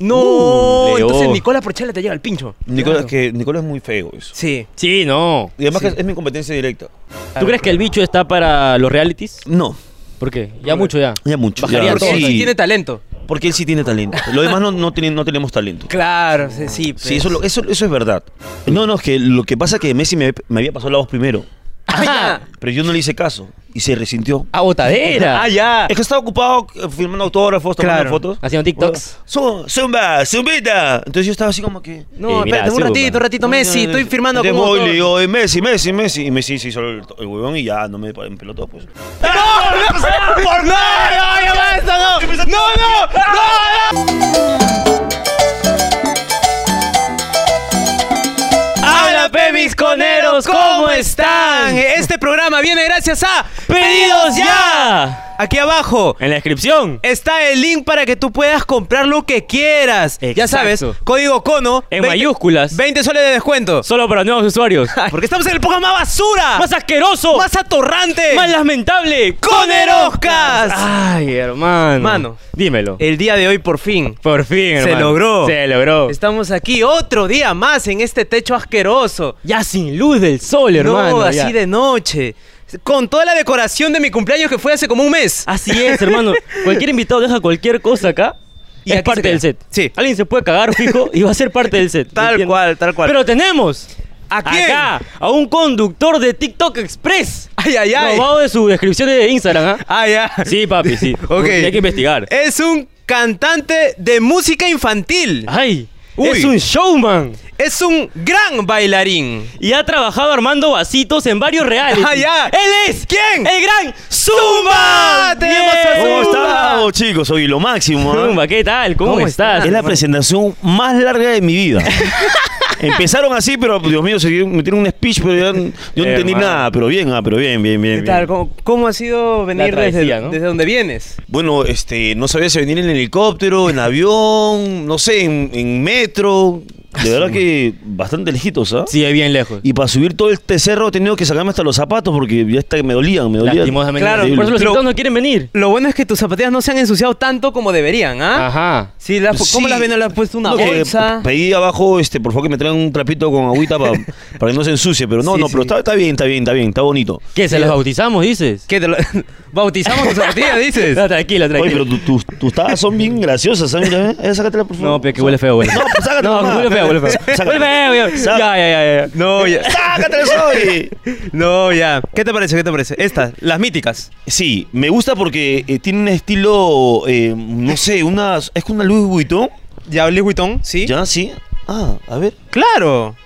No, Uh, Leo. entonces Nicola Porchela te llega al pincho. Nicolás, Claro. que, Nicolás es muy feo eso. Sí. Sí, no. Y además que es mi competencia directa. ¿Tú crees que el bicho está para los realities? No, ¿Por qué? Ya mucho ya. ya mucho. Bajaría ya, todo, Porque sí. sí tiene talento. Porque él sí tiene talento. Lo demás no, no, tiene- no tenemos talento. Claro, sí, pues. sí. Sí, eso, lo- eso, eso es verdad. No, no, es que lo que pasa es que Messi me, me había pasado la voz primero. Ah, Pero yo no le hice caso y se resintió. ¡A botadera! Ah, ya. Es que estaba ocupado eh, filmando autógrafos, tomando Claro. fotos. Haciendo TikToks. Zu- Zumba, zumbita. Entonces yo estaba así como que. No, Eh, mira, espérate, un sí, ratito, un bueno. ratito, Messi, estoy firmando Te como voy, le autor. digo, "Eh, Messi, Messi, Messi. Y Messi se hizo el, el huevón y ya no me pelotó, pues. ¡No, no, ya basta, no! ¡No, no! ¡No, no! ¡Hola, pemisconeros! ¿Cómo están? Este programa viene gracias a ¡Pedidos ya! Aquí abajo En la descripción. está el link para que tú puedas comprar lo que quieras. Ya Exacto. sabes, código cono. En mayúsculas. 20 soles de descuento. Solo para nuevos usuarios. Porque estamos en el programa más basura. ¡Más asqueroso! más atorrante. ¡Más lamentable! ¡Coneroscas! ¡Ay, hermano! Mano. Dímelo. El día de hoy, por fin. Por fin, se hermano. logró. Se logró. Estamos aquí otro día más en este techo asqueroso. Ya sin luz del sol, hermano. no, así ya. de noche. Con toda la decoración de mi cumpleaños que fue hace como un mes. Así es, hermano. Cualquier invitado deja cualquier cosa acá y Y es aquí se parte queda. del set. Sí. Alguien se puede cagar fijo y va a ser parte del set. ¿me Tal entiendes? cual, tal cual. Pero tenemos ¿A quién? acá a un conductor de TikTok Express. Ay, ay, ay. Robado de su descripción de Instagram, ¿ah? Ah, ya. Sí, papi, sí. Ok. Hay que investigar. Es un cantante de música infantil. Ay, Uy. es un showman. Es un gran bailarín. Y ha trabajado armando vasitos en varios reales. Ay, ay. ¡Él es! Ah, ¿Quién? ¡El gran Zumba! Zumba. Tenemos a Bien. ¿Cómo Zumba. estamos, chicos? Soy lo máximo. ¿ah? Zumba, ¿qué tal? ¿Cómo, ¿Cómo estás? Es la presentación más larga de mi vida. Empezaron así, pero Dios mío, se dieron- metieron un speech, pero ya n- yo no entendí Hermano. nada. Pero bien, ah, pero bien, bien, bien. ¿Qué tal? bien. ¿Cómo, cómo ha sido venir desde, travesía, ¿no? desde donde vienes? Bueno, este, no sabía si venir en helicóptero, en avión, no sé, en, en metro. De verdad que bastante lejitos, ¿ah? Sí, es bien lejos. Y para subir todo este cerro he tenido que sacarme hasta los zapatos porque ya está, me dolían, me dolían. Lastimosamente. Claro, por eso los pero- invitados no quieren venir. Lo bueno es que tus zapatillas no se han ensuciado tanto como deberían, ¿ah? Ajá. Sí, las- ¿cómo Sí. las ven? ¿Le has puesto una No, que bolsa? Pedí abajo, este, por favor, que me traigan un trapito con agüita pa- para que no se ensucie. Pero no, Sí, no, pero sí. está, está bien, está bien, está bien, está bonito. ¿Qué? ¿Se los bautizamos, dices? ¿Qué? te lo- ¿Bautizamos tus zapatillas, dices? No, tranquila, Oye, tranquila. pero tu- tus tus tabas son bien graciosas, ¿sabes? Mira, eh, sácatela, por favor. No, pero que huele feo, huele. No, pues sácatela. No, nomás. huele feo, huele feo. Sácatela. Huele feo, ya. Sácatela. Ya, ya, ya, ya. No, ya. ¡Sácatela, soy! No, ya. ¿Qué te parece? ¿Qué te parece? Estas, las míticas. Sí, me gusta porque eh, tiene un estilo, eh, no sé, una, es con una Louis Vuitton. ¿Ya Louis Vuitton? ¿Sí? ¿Ya? Sí. Ah, a ver. ¡Claro!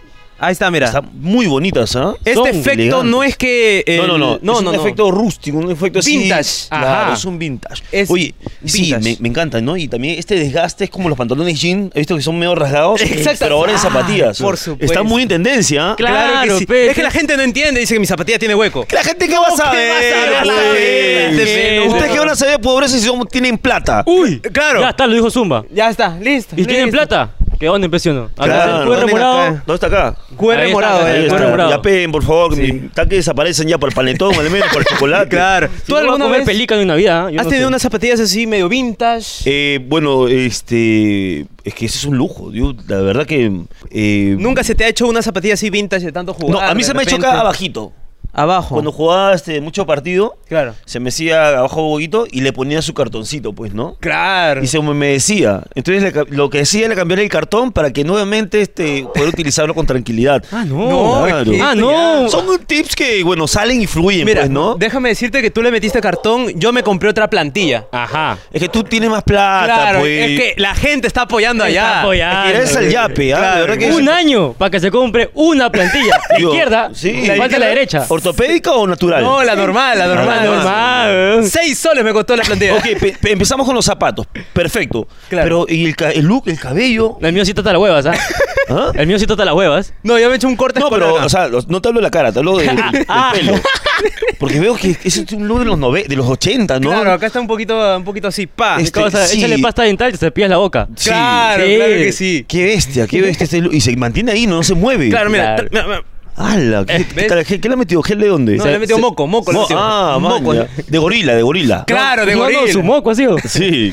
Ahí está, mira. Están muy bonitas, ¿ah? este Son efecto elegantes. no es que... el- no, no, no. No, es no, un no. efecto rústico, un efecto así. Vintage. Claro, Ajá. es un vintage. Es Oye, sí, vintage. me, me encanta, ¿no? Y también este desgaste es como los pantalones jean. He visto que son medio rasgados. Exacto. Pero ahora en zapatillas. Por supuesto. Está muy en tendencia. ¿ah? Claro. que sí. pe, Es que la gente no entiende. Dice que mi zapatilla tiene hueco. La gente que va a va a saber. saber la güey? gente, Ustedes pero- que van a saber de pobreza si son- tienen plata. Uh, Uy. Claro. Ya está, lo dijo Zumba. Ya está, listo. ¿Y tienen listo. plata? ¿Qué dónde impresionó? Acá Claro. está el QR Ponen morado. acá. ¿Dónde está acá? QR Ahí está, morado, ahí eh. está. QR morado. Ya peguen, por favor. que- Está que desaparecen ya por el panetón, al menos por el chocolate. Claro. ¿Tú alguna vez pelícano en Navidad? ¿eh? Yo has no tenido sé. unas zapatillas así medio vintage? Eh, bueno, este. Es que ese es un lujo. Yo, la verdad que. eh, ¿Nunca se te ha hecho una zapatilla así vintage de tanto jugar? No, a mí de se me repente? Oh. choca abajito. Abajo. Cuando jugaba este, mucho partido, Claro. se me hacía abajo boguito y le ponía su cartoncito, pues, ¿no? Claro. Y se me decía. Entonces le ca- lo que decía era cambiar el cartón para que nuevamente este, poder utilizarlo con tranquilidad. Ah, no. No, Claro. es que- Ah, no. Son tips que, bueno, salen y fluyen, Mira, pues, ¿no? déjame decirte que tú le metiste cartón, yo me compré otra plantilla. Ajá. Es que tú tienes más plata, claro, pues. es que la gente está apoyando allá. Está apoyando. Y eres el yape, ¿ah? Claro. La verdad que- Un año para que se compre una plantilla. La Digo, izquierda, sí. la falta la derecha. Ah, ¿Ortopédica o natural? No, la normal, la normal. Ah, normal. Seis soles me costó la plantilla. Ok, pe- pe- empezamos con los zapatos. Perfecto. Claro. Pero, ¿y el, ca- el look, el cabello? El mío sí trata las huevas, ¿ah? ¿Ah? El mío sí trata las huevas. No, yo me he hecho un corte No, escolar pero, acá. o sea, los- no te hablo de la cara, te hablo de- del, del Ah. pelo. Porque veo que ese es un look de los, nove- de los 80, ¿no? Claro, acá está un poquito, un poquito así, pa. Este- Cosa, sí. Échale pasta dental y te pillas la boca. sí. Claro, Sí. claro que sí. Qué bestia, qué bestia este look. Y se mantiene ahí, no, no se mueve. Claro, mira, Claro. tra- mira, mira, ¡Hala! ¿Qué, ¿Ves? cara, ¿qué- qué le ha metido? ¿Gel de dónde? No, le he metido moco, moco. le he Mo- metido. ah, moco. maña. De gorila, de gorila. Claro, de No, no, gorila. su moco ha sido. Sí.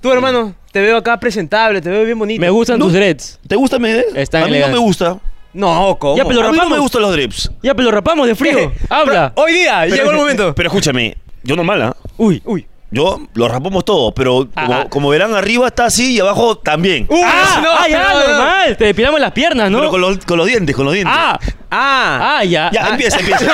Tú, hermano, te veo acá presentable, te veo bien bonito. Me gustan tus e- dreads. ¿Te gusta, Medes? Está A mí no elegante. me gusta. No, ¿cómo? Ah, Ya, pero- a mí no rapamos. me gustan los drips. Ya, pero lo rapamos de frío. Habla. oh, Hoy día, llegó el momento. Pero escúchame, yo no mala. Uy, uy. Yo lo rapamos todo, pero Ajá. como, como verán, arriba está así y abajo también. Ah, Uh, Ah, no, ah, ya, no, no. normal. Te depilamos las piernas, Pero ¿no? con los, con los dientes, con los dientes. Ah, Ah. ah, ya. Ya, Ah, empieza, empieza.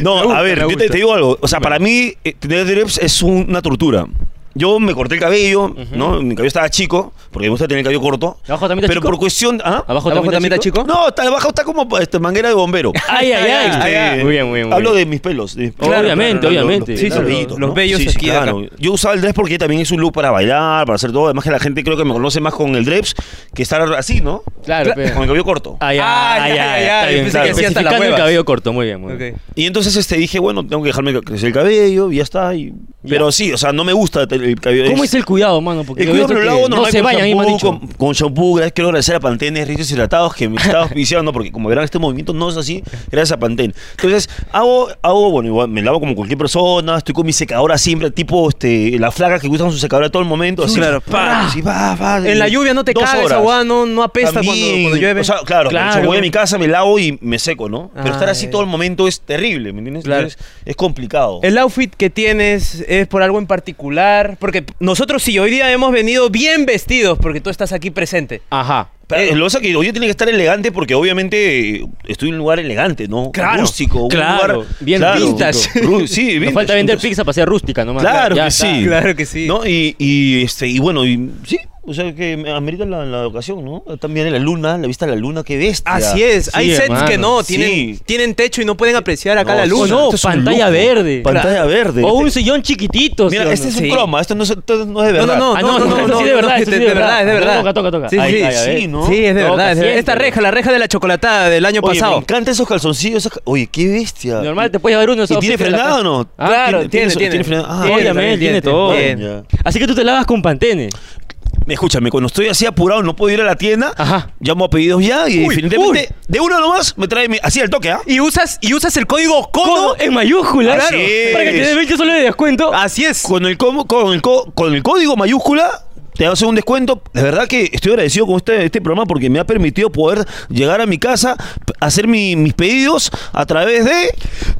No, Me gusta, a ver, me yo te, gusta. te digo algo. O sea, para mí, eh, tener dreads es una tortura. Yo me corté el cabello, ¿no? Mi cabello estaba chico, porque me gusta tener el cabello corto. ¿Abajo también está pero chico? por cuestión. ¿ah? ¿Abajo, ¿Abajo también está chico? No, está abajo, está como este, manguera de bombero. Ay, ay, ay. Ah, ya. Este, Muy bien, muy bien. muy Hablo bien. de mis pelos. de mis- Claro, obviamente, los- obviamente. Los, Sí, sí, vellitos, los vellos aquí de acá. Yo usaba el dress porque también es un look para bailar, para hacer todo. Además que la gente creo que me conoce más con el dreps que estar así, ¿no? Claro, Con el pero. cabello corto. Ay, ay, Ah, ay, ya, ay, ya, está yo bien, pensé que hacía claro. hasta las Especificando el huevas. cabello corto, muy bien, muy bien. Ok. Y entonces este dije, bueno, tengo que dejarme crecer el cabello y ya está. y- Pero sí, o sea, no me gusta el el cabello. ¿Cómo es el cuidado, mano? Porque el yo he cuidado visto me lo que hago no normal se con vayan, ahí me han shampoo, dicho. con, con shampoo. Gracias, quiero agradecer a Pantene, Rizos Hidratados, que me estaba auspiciando, porque como verán, este movimiento no es así, gracias a Pantene. Entonces, hago, hago bueno, igual me lavo como cualquier persona, estoy con mi secadora siempre, tipo este, la flaca que usan su secadora todo el momento. Así, Claro, Ah. pa, así, pa, pa, En la lluvia no te dos cagas, horas. agua no, no apesta cuando, También, cuando llueve. O sea, claro, Claro. cuando voy a mi casa, me lavo y me seco, ¿no? Pero estar Ah, así ya. todo el momento es terrible, ¿me entiendes? Claro. Entonces, es complicado. el outfit que tienes es por algo en particular, porque nosotros sí, hoy día hemos venido bien vestidos, porque tú estás aquí presente. Ajá. Pero, Eh, lo que pasa es que hoy tiene que estar elegante porque obviamente eh, estoy en un lugar elegante, ¿no? Claro, Rústico, un claro, lugar- bien vintage. Ru- sí, vintage. Nos falta vender entonces, pizza para ser rústica nomás. Claro Ya que está. sí. Claro que sí. ¿No? Y, y, este, y bueno, y, sí, o sea que me amerita la, la ocasión, ¿no? También en la luna, la vista de la luna, qué bestia. Así es, Sí, hay sets hermano, que no, sí. tienen, tienen techo y no pueden apreciar acá No, la O luz. no, Esto es un pantalla lujo. verde. Pantalla verde. O un sillón chiquitito. ¿sí o Mira, no? este es un Sí. croma, esto no es, esto no es de No, no, verdad. no, Ah, no, no, no, esto sí de no, verdad, no, esto de sí de verdad, es de verdad. Toca, toca, toca. Sí, Ahí, sí, ahí, ahí. sí, ¿no? Sí, es de Toca verdad. es de- siempre. Esta reja, la reja de la chocolatada del año Oye, pasado. me encantan esos calzoncillos. esos ca- Oye, qué bestia. Normal, te puedes llevar uno. ¿Y tiene frenada o frenado no? Ah, claro, tiene, tiene, tiene. frenada. Ah, Tiene, Obviamente, también tiene, tiene todo. tiene. Ya. Así que tú te lavas con pantene. Escúchame, cuando estoy así apurado, no puedo ir a la tienda, Ajá. llamo a pedidos ya y Ah. Uy, definitivamente uy. de uno nomás me trae mi- así al toque, ¿ah? Y usas, y usas el código Codo CODO. en mayúscula. Así Claro. es. Para que te den 20 soles de descuento. Ah, Así es. Con el, com- con, el co- con el código mayúscula te hace un descuento. De verdad que estoy agradecido con este, este programa porque me ha permitido poder llegar a mi casa, p- hacer mi- mis pedidos a través de...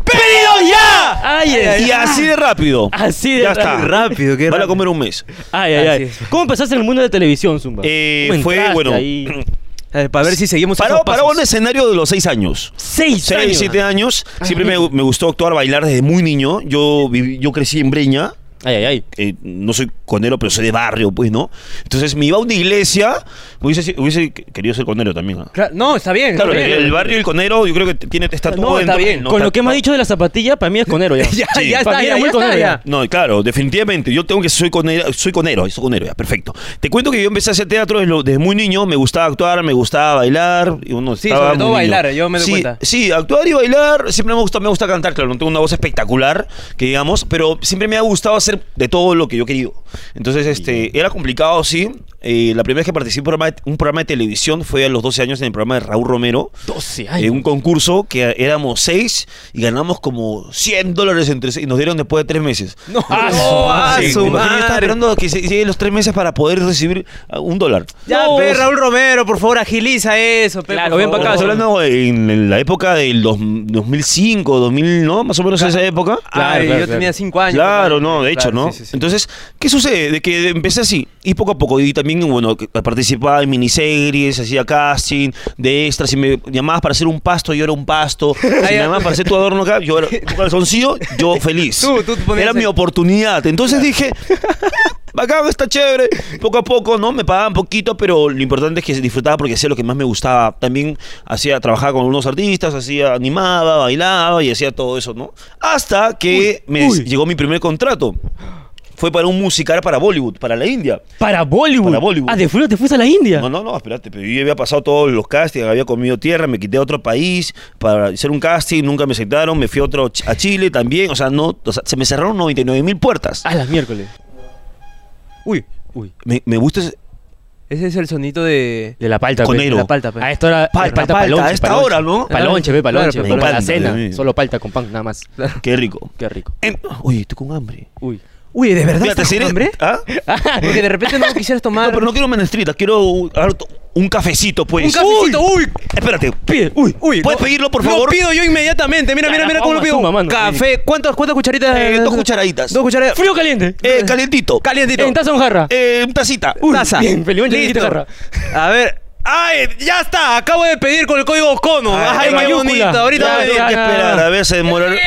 ¡Pedidos ya! Ay, ay, ay. Y así de rápido. Así de ya rápido. Está. Rápido, qué Vale a rápido. comer un mes. Ay, ay, Así ay. es. ¿Cómo empezaste en el mundo de la televisión, Zumba? Eh, ¿Cómo fue, entraste bueno, ahí? A ver, Eh, para ver si seguimos Paró, esos paró pasos. un escenario de los seis años. Pues Seis, 6, años. 7 años. Siempre me, me gustó actuar, bailar desde muy niño. Yo, viví- yo crecí en Breña. Ay, ay, ay. eh, no soy conero, pero soy de barrio, pues, ¿no? Entonces me iba a una iglesia. Hubiese, si- hubiese querido ser conero también. ¿ah? Claro, no, está bien. Claro, está bien. el barrio y el conero, yo creo que tiene está todo No, está dentro- bien. no, Con está- lo que me has dicho de la zapatilla, para mí es conero ya. Ya, Sí. ya está, Para mí ya, era ya muy está, conero, ya. No, claro, definitivamente. Yo tengo que soy conero, soy conero, soy conero, ya, perfecto. Te cuento que yo empecé a hacer teatro desde, lo- desde muy niño, me gustaba actuar, me gustaba bailar. Y uno Sí, estaba sobre todo muy bailar, yo me doy sí, cuenta. Sí, actuar y bailar, siempre me gusta, me gusta cantar, claro, no tengo una voz espectacular, que digamos, pero siempre me ha gustado hacer de todo lo que yo he querido. Entonces, este, era complicado, sí. Eh, la primera vez que participé en un programa de- un programa de televisión fue a los 12 años en el programa de Raúl Romero 12 en años. un concurso que éramos seis y ganamos como 100 dólares entre seis, y nos dieron después de tres meses. No, Ah, a su su, madre. Sí, a su me imagino, yo estaba madre. esperando que se- lleguen los tres meses para poder recibir ah, un dólar. Ya, No, pe, vos- Raúl Romero, por favor, agiliza eso. pe, Claro, por ven favor. pa' acá, Estamos hablando en, en la época del dos- 2005, 2000, ¿no? Más o menos esa época. Ay, Claro, claro, yo tenía claro. cinco años. Claro, pe, no, de hecho, claro, ¿no? sí, sí, sí. Entonces, ¿qué sucede? De que empecé así, y poco a poco, y también, bueno, que participaba en miniseries, hacía casting, de extras, y me llamabas para hacer un pasto, yo era un pasto, si me ya. llamabas para hacer tu adorno acá, yo era tu calzoncillo, yo feliz. Tú- tú te ponías era mi el- oportunidad. Entonces dije, bacán, está chévere. Poco a poco, ¿no? Me pagaban poquito, pero lo importante es que disfrutaba porque hacía lo que más me gustaba. También hacía, trabajaba con unos artistas, hacía, animaba, bailaba y hacía todo eso, ¿no? Hasta que me uy. llegó mi primer contrato. Fue para un musical para Bollywood, para la India. Para Bollywood. Para Bollywood. Ah, de frío te fuiste a la India. No, no, no, espérate, pero yo ya había pasado todos los castings, había comido tierra, me quité a otro país para hacer un casting, nunca me aceptaron, me fui a otro a Chile también, o sea, no, o sea, se me cerraron Ah. 99 mil puertas. A las miércoles. Uy, uy. Me, me gusta ese- Ese es el sonito de... De la palta, Con pe. negro. Ah, La palta, pe. A esta hora. Palta, palta, a esta hora, ¿no? Palonche, pe, palonche. Claro, pe, para la palta, cena. sí. Solo palta con pan, nada más. Qué rico. Qué rico. Em, Oye, estoy con hambre. Uy. Uy, ¿de verdad Mira, estás te con sirve- hambre? ¿Ah? Porque de repente no quisieras tomar... No, pero no quiero menestrita, quiero un, harto- un cafecito, pues. Un cafecito, Uy, uy. Espérate. Pide, uy, uy. ¿Puedes lo- pedirlo, por Lo favor? pido yo inmediatamente. Mira, mira, mira cómo lo Carajo, pido. suma, mano. Café. ¿Cuántas, cuántas cucharitas? Eh, dos cucharaditas. Dos cucharadas. Frío o caliente. Eh, calientito. Calientito. En taza o en jarra. eh, tacita. Uy, Taza. bien, Felipe, ya dijiste Listo. jarra. A ver. ¡Ay! ¡Ya está! Acabo de pedir con el código CONO. Ay, ¡Ay, en qué mayúscula. bonito! Ahorita Ya, voy a- Hay que ya, ya. esperar, a veces demorar. ¡Ay,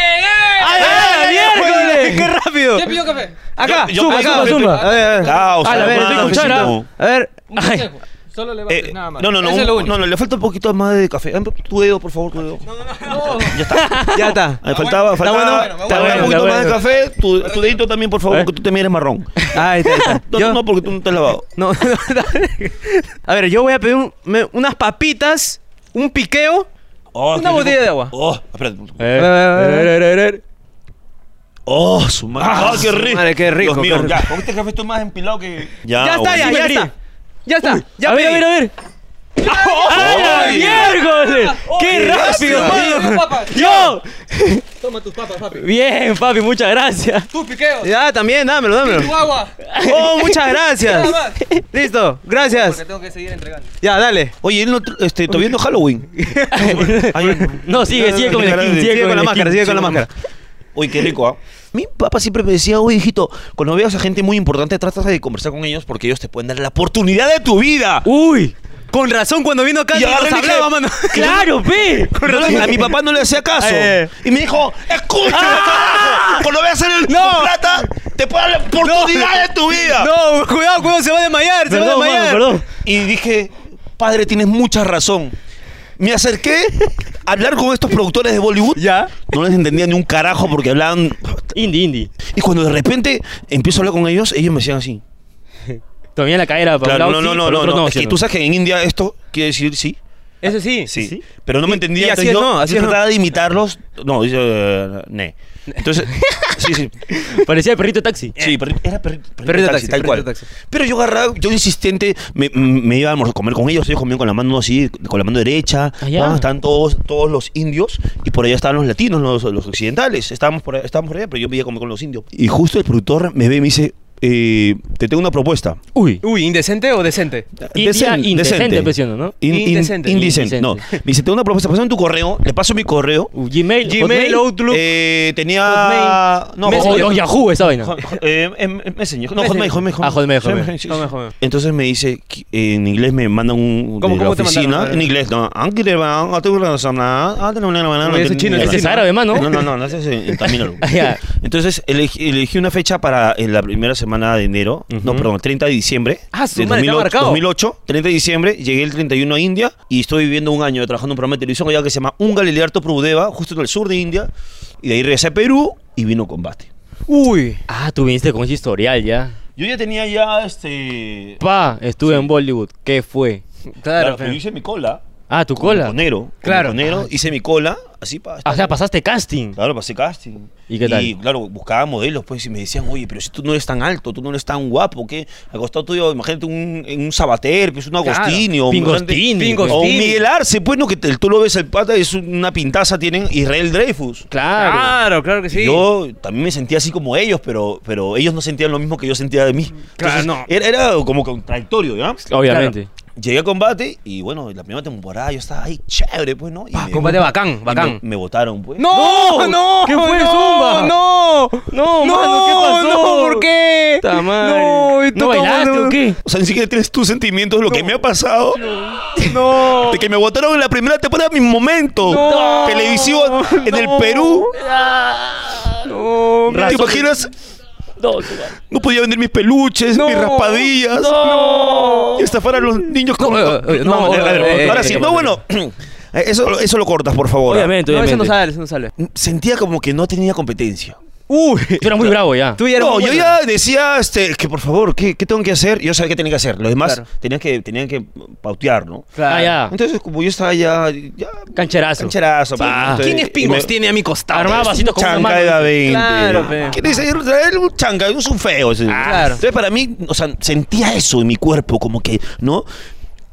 ay, ay, ¡Eh! miércoles! ¡Qué rápido! ¿Quién pidió café? Acá, Yo- yo- zumba, yo- zumba, yo- zumba. yo- A ver, a ver. Caos, Ah, la verdad, hermano, estoy con cafecito. Chara. A ver. Un Ay. consejo. Solo levantes, Eh, nada más. no, no, no, Eso es lo un- único. no, no, le falta un poquito más de café. Ah, Tu dedo, por favor, tu dedo. Ya está. Ya está. Me faltaba, Está bueno, faltaba, faltaba está un bueno, poquito está más de bueno. café. Tu, tu dedito también, por favor, porque tú también eres marrón. Ahí está, ahí está. No, Yo- no, porque tú no te has lavado. No, no, dale. A ver, yo voy a pedir un- me- unas papitas, un piqueo. Oh, Una qué botella rico. de agua. Oh, espérate. Eh, eh, eh, eh, eh, eh. Oh, su madre. Ah, Ah, qué su rico. madre, qué rico, Dios mío, qué rico. ya. Con este café estoy más empilado que. ya está, ya, bueno. ya Dime, está. Ya está. ya a ver, a pedí. ver, a ver. ¡Ah, ¡Ay! miércoles! ¡Qué rápido, Toma tus mano! papas. ¡Yo! Toma tus papas, papi. Bien, papi, muchas gracias. Tus piqueos. Ya, también, dámelo, Tu dámelo. agua. Oh, muchas gracias. Nada más. Listo, Porque gracias. tengo que seguir entregando. Ya, dale. Oye, él no, tr- este, todavía no es Halloween. Ay, No, sigue, no, sigue no, con no, el no, skin, no, sigue con la el máscara, skin. sigue con la máscara. Uy, qué rico, ¿ah? Mi papá siempre me decía, oye, hijito, cuando veas a gente muy importante, trata de conversar con ellos porque ellos te pueden dar la oportunidad de tu Uh, vida. ¡Uy! Con razón, cuando vino acá, Y nos agarré y dije, hablaba, mano. ¡Claro, pe! Yo le- a mi papá no le hacía caso. Eh. Y me dijo, escucha, carajo, cuando veas a el Ah. No. con plata, te puede dar la oportunidad de tu vida. No, cuidado, cuidado, se va a desmayar, se va a Perdón, mano, desmayar. perdón. Y dije, padre, tienes mucha razón. Me acerqué a hablar con estos productores de Bollywood. Ya. No les entendía ni un carajo porque hablaban. Indy, Indy. Y cuando de repente empiezo a hablar con ellos, ellos me decían así. Todavía la cadera para Claro, un lado no, no, sí, no, para no, otro no. no. Es que ¿sí o tú no? sabes que en India esto quiere decir sí. Eso sí. Sí. Pero no me entendía. y así entonces es, yo, no, así yo es, no. trataba de imitarlos. No, dice. eh, ne. Entonces. sí, sí. Parecía el perrito de taxi. Sí, perri- era perri- perrito, Perrito taxi, taxi, tal perrito cual. taxi. Pero yo agarraba, yo insistente, me, mm, me iba a almorzar- comer con ellos, ellos comían con la mano así, con la mano derecha, Ah, ya. Ah, estaban todos, todos los indios y por allá estaban los latinos, los, los occidentales, estábamos por, allá- estábamos por allá, pero yo me iba a comer con los indios. Y justo el productor me ve y me dice, eh, te tengo una propuesta. Uy. Uy, ¿indecente o decente? India Decen- indecente, decente. pues, ¿sí o no, no? In- in- Indecente. indecente, no. Me Indecente. dice, tengo una propuesta, pásame tu correo, le paso mi correo. Gmail, Gmail, Hotmail. Outlook. Eh, tenía... Hotmail. No, o, o Hotmail. Yahoo, esa vaina. Jo- jo- eh, em- em- Messenger. No, Hotmail, Hotmail, Ah, Hotmail, Hotmail. sí, sí. Come, come. Entonces me dice, que- eh, en inglés me mandan un ¿Cómo- de cómo la te oficina, mandaron? en inglés, no, "Ah, aunque le van a tener una zona, ah, tiene una banana, Uy, ese tiene chino, una ese banana. chino. árabe, mano. No, no, no, no, ese es en- en Tamil. Ah, ya. Entonces elegí, elegí una fecha para en la primera semana de enero, no, perdón, 30 de diciembre. Ah, su del madre, está 2008, marcado. 2008, 30 de diciembre, llegué el 31 a India y estoy viviendo un año trabajando en un programa de televisión allá que se llama Un Galilearto Prudeva, justo en el sur de India, y de ahí regresé a Perú y vino combate. Uy. Ah, tú viniste con ese historial ya. Yo ya tenía ya este. Pa, estuve en Bollywood. ¿Qué fue? Claro, pero yo hice mi cola. Ah, tu Con mi cola. conero. con mi Claro. conero, hice mi cola, así para. Ah, O sea, pasaste casting. Claro, pasé casting. ¿Y qué tal? Y claro, buscaba modelos, pues, y me decían, oye, pero si tú no eres tan alto, tú no eres tan guapo, ¿qué? Al costado tuyo, imagínate un, en un Sabater, pues, un Agostini o un pues. Pingostini. Pingos- O un Agostini. Miguel Arce, pues, no, que te- tú lo ves el pata, es una pintaza, tienen Israel Dreyfus. Claro. Claro, claro que sí. Yo también me sentía así como ellos, pero, pero ellos no sentían lo mismo que yo sentía de mí. Claro, Entonces, eh, no. Era, era como contradictorio, ¿ya? Obviamente. Llegué a combate y bueno, la primera temporada yo estaba ahí chévere, pues, ¿no? Y Pa, combate bacán, y bacán. Me, me votaron, pues. ¡No! No, ¡No! ¿qué fue, no, Zumba? ¡No! No, mano, ¿qué pasó? No, ¿por qué? Ta madre. No, ¿y tú ¿No cómo bailaste no? o qué? O sea, ni siquiera tienes tus sentimientos, lo que me ha pasado. No. De que me votaron en la primera temporada, mi momento. No. televisivo en No. el Perú. No, mira, ¿Te imaginas? No, No podía vender mis peluches, No. mis raspadillas. No. Y estafar a los niños con. eh, eh, no, a ver, a ver, eh, eh, ahora eh, sí. eh, No, bueno. Eso, eso lo cortas, por favor. Obviamente, No, eso no sale, obviamente. eso no sale. Sentía como que no tenía competencia. Uy. Tú eras muy bravo ya. Tú ya eras no, muy yo bueno. ya decía este, que por favor, ¿qué, qué tengo que hacer? Yo sabía qué tenía que hacer. Los demás Claro. tenían, que, tenían que pautear, ¿no? Claro. Ah, ya. Entonces, como yo estaba ya. ya Cancherazo. cancherazo. pues, Ah. entonces, ¿Quién es y me- Pingos tiene a mi costado? Armaba vasitos con una Chanca mano. de la 20. Claro, pe. Ah, ¿Quién es ayer? Era un chanca, un sufeo. ese. Claro. Entonces, para mí, o sea, sentía eso en mi cuerpo, como que, ¿no?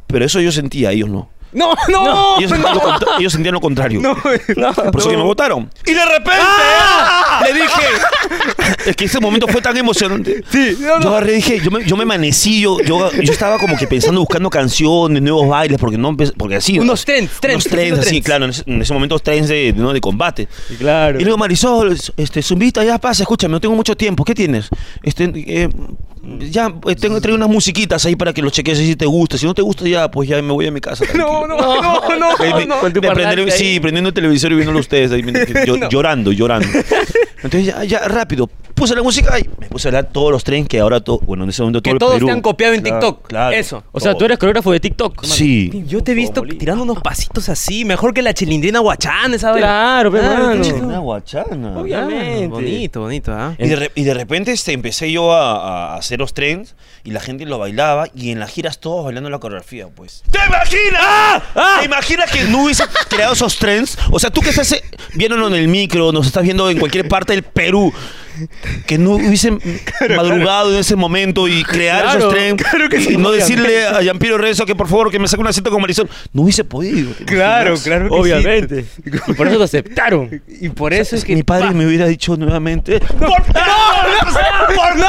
Pero eso yo sentía, ellos no. No, no, no. Ellos, sentían, lo contra- ellos sentían lo contrario. No, Por eso que me votaron. Y de repente ¡Ah! le dije, es que ese momento fue tan emocionante. Sí, no, no. Yo agarré y dije, yo me, yo me amanecí, yo, yo, yo estaba como que pensando, buscando canciones, nuevos bailes, porque no empe- porque así. ¿no? Unos trends, trends, Unos trends, unos así, trends. claro, en ese, en ese momento trends de, ¿no? de combate. Claro. Y luego Marisol, este, Zumbita, ya pasa, escúchame, no tengo mucho tiempo, ¿qué tienes? Este, eh, ya, eh, tengo traigo unas musiquitas ahí para que los cheques si te gusta. Si no te gusta, ya, pues ya me voy a mi casa. No, tranquilo. no, no, no, Ahí me- no. Con tu me prender- parlante ahí. sí, prendiendo el televisor y viéndolo ustedes ahí, mientras que yo- No. llorando, llorando. Entonces ya, ya, rápido, puse la música y me puse a hablar todos los trenes que ahora todo, bueno, en ese momento Que todo el todos Perú. te han copiado en Claro, TikTok. claro. Eso. O sea, tú eres coreógrafo de TikTok. Sí. Yo te he visto tirando unos pasitos así, mejor que la chilindrina guachán, esa Ah, Claro, pe, mano. qué Una lindo. guachana. Obviamente. Bonito, bonito, ¿ah? Y de, re- y de repente este, empecé yo a, a hacer los trends y la gente lo bailaba y en las giras todos bailando la coreografía, pues. ¡Ah! ¿Te imaginas? ¿Te imaginas que no hubiese creado esos trends? O sea, tú que estás eh, viéndolo en el micro, nos estás viendo en cualquier parte del Perú, que no hubiesen madrugado en ese momento y crear Claro, esos trends claro que sí, y no decirle a Jean-Pierre Rezo que por favor que me saque una cita con Marisol. No hubiese podido. ¿te imaginas? claro Obviamente. Y por eso te aceptaron. Y por eso es que. Mi padre pa- me hubiera dicho nuevamente... ¡Por favor! ¡No, no,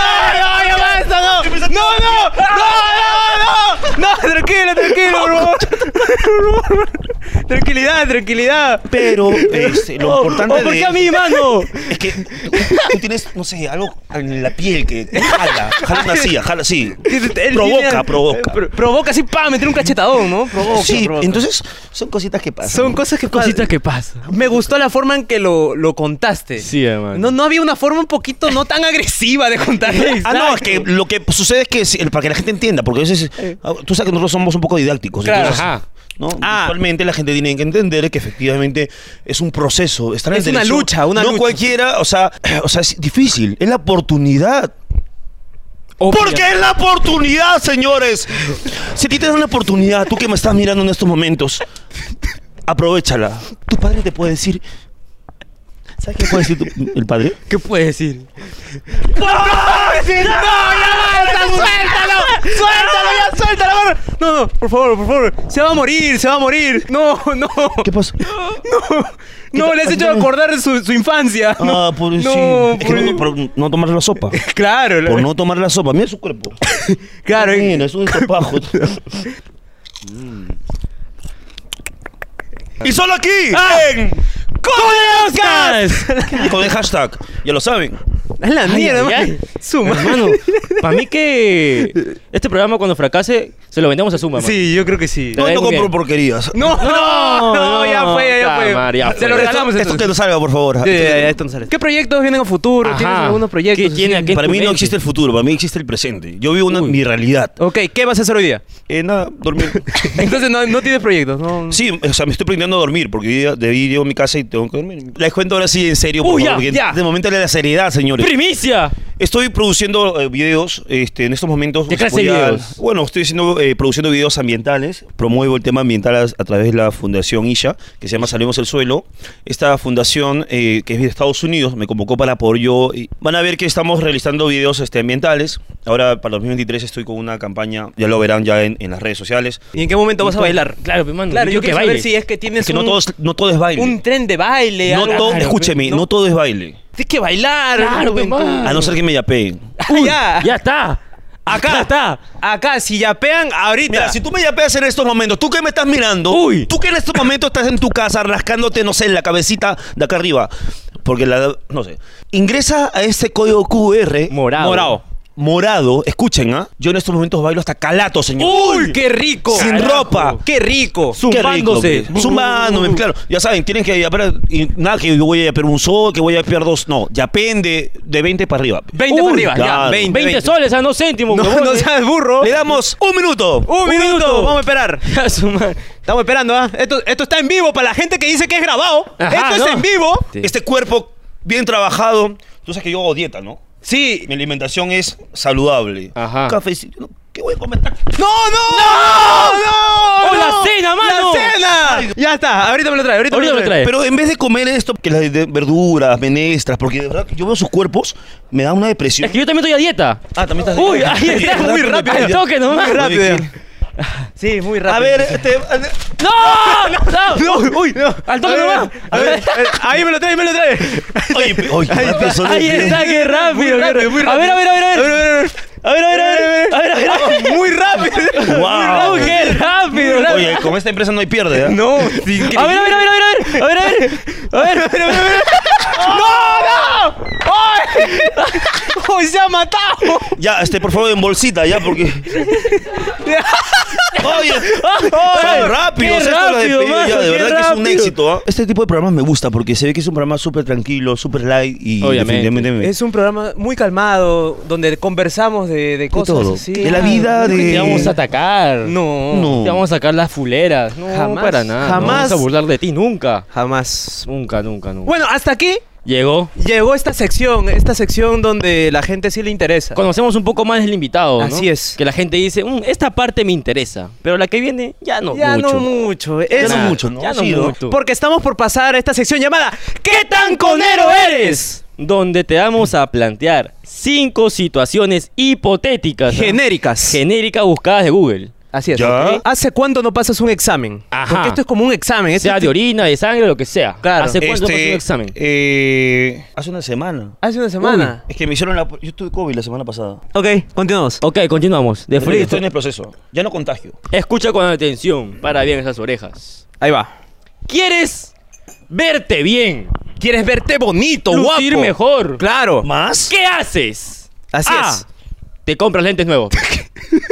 ya basta, no! ¡No, no! ¡No, no, no! ¡No, tranquilo, tranquilo, por favor! Por favor. Tranquilidad, tranquilidad. Oh, Pero este, lo importante ¿Por de- qué a mí, mano? es que tú tienes, no sé, algo en la piel que jala, jala una silla, jala así. Él tiene- Provoca, provoca. eh, pro- provoca así, pa, meter un cachetadón, ¿no? Provoca. Sí, provoca. entonces son cositas que pasan. Son cosas que Cositas que pasan. Me gustó la forma en que lo, lo contaste. Sí, hermano. No, no había una forma un poquito no tan agresiva de contarle. Ah, no, es que lo que sucede es que, si- para que la gente entienda, porque a veces, ah, tú sabes que nosotros somos un poco didácticos. Claro. entonces, Ajá. ¿no? Ah. Usualmente la gente tiene que entender que efectivamente es un proceso. Estar en Es una televisión, lucha, una no lucha. cualquiera, o sea, o sea, es difícil, es la oportunidad. Porque es la oportunidad, señores. Si a ti te dan la oportunidad, tú que me estás mirando en estos momentos, aprovechala. Tu padre te puede decir. ¿Sabes qué puede decir tu- el padre? ¿Qué puedes decir? ¡Suéltalo! ¡Suéltalo ya! ¡Suéltalo! mano! No, no, por favor, por favor. Se va a morir, se va a morir. No, no. ¿Qué pasa? No, no, le has hecho acordar su, su infancia. No, Ah, por no, pues. sí. Es que por- no, por no tomar la sopa. Claro, Por no tomar la sopa. Mira su cuerpo. claro. eh, Mira, es un sopajo. y solo aquí. en- Con el hashtag. Ya lo saben. A la Ay, mierda, ay, man. ay. Su Hermano, para mí que este programa cuando fracase se lo vendemos a Suma, mano. Sí, yo creo que sí. No, ven no muy compro bien. porquerías. No, no, no, no, ya no, fue, Ah, ya fue. cámara, ya Se lo fue. regalamos Esto que entonces. lo salga, por favor. Ya, ya, ya, esto no sale. ¿Qué proyectos vienen a futuro? Ajá. ¿Tienes algunos proyectos? ¿Qué tiene así? aquí? Para mí no Excelente. existe el futuro, para mí existe el presente. Yo vivo una, Uy. mi realidad. Ok, ¿qué vas a hacer hoy día? Eh, nada, dormir. Entonces no, no tienes proyectos, ¿no? sí, o sea, me estoy aprendiendo a dormir porque hoy día- de ahí llego a mi casa y tengo que dormir. Les cuento ahora sí en serio, por Uy, ya, favor, porque ya. de momento es la seriedad, señores. ¡Primicia! Estoy produciendo eh, videos este, en estos momentos. ¿Qué clase de videos? Bueno, estoy haciendo, eh, produciendo videos ambientales. Promuevo el tema ambiental a, a través de la fundación ISHA, que se llama Salvemos el Suelo. Esta fundación, eh, que es de Estados Unidos, me convocó para apoyo. y van a ver que estamos realizando videos este, ambientales. Ahora, para 2023, estoy con una campaña, ya lo verán ya en, en las redes sociales. ¿Y en qué momento vas a bailar? Claro, pe, mano, Claro, yo, yo quiero quiero que saber bailes. si es que tienes Es que no, un, todos, no todo es baile. un tren de baile. no algo. todo, Claro, escúcheme, pe, no, todo es baile. Tienes que bailar. Claro, pe, juventud. mano. A no ser que me yapeen. Ah, ya. Ya está. Acá Ya está. Acá, si yapean, ahorita. Mira, si tú me yapeas en estos momentos, tú que me estás mirando, Uy. tú que en estos momentos estás en tu casa rascándote, no sé, en la cabecita de acá arriba, porque la, no sé, ingresa a este código QR. Morado. Morado. Morado, escuchen, ¿ah? Yo en estos momentos bailo hasta calato, señor. ¡Uy, qué rico! Sin Carajo. ropa. ¡Qué rico! Qué rico, zumbándose. pues. Zumbándome, claro. Ya saben, tienen que yapear, y nada, que yo voy a yapear un sol, que voy a yapear dos, no, yapen de, de 20 para arriba. 20 Uy, para arriba, ya, claro. 20. 20 soles, a no céntimos. No, huevón, no eh. seas burro. Le damos un minuto. Un, minuto. minuto. vamos a esperar. A su madre. Estamos esperando, ¿ah? Esto, esto está en vivo para la gente que dice que es grabado. Ajá, esto es no. en vivo. Sí. Este cuerpo bien trabajado, Tú sabes que yo hago dieta, ¿no? Sí. Mi alimentación es saludable. Ajá. Cafecito. ¿no? ¿Qué voy a comer? ¡No, no! ¡No! ¡Oh, la no! cena, mano! ¡La cena! Ya está, ahorita me lo trae, ahorita, Ahorita me lo trae. Pero en vez de comer esto, que las de- verduras, menestras, porque de verdad que yo veo sus cuerpos, me da una depresión. Es que yo también estoy a dieta. Ah, también estás. Uy, ahí está, muy rápido. Al toque nomás. Muy rápido. Oye, Sí, muy rápido. A ver, este. ande- ¡No! ¡No! ¡Uy! ¡Al toque A ver, nomás! a ver, a ver, ahí me lo trae, me lo trae. Oye, pe- oye, qué rápido son los Ahí videos. está, qué rápido, qué rápido, muy rápido. A ver, a ver, a ver, a ver. A ver, a ver, a ver, a ver, a ver, a ver. Muy rápido. Guau. ¡Oh, qué rápido! rápido. Oye, con esta empresa no hay pierde, ¿eh? No, A ver, a ver, a ver, a ver, a ver, a ver, a ver, a ver, a ver, a ver. ¡Oh, se ha matado! Ya, este, por favor, en bolsita, ya, porque. Oye, Ay, son rápidos, qué esto lo de rápido, pedido ya, mano, de qué verdad que es un rápido. éxito. ¿ah? Este tipo de programas me gusta porque se ve que es un programa súper tranquilo, súper light y Obviamente. definitivamente me- Es un programa muy calmado, donde conversamos de, de cosas todo. así. De la vida, de- Te vamos a atacar. No, No. Te vamos a sacar las fuleras. No, Jamás, para nada. No jamás. vamos a burlar de ti nunca. jamás. Nunca, nunca, nunca. Bueno, hasta aquí Llegó. llegó esta sección, esta sección donde la gente sí le interesa. Conocemos un poco más del invitado. ¿no? Así es. Que la gente dice, "Mm, esta parte me interesa, pero la que viene ya no ya mucho. no mucho, Ya es no nada, mucho, ¿no? Ya no Sí, ¿no? mucho. porque estamos por pasar a esta sección llamada ¿Qué tan conero eres? Donde te vamos a plantear cinco situaciones hipotéticas. ¿ah? Genéricas. Genéricas buscadas de Google. Así es. Ya. ¿ok? ¿Hace cuánto no pasas un examen? Ajá. Porque esto es como un examen. este esto Sea es- de orina, de sangre, lo que sea. Claro. ¿Hace cuánto pasó un examen? eh, hace una semana. Hace una semana. Es que me hicieron la. Yo tuve COVID la semana pasada. Ok, continuamos. Ok, continuamos. De Estoy, frío. estoy en el proceso. Ya no contagio. Escucha con atención. Para bien esas orejas. Ahí va. ¿Quieres verte bien? ¿Quieres verte bonito, Lucir guapo? mejor. Claro. ¿Más? ¿Qué haces? Así A, es. Te compras lentes nuevos.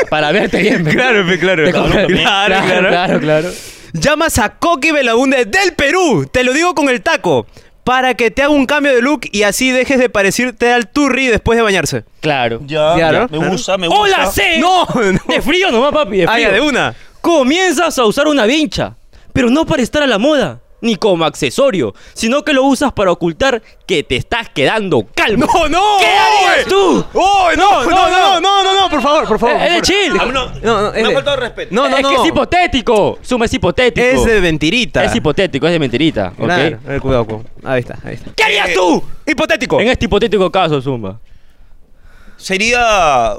para verte bien. pe. Claro, pe, claro. Te compras- Claro, claro. claro, claro. Llamas a Coqui Belaunde del Perú, te lo digo con el taco, para que te haga un cambio de look y así dejes de parecerte al turri después de bañarse. Claro. Ya, Ya, Ah, ya, ¿no? me gusta, me gusta. ¡Hola, C! No, no. De frío nomás, papi. De frío. Ah, ya, de una. Comienzas a usar una vincha, pero no para estar a la moda, ni como accesorio, sino que lo usas para ocultar que te estás quedando calmo. No, no. ¿Qué oye. harías tú? Oye, no, no, no, no, no, no, no, por favor, por favor. Eh, por eres favor. chill. Ah, No, No, no, me es ha de- faltado el respeto. No, no, es no. que es hipotético. Suma es hipotético. Es de mentirita. Es hipotético, es de mentirita, ¿ok? Claro, a ver, cuidado, cuidado. Ahí está, ahí está. ¿Qué harías tú? Hipotético. En este hipotético caso, Zumba. Sería.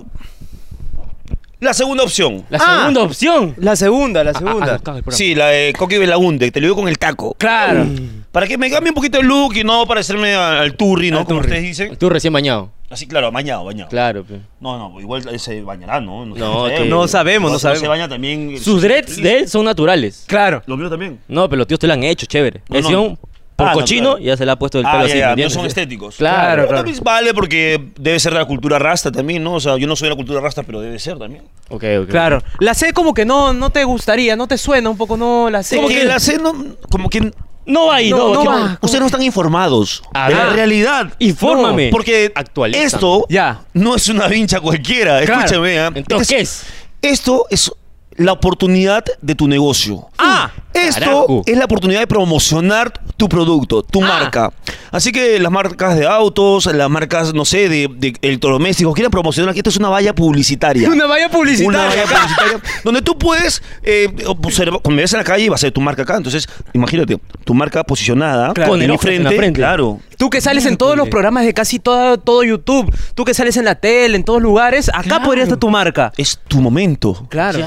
La segunda opción. La Ah. segunda opción. La segunda, la Ah, ah, segunda. no, cago el programa. Sí, la de Coqui Belaunde, te lo digo con el taco. Claro. Mm. Para que me cambie un poquito el look y no parecerme al, al turri, ¿no? Como ustedes dicen. Tú recién bañado. Así, claro, bañado, bañado. Claro. pe. No, no, igual se bañará, ¿no? No, sabemos. no sabemos, no se- se sabemos. baña también. Sus dreads de él son naturales. Claro. Los míos también. No, pero los tíos te la han hecho, chévere. No, Es no. un por Ah, no, cochino claro. ya se le ha puesto el Ah, pelo ya, así. ya, ¿me no entiendes? son estéticos. Claro, Pero claro. también vale porque debe ser de la cultura rasta también, ¿no? O sea, yo no soy de la cultura rasta, pero debe ser también. Ok, ok. Claro. La C como que no, no te gustaría, no te suena un poco, no, la C. Como que la C no... Como que... No va ahí, No, no, no que- va. Ustedes no están informados A de la ver. realidad. Infórmame. No, porque Actualízame. esto Ya. no es una vincha cualquiera. Claro. Escúchame. ¿ah? Entonces, ¿qué es? Esto es la oportunidad de tu negocio. Ah, Esto carajo. Ah. es la oportunidad de promocionar tu producto, tu marca. Así que las marcas de autos, las marcas, no sé, de, de electrodomésticos, quieren promocionar que esto es una valla publicitaria. Una valla publicitaria. Una valla acá. publicitaria, donde tú puedes eh, observar, cuando ves en la calle va a ser tu marca acá. Entonces, imagínate, tu marca posicionada Claro. Con en el mi ojo, en la frente, frente. Claro. Tú que sales en todos los programas de casi todo, todo YouTube, tú que sales en la tele, en todos lugares, acá podría estar tu marca. Es tu momento. Claro.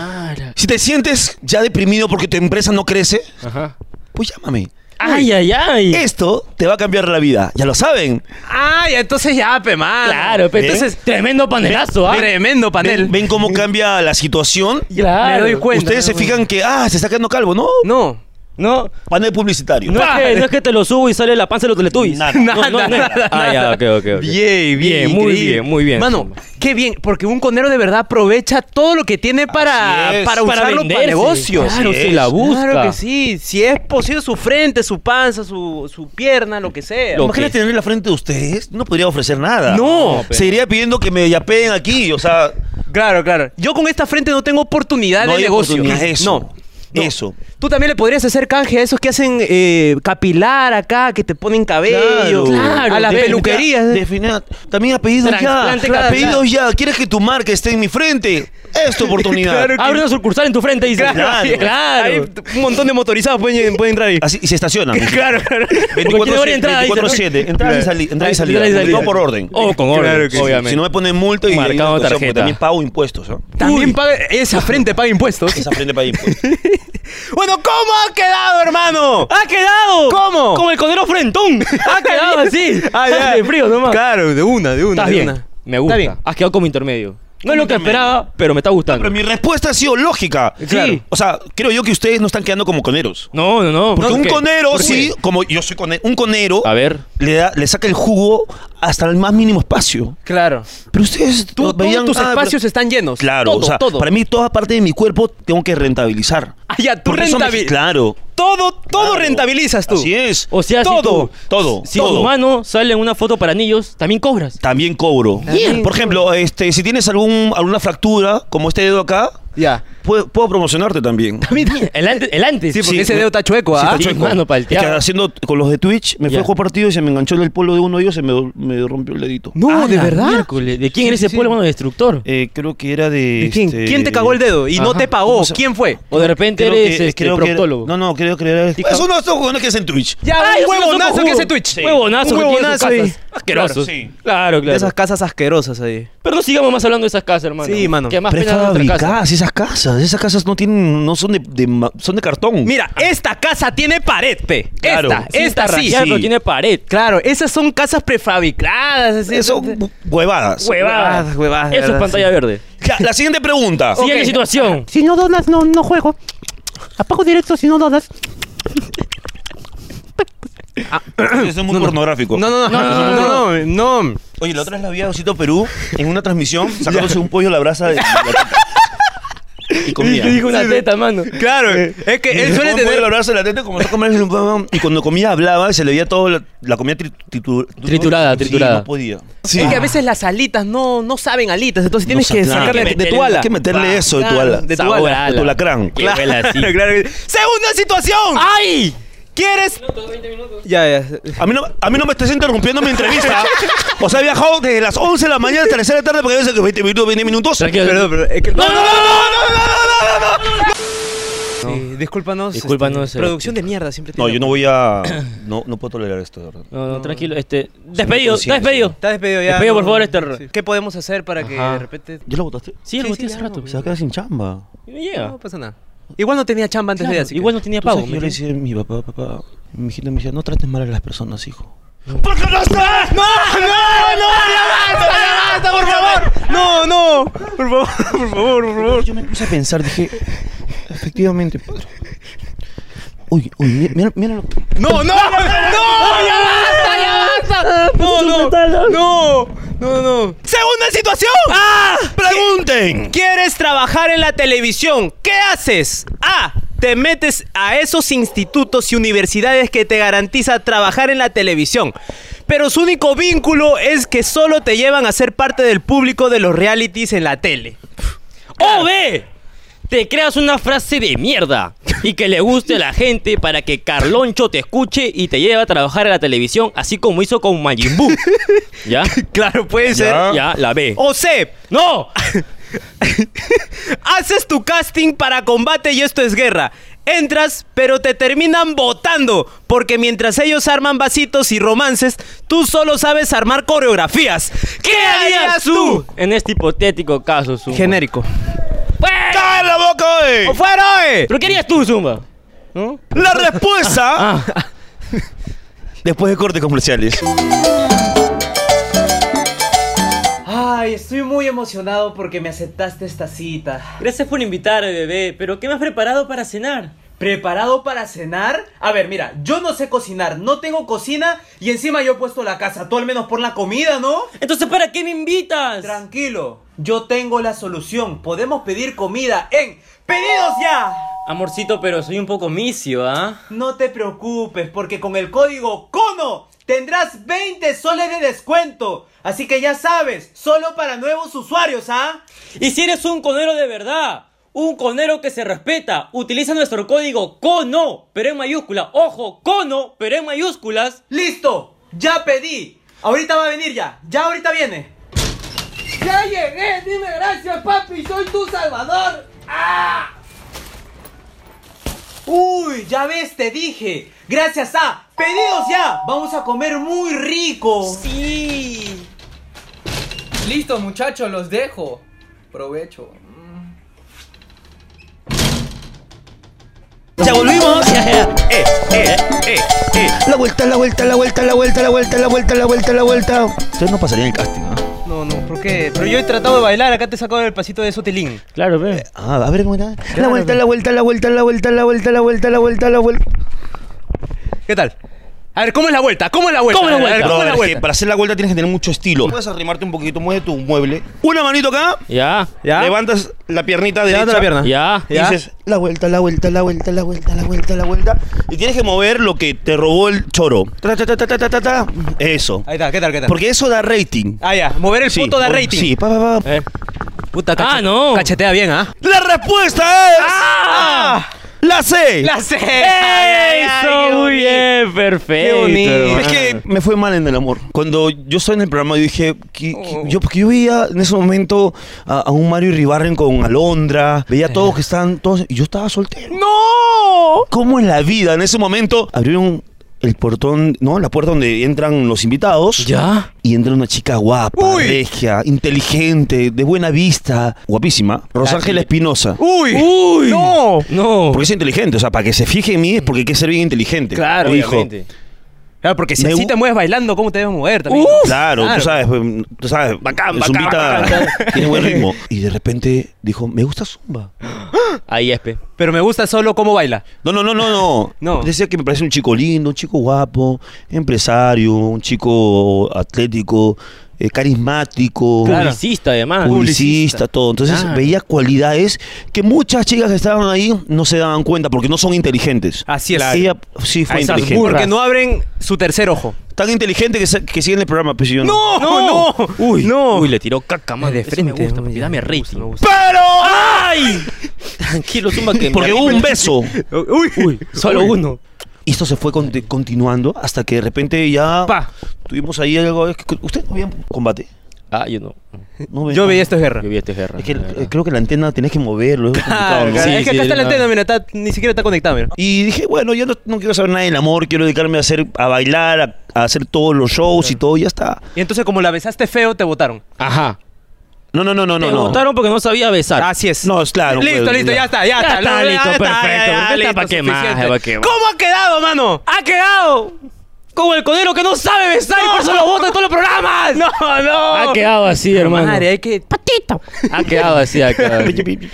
Si te sientes ya deprimido porque tu empresa no crece, Ajá. pues llámame. Ay, ay, ay. Esto te va a cambiar la vida. Ya lo saben. Ah, ya, entonces ya, pe, mano. Claro, pero ¿Ven? entonces, tremendo panelazo, ¿ah? Tremendo panel. Ven, ven cómo cambia la situación. Me doy cuenta. Ustedes se fijan que, ah, se está quedando calvo, ¿no? No. No, Panel publicitario. no es, que, no es que te lo subo y sale la panza de los teletubbies. Nada. No, no, Nada, no. nada, Ah, ya, nada. ok, ok, Bien, ok. bien, Bien, muy increíble. bien, muy bien. Mano, qué bien, porque un conero de verdad aprovecha todo lo que tiene Así para, es. para Para usarlo para venderse. negocios. Claro, Así se es. la busca. Claro que sí. Si es posible, su frente, su panza, su, su pierna, lo que sea. Lo- Imagínate ok. tener la frente de ustedes. No podría ofrecer nada. No. Se Seguiría pidiendo que me yapeen aquí. O sea, Claro, claro. Yo con esta frente no tengo oportunidad No de hay negocio. oportunidad, eso. No. Eso. Tú también le podrías hacer canje a esos que hacen eh, capilar acá, que te ponen cabello. Claro, a las de- peluquerías. Defina- También apellidos ya. Trasplante capilar. Apellidos ya. ¿Quieres que tu marca esté en mi frente? Es tu oportunidad. Claro que- Abre una sucursal en tu frente, dice. Claro. claro. Hay un montón de motorizados pueden, pueden entrar ahí. Así, y se estacionan. claro, claro. Porque tiene varias entradas, 24-7. Entrada y sali- entrada y salida. Entrada y salida. Todo por orden. O con orden, Claro que sí. obviamente. Si no me ponen multa y Marcado y- o sea, porque tarjeta. también pago impuestos. ¿no? También paga, esa frente paga impuestos. Esa frente paga impuestos. bueno, ¿cómo ha quedado, hermano? ¡Ha quedado! ¿Cómo? Como el conero frentón. ¡Ha quedado así! Ah, ya. De frío nomás. Claro, de una, de una. Estás de bien. una. Me gusta. Está bien. Has quedado como intermedio. No es lo que esperaba, pero me está gustando. Pero mi respuesta ha sido lógica. Claro. O sea, creo yo que ustedes no están quedando como coneros. No, no, no. Porque No, un ¿qué? conero, ¿Por qué? sí, como yo soy conero, un conero A ver. le, da, le saca el jugo hasta el más mínimo espacio. Claro. Pero ustedes Tú- no todos veían- tus ah, pero- espacios están llenos. Claro, todo, o sea, todo. para mí toda parte de mi cuerpo tengo que rentabilizar. Ah, ya, tú Porque eso me- rentabil- Claro. Todo, todo claro. rentabilizas tú. Así es. O sea, si Todo, tú- todo, Si todo. tu mano sale en una foto para anillos, también cobras. También cobro. También Por ejemplo, este, si tienes algún, alguna fractura, como este dedo acá, Ya. puedo, puedo promocionarte también. El, ante- el antes. Sí, porque Sí, ese no- dedo está chueco, ¿ah? está chueco. mano, Es que palteado. haciendo con los de Twitch, me fue Ya. a jugar partido y se me enganchó el polo de uno de ellos y se me, me rompió el dedito. No, Ah, ¿de la verdad? miércoles. ¿De quién eres ese pueblo, mano destructor? Eh, creo que era de. ¿De quién? este, ¿Quién te cagó el dedo y no Ajá. te pagó? ¿Cómo se- ¿Quién fue? O de repente Creo eres que- eh, este, creo que- proctólogo. no, no, creo que era. Es uno de esos huevones que es en Twitch. Ya, Ah, un esos son huevonazo cojudos. que hace Twitch. Sí. Un Huevonazo. que tiene en huevonazo sus ahí. casas. Asquerosos. Claro, sí. Claro, De claro. esas casas asquerosas ahí. Pero no sigamos más hablando de esas casas, hermano. Sí, mano. Que más pena da nuestra casa. Prefabricadas, esas casas. Esas casas no tienen. No son de. de ma- son de cartón. Mira, esta casa tiene pared, pe. Claro. Esta, Sí, esta sí. Racial, pero tiene pared. Claro, esas son casas prefabricadas. así, Eso, esas- huevadas. Huevadas, Ah, Huevadas, huevadas, de Eso es verdad, pantalla verde. Ya, la siguiente pregunta. Siguiente situación. Si no donas, no, no juego. Apago directo si no donas. Eso es muy pornográfico. No, no, no, no, no, no, no. Oye, la otra vez la vi a Osito Perú en una transmisión sacándose un pollo a la brasa de. de la teta. y comía. Te dijo una teta, mano. Claro, es que él Se suele pone tener... el abrazo de la teta como no comer y cuando comía hablaba y se le veía todo la, la comida tri- tritu- Triturada, Sí, triturada. no podía. Es que a veces las alitas no, no saben alitas, entonces tienes sé, que claro. sacarle Hay que de tu meterle- ala. hay que meterle Va, eso de tu claro, ala. De tu Sabor ala. a De tu lacrán. Que huele así. Claro que- Segunda situación. ¡Ay! ¿Quieres? Ya, ya. A mí, no, a mí no me estés interrumpiendo mi entrevista. o sea, he viajado desde las 11 de la mañana hasta las 6 de la tarde porque a veces que 20 minutos, 20 minutos. Tranquilo. Perdón, perdón. es que- ¡No, no, no, no, no, no! Sí, discúlpanos. Discúlpanos, este, eh. producción de mierda siempre No, tiene- yo no voy a... No, no puedo tolerar esto, de verdad. No, no, tranquilo. Este, despedido, conciencia. despedido. Está despedido ya. Despedido, no, por favor, no, Esther. sí. ¿Qué podemos hacer para que Ajá. de repente ¿Ya lo votaste? Sí, Sí, lo sí, boté ya, hace no, rato. ya. Se va a quedar sin chamba. Y No llega. No pasa nada. Igual no tenía chamba antes de Claro, así. que- Igual no tenía Tú sabes pago. que ¿me yo le entiendes? decía a Eh, mi papá, papá, mi hijita me decía, no trates mal a las personas, hijo. ¡Porque no está! ¡No! ¡No! ¡No! ¡Ya basta! ¡Ya basta, por favor! ¡No, no! Por favor, por favor, por favor. Yo me puse a pensar, dije, efectivamente, padre. Uy, uy, mi- mira, mira lo- ¡No, no! ¡No! ¡Ya basta! ¡Ya basta! ¡No, no! ¡No! ¡No, no! ¡Segunda situación! ¡Ah! ¡Pregunten! ¿Quieres trabajar en la televisión? ¿Qué haces? A. Te metes a esos institutos y universidades que te garantiza trabajar en la televisión. Pero su único vínculo es que solo te llevan a ser parte del público de los realities en la tele. ¡Oh, ve! Te creas una frase de mierda y que le guste a la gente para que Carloncho te escuche y te lleve a trabajar a la televisión, así como hizo con Majin Buu. ¿Ya? Claro, puede ser. Ya. Ya, la B. Ah. O C. ¡No! Haces tu casting para combate y esto es guerra. Entras, pero te terminan votando, porque mientras ellos arman vasitos y romances, tú solo sabes armar coreografías. ¿Qué harías tú? En este hipotético caso, Zumba. Genérico. ¡Cállate la boca, oye! ¡O fuera, eh! oe! ¿Pero qué harías tú, Zumba? ¿No? La respuesta. Después de cortes comerciales. Ay, estoy muy emocionado porque me aceptaste esta cita. Gracias por invitarme, bebé, pero ¿qué me has preparado para cenar? ¿Preparado para cenar? A ver, mira, yo no sé cocinar, no tengo cocina y encima yo he puesto la casa. Tú al menos por la comida, ¿no? Entonces, ¿para qué me invitas? Tranquilo, yo tengo la solución. Podemos pedir comida en Pedidos Ya. Amorcito, pero soy un poco misio, ¿ah? No te preocupes, porque con el código CONO tendrás 20 soles de descuento. Así que ya sabes, solo para nuevos usuarios, ¿ah? Y si eres un conero de verdad, Un conero que se respeta. Utiliza nuestro código CONO, pero en mayúscula. Ojo, CONO, pero en mayúsculas. ¡Listo! ¡Ya pedí! Ahorita va a venir ya. Ya ahorita viene. ¡Ya llegué! ¡Dime gracias, papi! ¡Soy tu salvador! Ah. Uy, ya ves, te dije. Gracias a Pedidos Ya. Vamos a comer muy rico. ¡Sí! Listo, muchachos, los dejo. Provecho. Ya volvimos. Eh, eh, eh, eh. La vuelta, la vuelta, la vuelta, la vuelta, la vuelta, la vuelta, la vuelta, la vuelta. Ustedes no pasarían el casting, ¿ah? No, no, ¿por qué? Pero yo he tratado de bailar. Acá te he sacado el pasito de Sotilín. Claro, Eh, ve. Ah, a ver cómo era. La vuelta, la vuelta, la vuelta, la vuelta, la vuelta, la vuelta, la vuelta, la vuelta. ¿Qué tal? A ver, ¿cómo es la vuelta? ¿Cómo es la vuelta? ¿Cómo es la A ver, vuelta? ¿Cómo es la Eh, Brother, es que vuelta? para hacer la vuelta tienes que tener mucho estilo. Puedes arrimarte un poquito, mueve tu mueble. Una manito acá, Ya, ¿Ya? levantas la piernita derecha. Levanta la pierna. ya. Y dices, la vuelta, la vuelta, la vuelta, la vuelta, la vuelta, la vuelta. Y tienes que mover lo que te robó el choro. Ta, ta, ta, ta, ta, ta, ta, ta. Eso. Ahí está, ¿qué tal? ¿Qué tal? Porque eso da rating. Ah, ya. Mover el Sí, punto da por- rating. Sí, pa, pa, pa. Eh, Puta, Ah, no. Cachetea bien, ¿ah? La respuesta es. ¡Ah! La C. ¡La sé! Eso, muy bien, perfecto. bonito. hermano. Es que me fue mal en el amor. Cuando yo estaba en el programa, yo dije, que- que- yo, porque yo veía en ese momento a, a un Mario Ribarren con Alondra, veía a todos que estaban todos, y yo estaba soltero. ¡No! ¿Cómo en la vida en ese momento abrieron el portón, no, la puerta donde entran los invitados? ¿Ya? Y entra una chica guapa, Uy. regia, inteligente, de buena vista, guapísima, Rosángela Espinosa. ¡Uy! ¡Uy! ¡No! ¡No! Porque es inteligente, o sea, para que se fije en mí es porque hay que ser bien inteligente. Claro, Me dijo, obviamente. Claro, porque si Me así gu- te mueves bailando, ¿cómo te debes mover también? Claro, Claro. tú sabes, pues, tú sabes, bacán, bacán, Zumbita bacán, tiene buen ritmo. Y de repente dijo, me gusta Zumba. Ahí es, pe. Pero me gusta solo cómo baila. No, no, no, no, no. No. Decía que me parece un chico lindo, un chico guapo, empresario, un chico atlético, eh, carismático. Publicista, además. Publicista, todo. Entonces Claro. veía cualidades que muchas chicas que estaban ahí no se daban cuenta porque no son inteligentes. Así es. Ella sí fue A esas inteligente. burras. Porque no abren su tercer ojo. Tan inteligente que, se- que siguen el programa, pues, y yo ¡No! ¡No! Uy. ¡No! Uy, le tiró caca, man. de Eso frente, me gusta, ¿no? papi. Ya, Dame me gusta, rating. me gusta. ¡Pero! ¡Ay! Tranquilo, Zumba, que... me Porque hubo arreglo. un beso. ¡Uy! Solo uno. Y esto se fue conti- continuando hasta que de repente ya Pa. tuvimos ahí algo. es que- ¿Usted no veía combate? Ah, yo no. No veía- Yo veía esto es guerra. Yo vi este guerra. Es que la eh, verdad. creo que la antena tenés que moverlo. Es complicado, Claro, ¿no? claro. Sí, Ah, es que sí, acá está no. la antena, mira, está- ni siquiera está conectada, mira. Y dije, bueno, yo no, no quiero saber nada del amor, quiero dedicarme a hacer, a bailar, a, a hacer todos los shows y todo, y ya está. Y entonces, como la besaste feo, te votaron. Ajá. No, no, no, no, Me no. no. votaron porque no sabía besar. Así es. No, es claro, Listo, pues, listo, ya ya. está, ya, Ya está. está, la- listo, ya está, perfecto. ya, Ya listo, está, ¿pa' qué más? suficiente. ¿Pa' qué más? ¿Cómo ha quedado, mano? ¡Ha quedado! Como el conero que no sabe besar y por eso lo vota en todos los programas. No, no. Ha quedado así, hermano. Oh, Madre, hay que. Ha quedado así, ha quedado así.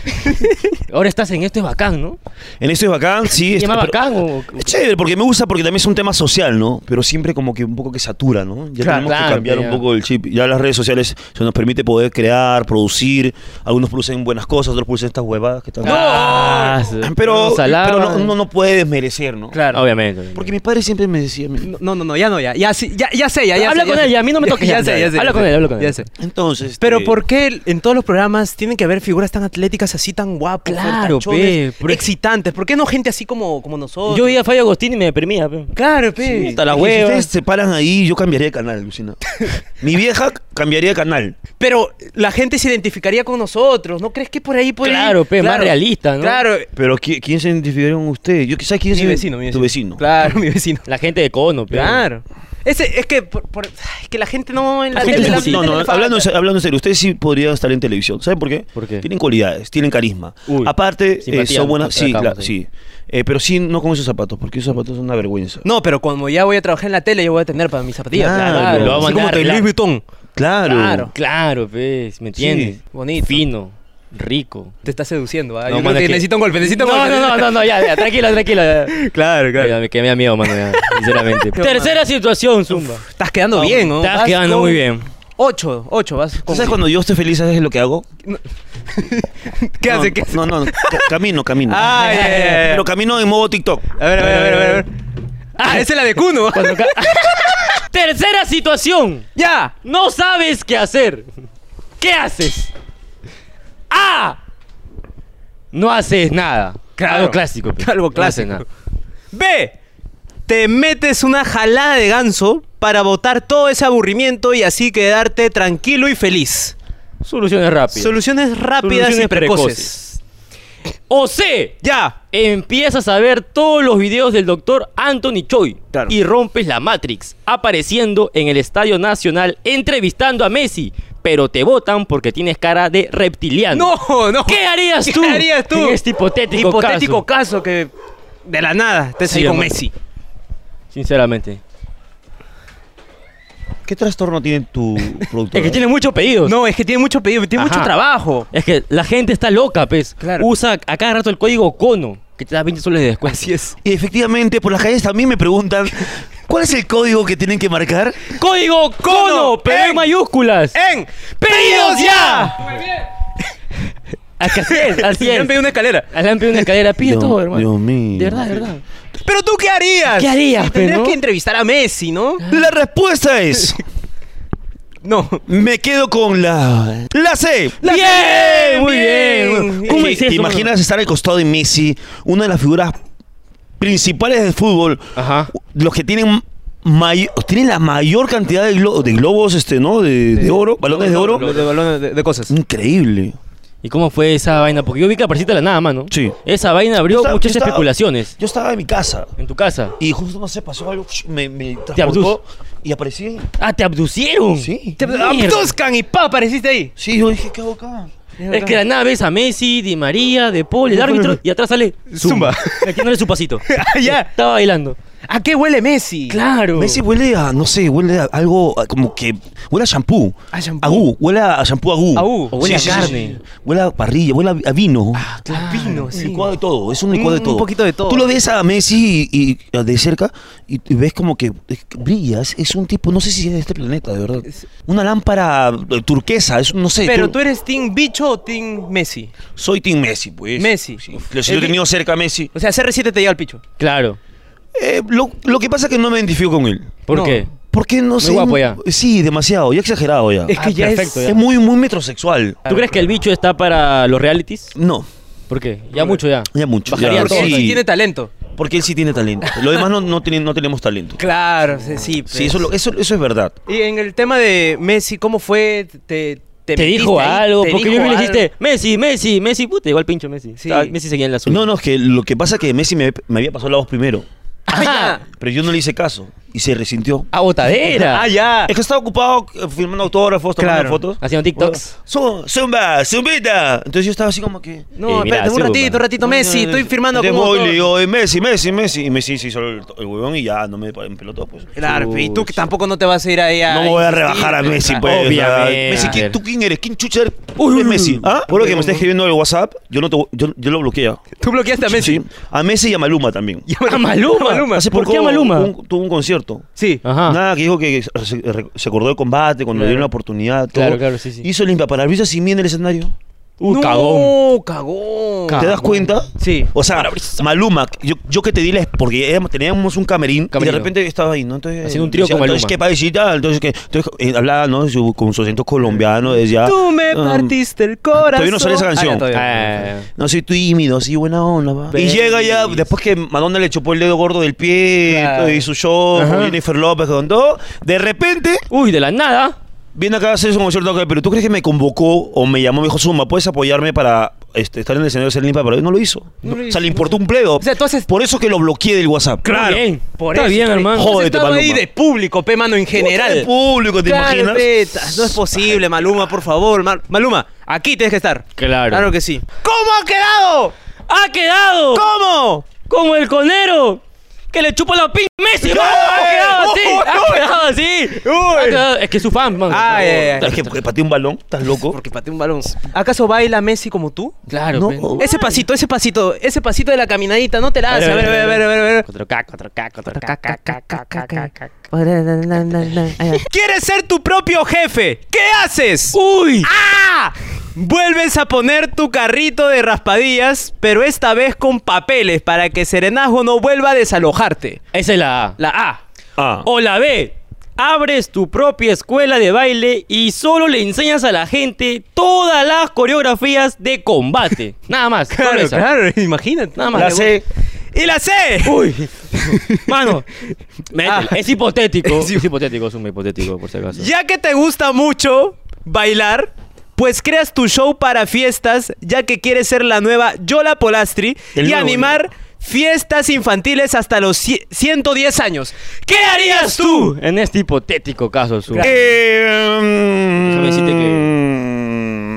Ahora estás en esto es bacán, ¿no? En esto es bacán, sí. ¿Se está- llama pero- bacán o...? Es chévere, porque me gusta porque también es un tema social, ¿no? Pero siempre como que un poco que satura, ¿no? Ya Claro, tenemos claro, que cambiar ya. un poco el chip. Ya las redes sociales se nos permite poder crear, producir. Algunos producen buenas cosas, otros producen estas huevadas que están... Ah, Pero, nos alaban. pero no, uno no puede desmerecer, ¿no? Claro. Obviamente. Porque mi padre siempre me decía... mi- No, no, no, ya no, ya. Ya, sí, ya, ya sé, ya, ya Habla sé, con ya él, sé. ya, a mí no me toques, Ya, ya, sé, ya. ya sé. Habla ya con sé. él, habla con él. Ya sé. Entonces... Pero este, ¿por qué en todos los programas tienen que haber figuras tan atléticas así, tan guapas, Claro, fortachones, pe, pero- excitantes? ¿Por qué no gente así como, como nosotros? Yo veía a Fabio Agostini y me deprimía. pe. Claro, pe. Puta la es que Si hueva. ustedes se paran ahí, yo cambiaría de canal, Lucina. mi vieja cambiaría de canal. Pero la gente se identificaría con nosotros, ¿no crees que por ahí puede ir? Claro, pe, más realista, ¿no? Claro, Pero ¿qui- ¿quién se identificaría con usted? Yo quizás quién mi se- vecino, mi vecino. Tu vecino. Claro, mi vecino. La gente de Cono, pe. Claro. Ese, es que, por- por- ay, que la gente no en la, La tele- gente la es así. tele no, no, le falta. hablando, en serio- hablando en serio, ustedes sí podrían estar en televisión. ¿Saben por qué? ¿Por qué? Tienen cualidades, tienen carisma. Uy. Aparte, eh, Simpatía, son buenas. nos Sí, atracamos, claro, sí. sí. Eh, pero sí, no con esos zapatos, porque esos zapatos son una vergüenza. No, pero cuando ya voy a trabajar en la tele, yo voy a tener para mis zapatillas. Claro, Así lo como vamos a mandar a te- arreglar. Louis Vuitton. Claro. Claro, claro, pe. ¿Me entiendes? Sí. Bonito. Fino, rico. Te está seduciendo, ¿ah? No, Yo creo mano, que es que- necesito un golpe, necesito un No, golpe. no, no, no, no, ya, ya, tranquilo, tranquilo. ya. Claro, Ya, me- Que me da miedo, mano, ya, sinceramente. Qué Tercera situación, Zumba. Estás quedando bien, ¿no? Estás Vas quedando con muy bien. Ocho, ocho, vas. ¿Tú con- ¿Sabes cuando yo estoy feliz, sabes lo que hago? ¿Qué no, hace? ¿Qué hace? No, no, ca- camino, camino. Ah, ya, ya, ya. Pero camino en modo TikTok. A ver, a ver, a ver, a ver. a ver. Ah, esa es la de Kuno. Cuando ca- Tercera situación. ya. No sabes qué hacer. ¿Qué haces? A. No haces nada. Claro. Algo clásico. pe. Algo No haces clásico. B. Te metes una jalada de ganso para botar todo ese aburrimiento y así quedarte tranquilo y feliz. nada. Soluciones rápidas. Soluciones rápidas Soluciones y precoces. precoces. o C. Ya. Empiezas a ver todos los videos del doctor Anthony Choi Claro. y rompes la Matrix, apareciendo en el Estadio Nacional entrevistando a Messi, pero te votan porque tienes cara de reptiliano. No, no. ¿Qué harías tú? ¿Qué harías tú? En este hipotético, Hipotético caso? caso, que de la nada te Sí, salí con hermano. Messi. Sinceramente. ¿Qué trastorno tiene tu productor? Es que tiene muchos pedidos. No, es que tiene mucho pedido, tiene Ajá. mucho trabajo. Es que la gente está loca, pues. Claro. Usa a cada rato el código CONO, que te da 20 soles de descuento. Así es. Y efectivamente, por las calles también me preguntan, ¿cuál es el código que tienen que marcar? ¡Código CONO! CONO, Pero en en- mayúsculas. ¡En pedidos ya! Muy bien. Es que Así es, así Le han es. pedido una escalera. Le han pedido una escalera. Pide Dios- todo, hermano. Dios mío. De verdad, de verdad. Pero tú qué harías? ¿Qué harías, Y pe, Tendrías no? que entrevistar a Messi, ¿no? La respuesta es, No. me quedo con la... La C. ¡Bien! Muy bien. bien. ¿Cómo ¿Te, es eso, te imaginas estar al costado de Messi, una de las figuras principales del fútbol, Ajá. los que tienen may- tienen la mayor cantidad de, glo- de globos, este, ¿no? De, de oro, balones de oro. De, de balones de, de cosas. Increíble. ¿Y cómo fue esa vaina? Porque yo vi que apareciste de la nada, mano. Sí. Esa vaina abrió Yo estaba- muchas yo estaba- especulaciones. Yo estaba en mi casa En tu casa. y justo no sé, pasó algo, me, me abdujo. transportó y aparecí. Ah, te abducieron. ah, Sí. Te Mierda. abduzcan y pa, apareciste ahí. Sí, yo dije, ¿qué hago acá? Es que de la nada ves a Messi, Di María, De Paul, el árbitro, y atrás sale Zumba. metiéndole su pasito. Ah, ya. Estaba bailando. ¿A qué huele Messi? Claro. Messi huele a, no sé, huele a algo a- como que. Huele a shampoo. A shampoo. Agú, huele a a shampoo agú. Agú. O huele a carne. Huele a parrilla, huele a, a vino. Ah, Claro. Vino, sí. Un licuado de todo, es un licuado de Un todo. poquito de todo. Tú lo ves a Messi y, y- de cerca y, y ves como que es que brilla, es, es un tipo, no sé si es de este planeta, de verdad. Una lámpara eh, turquesa, es, no sé. Pero tú eres Team Bicho o Team Messi. Soy Team Messi, pues. Messi. Sí. Lo- Si El lo he bi- tenido cerca a Messi. O sea, CR7 te lleva al picho. Claro. Eh, lo, lo que pasa es que no me identifico con él. ¿Por No. qué? Porque no sé. guapo ya. Sí, demasiado, ya exagerado ya. Es que Ah, ya perfecto, es. Es muy, muy metrosexual. ¿Tú crees que el bicho está para los realities? No, ¿Por qué? Ya mucho ya. ya mucho. Bajaría ya, Porque todo. sí, él sí tiene talento. porque él sí tiene talento. Lo demás no, no, tiene- no tenemos talento. Claro, sí, sí. Sí, pues. eso, lo- eso, eso es verdad. Y en el tema de Messi, ¿cómo fue? ¿Te, te, Te metiste dijo ahí? algo, ¿Te porque dijo yo vi que le algo? dijiste, Messi, Messi, Messi, puta, igual pincho Messi. Sí. Ah, Messi seguía en la suya. No, no, es que lo que pasa es que Messi me, me había pasado la voz primero. Ah, Pero yo no le hice caso y se resintió. A botadera. ah, ya. Es que estaba ocupado eh, firmando autógrafos, tomando Claro. fotos. Haciendo TikToks. Su- Zumba, zumbita. Entonces yo estaba así como que. No, Eh, mira, espérate, un Silva. ratito, un ratito, Messi, estoy firmando Entonces como voy y le autor. digo, "Eh, Messi, Messi, Messi. Y Messi se hizo el, el huevón y ya no me pelotó, pues. Claro, y tú que tampoco no te vas a ir ahí a... No me voy a insistir, rebajar a pues, Messi, claro. pues. Obviamente. Messi, ¿quién- ¿tú quién eres? ¿Quién chucha eres? Uy, uy, ¿Quién es Messi? uy. ¿Ah? Por lo que me está escribiendo el WhatsApp, yo, no te, yo, yo lo bloqueé. Tú bloqueaste a Messi. Sí. A Messi y a Maluma también. A Maluma. Maluma. Hace ¿Por poco qué a Maluma? Ah. un- tuvo un concierto. Sí. Ajá. Nada, que dijo que se, re- se acordó del combate cuando le dieron la oportunidad. todo. Claro, claro, sí, sí. Hizo limpia para brisas sin mí en el escenario. Uh, no, cagón. cagón. Ca- ¿Te das cuenta? Sí. O sea, Maluma, yo, yo que te di la- porque éramos- teníamos un camerín, y Camerino. de repente estaba ahí, ¿no? Entonces, eh, Haciendo un trío decía, con Maluma. Entonces, ¿qué paisita? Entonces, que entonces, eh, hablaba, ¿no? Su- con su acento colombiano, decía. Tú me um, partiste el corazón. Todavía no sale esa canción. Ah, ya, todavía. Ah, No soy tímido, soy buena onda. va. Y Ves. llega ya, después que Madonna le chupó el dedo gordo del pie Claro. y su show, con Jennifer López, con todo, de repente Uy, de la nada. viene acá a hacer su concierto acá, pero tú crees que me convocó o me llamó, me dijo, Suma, ¿puedes apoyarme para este, estar en el escenario de ser limpa? Pero él no lo hizo. No lo o sea, hizo. le importó un pledo. O sea, tú haces- Por eso que lo bloqueé del WhatsApp. Está bien. Por Está eso, bien, pe. hermano. Entonces Jódete, estaba ahí Maluma. de público, pe, mano, en El general. público, ¿te Claro, imaginas? pe, ta- no es posible, Maluma, por favor. Mar- Maluma, aquí tienes que estar. Claro. Claro que sí. ¿Cómo ha quedado? ¡Ha quedado! ¿Cómo? Como el conero que le chupa la pinche Messi. mano. ¡Uy! ¡Ha quedado así! ¡Uy! ¡Ha quedado así! ¡Uy! Ah, Ha quedado- Es que es su fan, man. Ay, ay, ay. Es que porque pateé un balón, estás loco. Porque pateé un balón. ¿Acaso baila Messi como tú? Claro, No. pe. Ese pasito, ese pasito, ese pasito de la caminadita, no te la hace. A ver, a ver, a ver, a ver. a ver. 4K, 4K, 4K, 4K, 4K. ¿Quieres ser tu propio jefe? ¿Qué haces? ¡Uy! ¡Ah! Vuelves a poner tu carrito de raspadillas, pero esta vez con papeles para que Serenazgo no vuelva a desalojarte. Esa es la A. La A. Ah. O la B. abres tu propia escuela de baile y solo le enseñas a la gente todas las coreografías de combate. Nada más. solo Claro, esa. claro, imagínate. Nada más. La C. ¡Y la C! Mano, métela. Ah. es hipotético. Es hipotético, es un hipotético, por si acaso. Ya que te gusta mucho bailar, pues creas tu show para fiestas, ya que quieres ser la nueva Yola Polastri El y nuevo, animar fiestas infantiles hasta los cie- 110 años. ¿Qué harías tú? En este hipotético caso, su. Eh, decirte mm,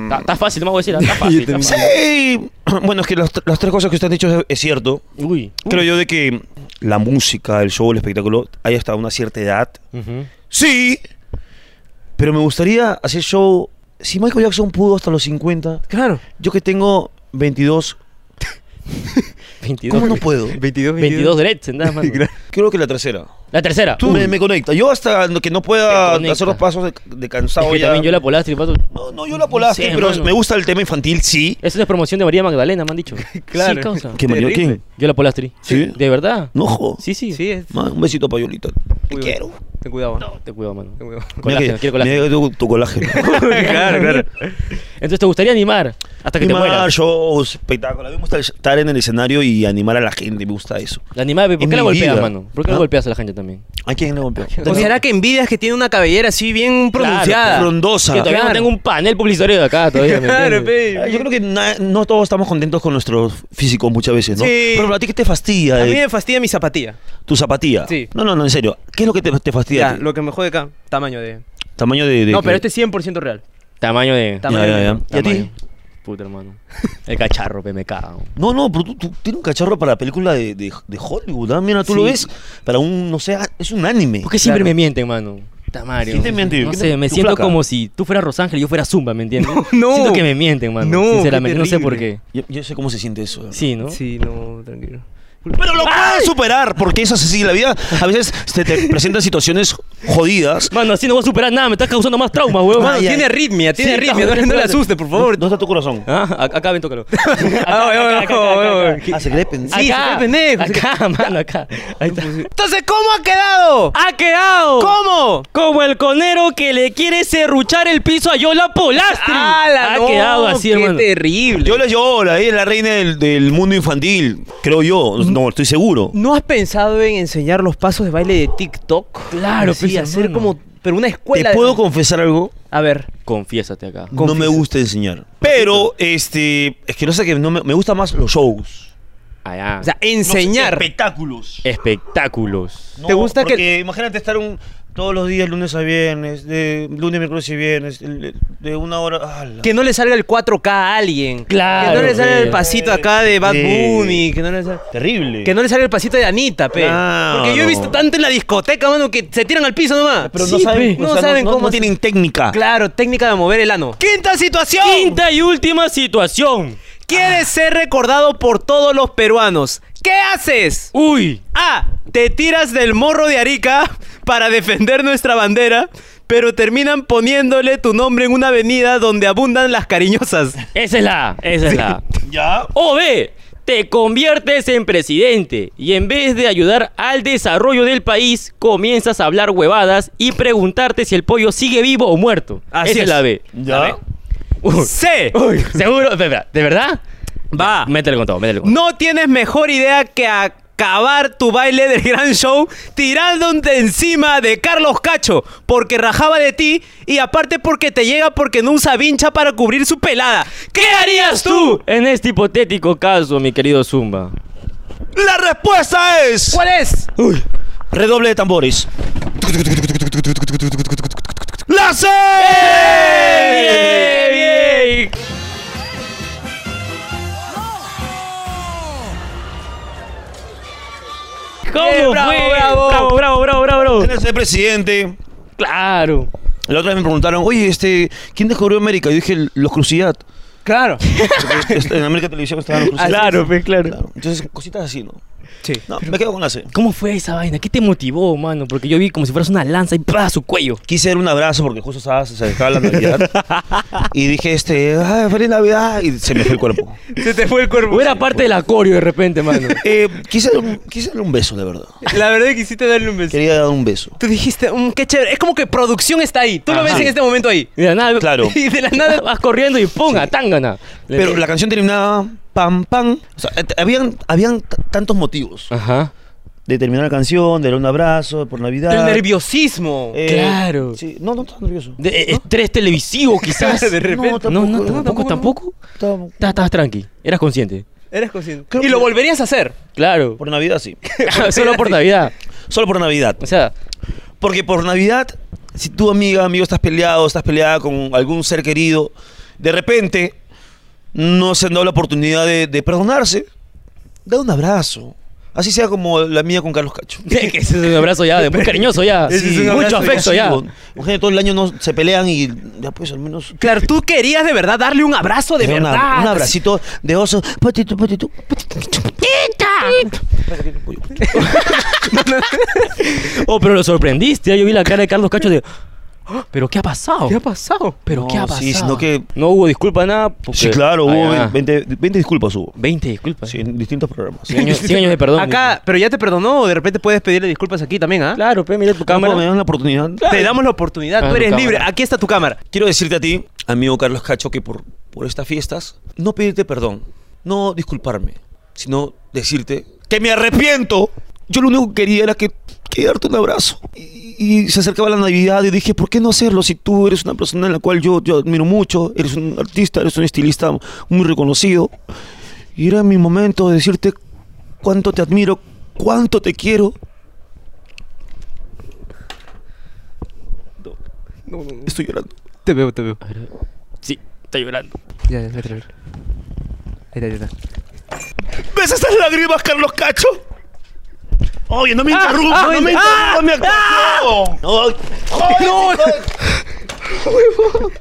Está está fácil, no me voy a decir. Está fácil. Mm. está fácil. Sí. Bueno, es que las, las tres cosas que usted han dicho es, es cierto. Uy. Creo yo de que la música, el show, el espectáculo, hay hasta una cierta edad. Ujú. Sí. Pero me gustaría hacer show. Si Michael Jackson pudo hasta los 50, Claro. yo que tengo 22, 22. ¿cómo no puedo? 22, 22 dreads, nada más. Creo que la tercera. La tercera. Tú me, me conecta. Yo hasta que no pueda Te conecta. hacer los pasos de, de Es cansado que ya- también yo la polastri, pato. No, no, yo la polaste, Sí, pero hermano. me gusta el tema infantil, sí. Eso es promoción de María Magdalena, me han dicho. Claro. Sí, causa. ¿Qué Mario Terrible. quién? Yo la polastri. ¿Sí? ¿De verdad? No, jo. Sí, sí. Sí, es. Man, un besito para Yolita. Te Uy, quiero. Ten cuidado. No, te cuido, mano. ten cuidado. Mira Colágeno, que- quiero colágeno. mira que tu, tu colágeno. claro, claro. Entonces, ¿te gustaría animar hasta que te Animar mueras? shows, espectáculos. A mí me gusta estar en el escenario y animar a la gente. Me gusta eso. La animada, ¿por En qué la mi golpeas, vida. mano? ¿Por qué la ¿Ah? golpeas a la gente también? ¿A quién le golpeó? Considera que envidias que tiene una cabellera así bien pronunciada. Frondosa. Pues Que todavía no claro. tengo un panel publicitario de acá todavía. ¿me Claro, entiendes? pe. Ah, Yo creo que na- no todos estamos contentos con nuestros físicos muchas veces, ¿no? Sí. Pero a ti que te fastidia A eh? mí me fastidia mi zapatilla. tu zapatilla. Sí. No, no, no, en serio. ¿Qué es lo que te, te fastidia? a Ya, ti? lo que me jode acá, tamaño de... Tamaño de, de- No, pero este es 100% real. Tamaño de. Tamaño ya, de- ya. ¿Y a ti? Tamaño. Puta, hermano. El cacharro, pe, me cago. No, no, pero tú, tú tienes un cacharro para la película de, de- de Hollywood. ¿ah? Mira, tú lo Sí. ves para un, no sé, ah, es un anime. ¿Por qué siempre Claro. me mienten, mano? Tamario. ¿Quién te miente? No ¿Qué sé, te- me tu siento flaca? como si tú fueras Rosángel y yo fuera Zumba, ¿me entiendes? No. Siento que me mienten, mano. No, qué sinceramente, no sé por qué. terrible. Yo, yo sé cómo se siente eso. ¿eh? Sí, ¿no? Sí, no, tranquilo. Pero lo puedes superar, porque es así la vida. A veces se te presentan situaciones jodidas. Mano, así no voy a superar nada, me estás causando más traumas, weón. Mano, Ay, tiene ay. arritmia, tiene Sí, arritmia. No, cabrón, no le espérate. asuste, por favor. ¿Dónde está tu corazón? Ah, a- acá ven, tócalo. Ah, oye, oye, oye, oye, oye. Ah, se cree pendejo. Sí, acá, se cree pendejo, se Acá, mano, acá. Ahí está. Entonces, ¿cómo ha quedado? ¡Ha quedado! ¿Cómo? Como el conero que le quiere serruchar el piso a Yola Polastri. ¡Hala, ha no! quedado así, ¡Qué hermano. terrible! Yo la lloro, ella es la reina del, del mundo infantil, creo yo. No, estoy seguro. Mm. ¿No has pensado en enseñar los pasos de baile de TikTok? Claro, sí, pues, hacer hermano. como. Pero una escuela. ¿Te de- puedo confesar algo? A ver. Confiésate acá. No me gusta enseñar. Pero, este, es que no sé que no me, me gusta más los shows. Allá. O sea, No sé, enseñar. espectáculos. espectáculos. ¿Te gusta que- porque Imagínate estar un, todos los días, lunes a viernes, de lunes, miércoles y viernes, el- de una hora. ¡ala! que no le salga el 4K a alguien. Claro, Que no le salga el pe. pasito acá de Bad Sí. Bunny. Que no le salga. Terrible. Que no le salga el pasito de Anita, pe. Claro. Porque yo he visto tanto en la discoteca, mano, que se tiran al piso nomás. Pero Sí, no saben, pe. no saben cómo. no tienen técnica. Claro, técnica de mover el ano. ¡Quinta situación! Quinta y última situación. ¿Quieres ser recordado por todos los peruanos? ¿Qué haces? Uy. A. Te tiras del morro de Arica para defender nuestra bandera, pero terminan poniéndole tu nombre en una avenida donde abundan las cariñosas. Esa es la. A, Esa es la. A. Ya. O B, te conviertes en presidente y en vez de ayudar al desarrollo del país, comienzas a hablar huevadas y preguntarte si el pollo sigue vivo o muerto. Así Esa es. es la B. Ya. Uy, C. uy, seguro, espera, ¿de verdad? Va. Métele con todo, métele con todo. No tienes mejor idea que acabar tu baile del gran show tirándote encima de Carlos Cacho porque rajaba de ti y aparte porque te llega porque no usa vincha para cubrir su pelada. ¿Qué harías tú? En este hipotético caso, mi querido Zumba. La respuesta es. ¿Cuál es? Redoble de tambores. ¡La C! ¡Bien! ¿Cómo Bien, bravo, fue? bravo. Eh, bravo, bravo, bravo, bravo, bravo. Tienes el presidente. Claro. La otra vez me preguntaron, oye, este, ¿quién descubrió América? Yo dije, los Cruciat. Claro. Porque en América Televisión estaban los Cruciat. Claro, pues claro. Entonces, cositas así, ¿no? Sí. No, me quedo con la C. ¿Cómo fue esa vaina? ¿Qué te motivó, mano? Porque yo vi como si fueras una lanza y ¡pa! su cuello. Quise dar un abrazo porque justo estaba, se acercaba la Navidad. y dije, este, "Ay, feliz Navidad. Y se me fue el cuerpo. Se te fue el cuerpo. Era parte del acorio de repente, mano. Eh, quise, dar un- quise darle un beso, de verdad. La verdad es que quisiste darle un beso. Quería dar un beso. Tú dijiste, "Mm, qué chévere. Es como que producción está ahí. Tú lo Ajá. ves en este momento ahí. De la nada, Claro. Y de la nada. nada, vas corriendo y ponga, tángana. Pero la canción terminaba pam, pam. O sea, eh, habían, habían t- tantos motivos. Ajá. De terminar la canción, de dar un abrazo, por Navidad. El nerviosismo. Ah. Eh, Claro. Sí. No, no estaba nervioso. De- eh, Estrés televisivo, quizás. De repente. No, no, tampoco, tampoco, no. tampoco. Estaba- Ta- Estabas tranqui. Eras consciente. Eres consciente. Creo y lo que- volverías a hacer. Claro. Por Navidad, sí. Solo por Navidad. Solo por Navidad. O sea, Porque por Navidad, si tu amiga, amigo, estás peleado, estás peleada con algún ser querido, de repente no se han dado la oportunidad de, de perdonarse, da un abrazo. Así sea como la mía con Carlos Cacho. que ese es un abrazo ya, de muy cariñoso ya. Ese es un abrazo mucho afecto ya. Imagínate, todo el año no se pelean y ya pues al menos... Claro, tú querías de verdad darle un abrazo de da un verdad. abra- Un abracito de oso. Patito, patito. Oh, pero lo sorprendiste. ¿eh? Yo vi la cara de Carlos Cacho de. "Ah, ¿Pero qué ha pasado? ¿Qué ha pasado? ¿Pero qué ha No, pasado? sí, sino que- No hubo disculpa nada. porque- Sí, claro, Ah, hubo ya. 20, 20 disculpas hubo. 20 disculpas. Sí, en distintos programas. 100 años, cien años de perdón. Acá, pero ya te perdonó. o De repente puedes pedirle disculpas aquí también, ¿ah? Claro, pero mira tu cámara. Tampoco me dan la oportunidad. Te damos la oportunidad. Ah, Tú tu eres cámara. libre. Aquí está tu cámara. Quiero decirte a ti, amigo Carlos Cacho, que por, por estas fiestas, no pedirte perdón, no disculparme, sino decirte que me arrepiento. Yo lo único que quería era que, que darte un abrazo. Y, y se acercaba la Navidad y dije, ¿por qué no hacerlo si tú eres una persona en la cual yo, yo admiro mucho? Eres un artista, eres un estilista muy reconocido. Y era mi momento de decirte cuánto te admiro, cuánto te quiero. Estoy llorando. Te veo, te veo. Sí, está llorando. Ya, ya, vete, vete. Ahí está, ahí está. ¿Ves estas lágrimas, Carlos Cacho? Oye, Ah, no me interrumpas, no me interrumpas mi actuación. Ay, ay, chico.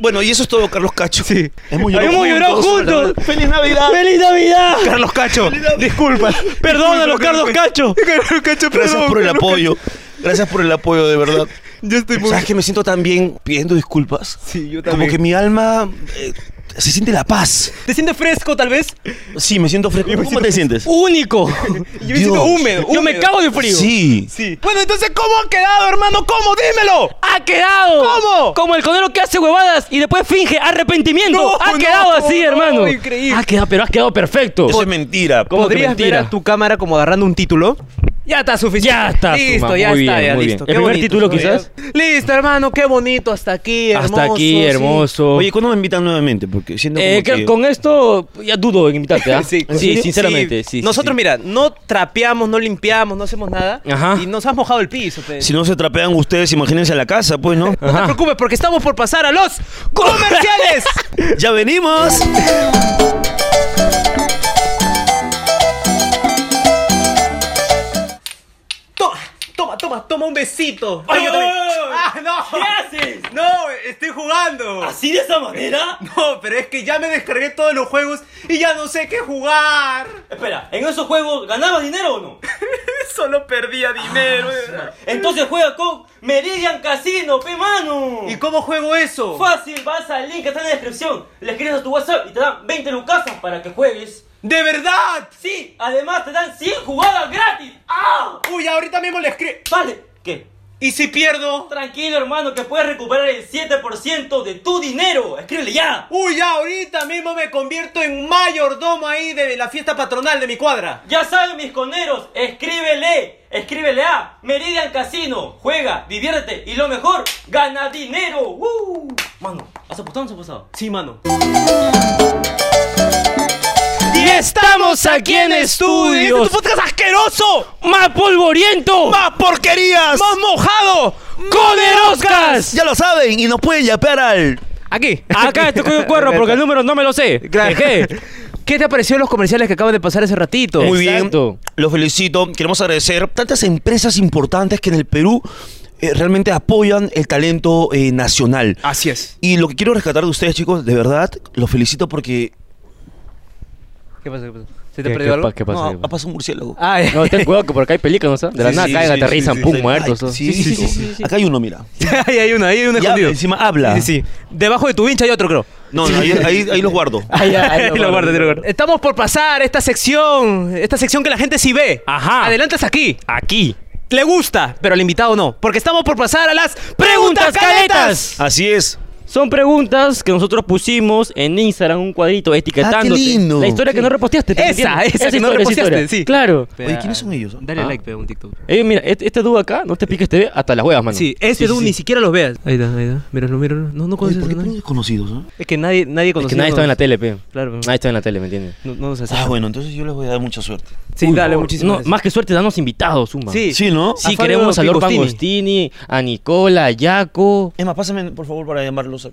Bueno, y eso es todo, Carlos Cacho. Sí. Hemos llorado Hemos llorado juntos. ¿verdad? ¡Feliz Navidad! ¡Feliz Navidad! Carlos Cacho, disculpa. Perdónalo, Disculpa, Carlos Cacho. Carlos Cacho, Gracias por el apoyo. Gracias por el apoyo, de verdad. Yo estoy muy... ¿Sabes que me siento tan bien pidiendo disculpas? Sí, yo Como que mi alma eh, se siente la paz. ¿Te sientes fresco, tal vez? Sí, me siento fresco. ¿Cómo te sientes? ¡Único! Yo me siento Dios. húmedo, Yo me húmedo. cago de frío. Sí. Sí. Bueno, entonces, ¿cómo ha quedado, hermano? ¿Cómo? ¡Dímelo! ¡Ha quedado! ¿Cómo? Como el conero que hace huevadas y después finge arrepentimiento. No, ¡Ha no, quedado así, no, hermano! increíble. Ha quedado, pero has quedado perfecto. Eso es mentira. ¿Cómo que ¿Podrías ver mentira? a tu cámara como agarrando un título? Ya está suficiente. Ya está, Listo, Suma, ya Ah, muy está, bien, ya muy listo. bien. Qué ¿El primer bonito, título, qué quizás? bonito. Listo, hermano, qué bonito. Hasta aquí, hermoso. Hasta aquí, sí. hermoso. Oye, ¿cuándo me invitan nuevamente? Porque siento Eh, como que... creo- Con esto ya dudo en invitarte, ¿ah? Sí, Sí, sinceramente, sí. sí, Nosotros, sí. mira, no trapeamos, no limpiamos, no hacemos nada. Ajá. Y nos has mojado el piso. pe. Si no se trapean ustedes, imagínense la casa, pues, ¿no? No Ah. te preocupes porque estamos por pasar a los comerciales. ¡Ya venimos! toma, toma, toma, toma un besito. Ay, yo también. ¡Ah, no! ¿Qué haces? No, estoy jugando. ¿Así de esa manera? No, pero es que ya me descargué todos los juegos y ya no sé qué jugar. Espera, ¿en esos juegos ganabas dinero o no? Ah, Solo perdía dinero. de verdad. Entonces juega con Meridian Casino, pe mano. ¿Y cómo juego eso? Fácil, vas al link que está en la descripción, le escribes a tu WhatsApp y te dan 20 lucasas para que juegues. ¡De verdad! Sí, además te dan 100 jugadas gratis. ¡Ah! Uy, ahorita mismo le escribo. Vale, ¿qué? ¿Y si pierdo? Tranquilo, hermano, que puedes recuperar el 7% de tu dinero. Escríbele ya. Uy, ya ahorita mismo me convierto en mayordomo ahí de la fiesta patronal de mi cuadra. Ya saben, mis coneros, escríbele. Escríbele a Meridian Casino. Juega, diviértete y lo mejor, gana dinero. ¡Uh! Mano, ¿has apostado o no has apostado? Sí, mano. Y estamos aquí en estudios. estudios. ¡Este es tu podcast asqueroso! ¡Más polvoriento! ¡Más porquerías! ¡Más mojado! ¡Con el Oscar! Ya lo saben y nos pueden yapear al... Aquí. Acá estoy con un cuerro porque el número no me lo sé. Ejé. ¿Qué te ha parecido los comerciales que acaban de pasar hace ratito? Muy Exacto. bien, los felicito. Queremos agradecer tantas empresas importantes que en el Perú eh, realmente apoyan el talento eh, nacional. Así es. Y lo que quiero rescatar de ustedes, chicos, de verdad, los felicito porque ¿Qué pasa? ¿Qué pasa? ¿Se te perdió algo? pa- qué No, pasa? ha ha pasado un murciélago. Ah, ya. No, ten cuidado que por acá hay pelícanos, ¿ah? De la Sí, nada sí, caigan, sí, aterrizan, sí, pum, sí. muertos. Ay, ¿no? sí, sí, sí, Acá hay uno, mira. ahí hay uno, ahí hay uno Ya, escondido. encima habla. Sí, sí. Debajo de tu vincha hay otro, creo. No, no, ahí, ahí, ahí los guardo. Ay, ay, Ahí lo guardo, ahí lo guardo. Estamos por pasar esta sección, esta sección que la gente sí ve. Ajá. Adelantas aquí. Aquí. Le gusta, pero al invitado no. Porque estamos por pasar a las preguntas caletas. Así es. Son preguntas que nosotros pusimos en Instagram, un cuadrito etiquetándote. Ah, qué lindo. La historia que no reposteaste. ¿te Esa, entiendes? esa que no reposteaste, sí. Claro. Oye, ¿quiénes son ellos? Dale Ah. like, pega un TikTok. Eh, mira, este, este dúo acá, no te piques, te ve hasta las huevas, mano. Sí, este dude ni siquiera los veas. Ahí está, ahí está. Míralo, míralo. No, no Oye, conoces ¿Por a qué nadie. todos conocidos? eh? Es que nadie, nadie Es conoce. que nadie estaba en la tele, pe. Claro, pe. Nadie estaba en la tele, ¿me entiendes? No, no nos Ah, acerca. bueno, entonces yo les voy a dar mucha suerte. Sí, Uy, dale, no, muchísimas no, gracias. Más que suerte, danos invitados, Zumba. Sí. Sí, ¿no? Sí, A Fabio queremos a Lord Picostini. Pangostini, a Nicola, a Jaco. Es más, pásame, por favor, para llamarlos. a-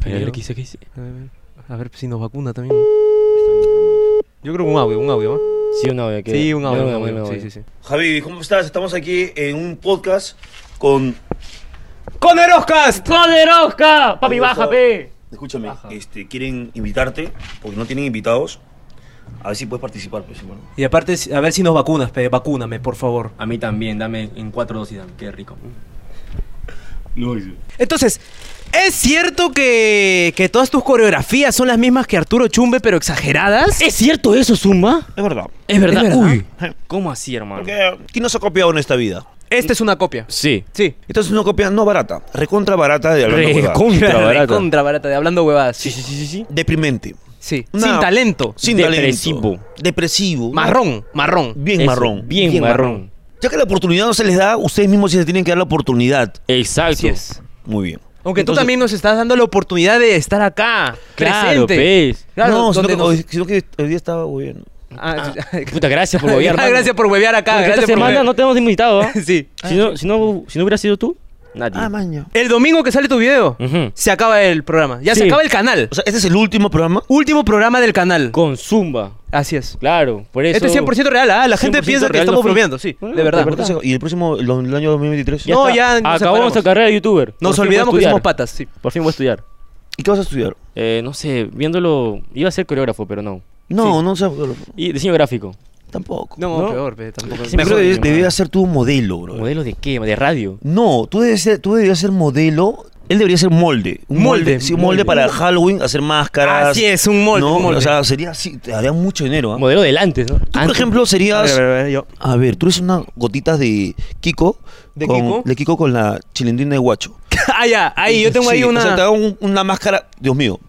Pero le quise, quise. A ver, a ver si nos vacuna también. Yo creo que un audio, un audio, ¿va? Sí, un audio. que- Sí, un audio, un Yo creo que audio. Sí, un sí, sí. Javi, ¿cómo estás? Estamos aquí en un podcast con... ¡Con Eroscast! ¡Poderosca! Ah, Papi, baja, pe. Escúchame, este, quieren invitarte, porque no tienen invitados. A ver si puedes participar, pues, hermano. Y aparte, si- a ver si nos vacunas, pe, vacúname, por favor. A mí también, dame en cuatro dosis, dame. Qué rico. Entonces, ¿es cierto que, que todas tus coreografías son las mismas que Arturo Chumbe, pero exageradas? ¿Es cierto eso, Zumba? Es verdad. Es verdad. verdad. Uy. ¿Cómo así, hermano? Porque, ¿quién nos ha copiado en esta vida? Esta es una copia. Sí. Sí. Entonces una copia no barata, recontra barata de hablando huevada. Recontra barato. Contra barata, de hablando huevadas. Sí, sí, sí, sí, sí. Deprimente. Sí. Una- Sin talento. Sin Depresivo. talento. Depresivo. Marrón, marrón. Bien Eso, marrón. Bien, marrón. Ya que la oportunidad no se les da, ustedes mismos sí se tienen que dar la oportunidad. Exacto. Así es. Muy bien. Aunque tú Entonces- también nos estás dando la oportunidad de estar acá, Claro, presente. pues. Claro, no, sino donde que, nos- hoy, sino que hoy día estaba bien. Ah, sí. Puta, gracias por huevear, Ah, mano. gracias por huevear acá. Porque gracias esta por semana huevear. no tenemos invitado, ¿ah? Sí. Si no, si, no, si no hubiera sido tú, nadie. Ah, maño. El domingo que sale tu video, Ujú. se acaba el programa. Ya se Sí. acaba el canal. O sea, este es el último programa. Último programa del canal. Con Zumba. Así es. Claro, por eso. Esto es 100% real, ¿ah? La gente 100% piensa que real, estamos no fake. bromeando, sí. Ah, De verdad. de verdad. Entonces, ¿Y el próximo, lo- el año 2023? No, está. ya nos Acabamos separamos. nuestra carrera de youtuber. Por Nos fin voy a olvidamos que estudiar. somos patas, sí. Por fin voy a estudiar. ¿Y qué vas a estudiar? Eh, no sé, viéndolo. Iba a ser coreógrafo, pero no. No, no sé. pero- Y diseño gráfico. Tampoco. No, ¿No? peor, pe, tampoco. Sí, Yo creo mejor que dicho, debes- man. debías ser tu modelo, bro. ¿Modelo de qué? ¿De radio? No, tú debes ser, tú deberías ser modelo. Él debería ser molde. Un molde. Molde, sí, un molde, para Halloween, hacer máscaras. Así es, un molde, ¿no? un molde. O sea, sería así, te haría mucho dinero. ¿ah? Modelo del antes, ¿no? Tú, por Antes. ejemplo, A ver, serías. a ver, a ver, yo. A ver, tú eres unas gotitas de Kiko. ¿De con, Kiko? De Kiko con la chilindrina de guacho. Ah, ya, ahí, yo tengo Sí, ahí o sea, te una. hago un- una máscara. Dios mío.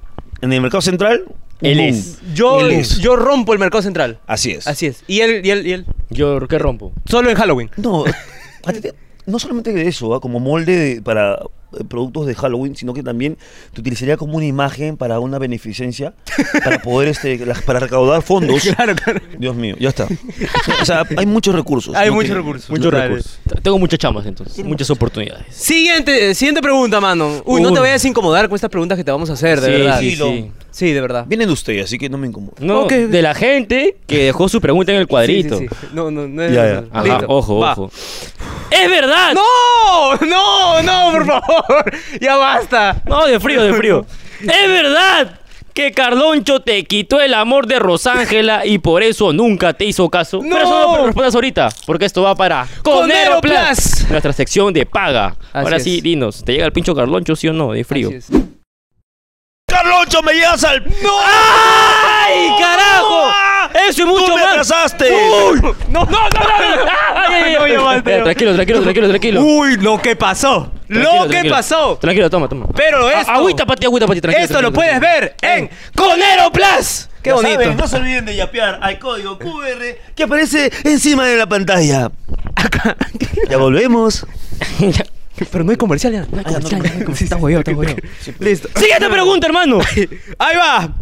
En el mercado central. un Él boom. es. Yo, Él es. yo rompo el mercado central. Así es. Así es. Y él, y él, y él. Yo, ¿qué rompo? Solo en Halloween. No, a ti te- no solamente de eso, ¿ah? como molde de- para eh, productos de Halloween, sino que también te utilizaría como una imagen para una beneficencia, para poder este, la- para recaudar fondos. Claro, claro. Dios mío, ya está. O sea, hay muchos recursos. Hay No muchos tiene- recursos. Muchos Dale. recursos. T- Tengo muchas chamas entonces, muchas oportunidades. Siguiente, eh, siguiente pregunta, mano. Uy, no Uy. te vayas a incomodar con estas preguntas que te vamos a hacer, de Sí, verdad. sí, sí. Sí, de verdad. Vienen de usted, así que no me incomodo. No, Ok. de la gente que dejó su pregunta en el cuadrito. Sí, sí, sí. No, no, no es. Ya, ya. Ajá, Listo, ojo, va. ojo. ¡Es verdad! ¡No! ¡No! ¡No, por favor! ¡Ya basta! No, de frío, de frío. ¡Es verdad! Que Carloncho te quitó el amor de Rosángela y por eso nunca te hizo caso. ¡No! Pero eso no lo respondas ahorita, porque esto va para Conero Plus. nuestra sección de paga. Así Ahora sí, es. dinos, ¿te llega el pincho Carloncho, sí o no? De frío. Así es. ¡Carloncho, me llegas al. ¡No! ¡Ah! ¡Ay, carajo! Eso y mucho ¡Tú me más. atrasaste! ¡No, no, no! no, no. Ay, ay, No, ay. ya basta, ya. Tranquilo, tranquilo, tranquilo, tranquilo. ¡Uy, lo que pasó! Tranquilo, ¡Lo que tranquilo. pasó! Tranquilo, toma, toma. Pero A- esto- Agüita para ti, agüita para ti, tranquilo. Esto lo tranquilo, puedes tranquilo. ver en Conero Plus. ¡Qué Ya bonito! saben, Eh, no se olviden de yapear al código QR que aparece encima de la pantalla. Ya volvemos. Pero no hay comercial ya. No hay comercial. Está huevo, está huevo. Listo. Siguiente pregunta, hermano. Ahí va.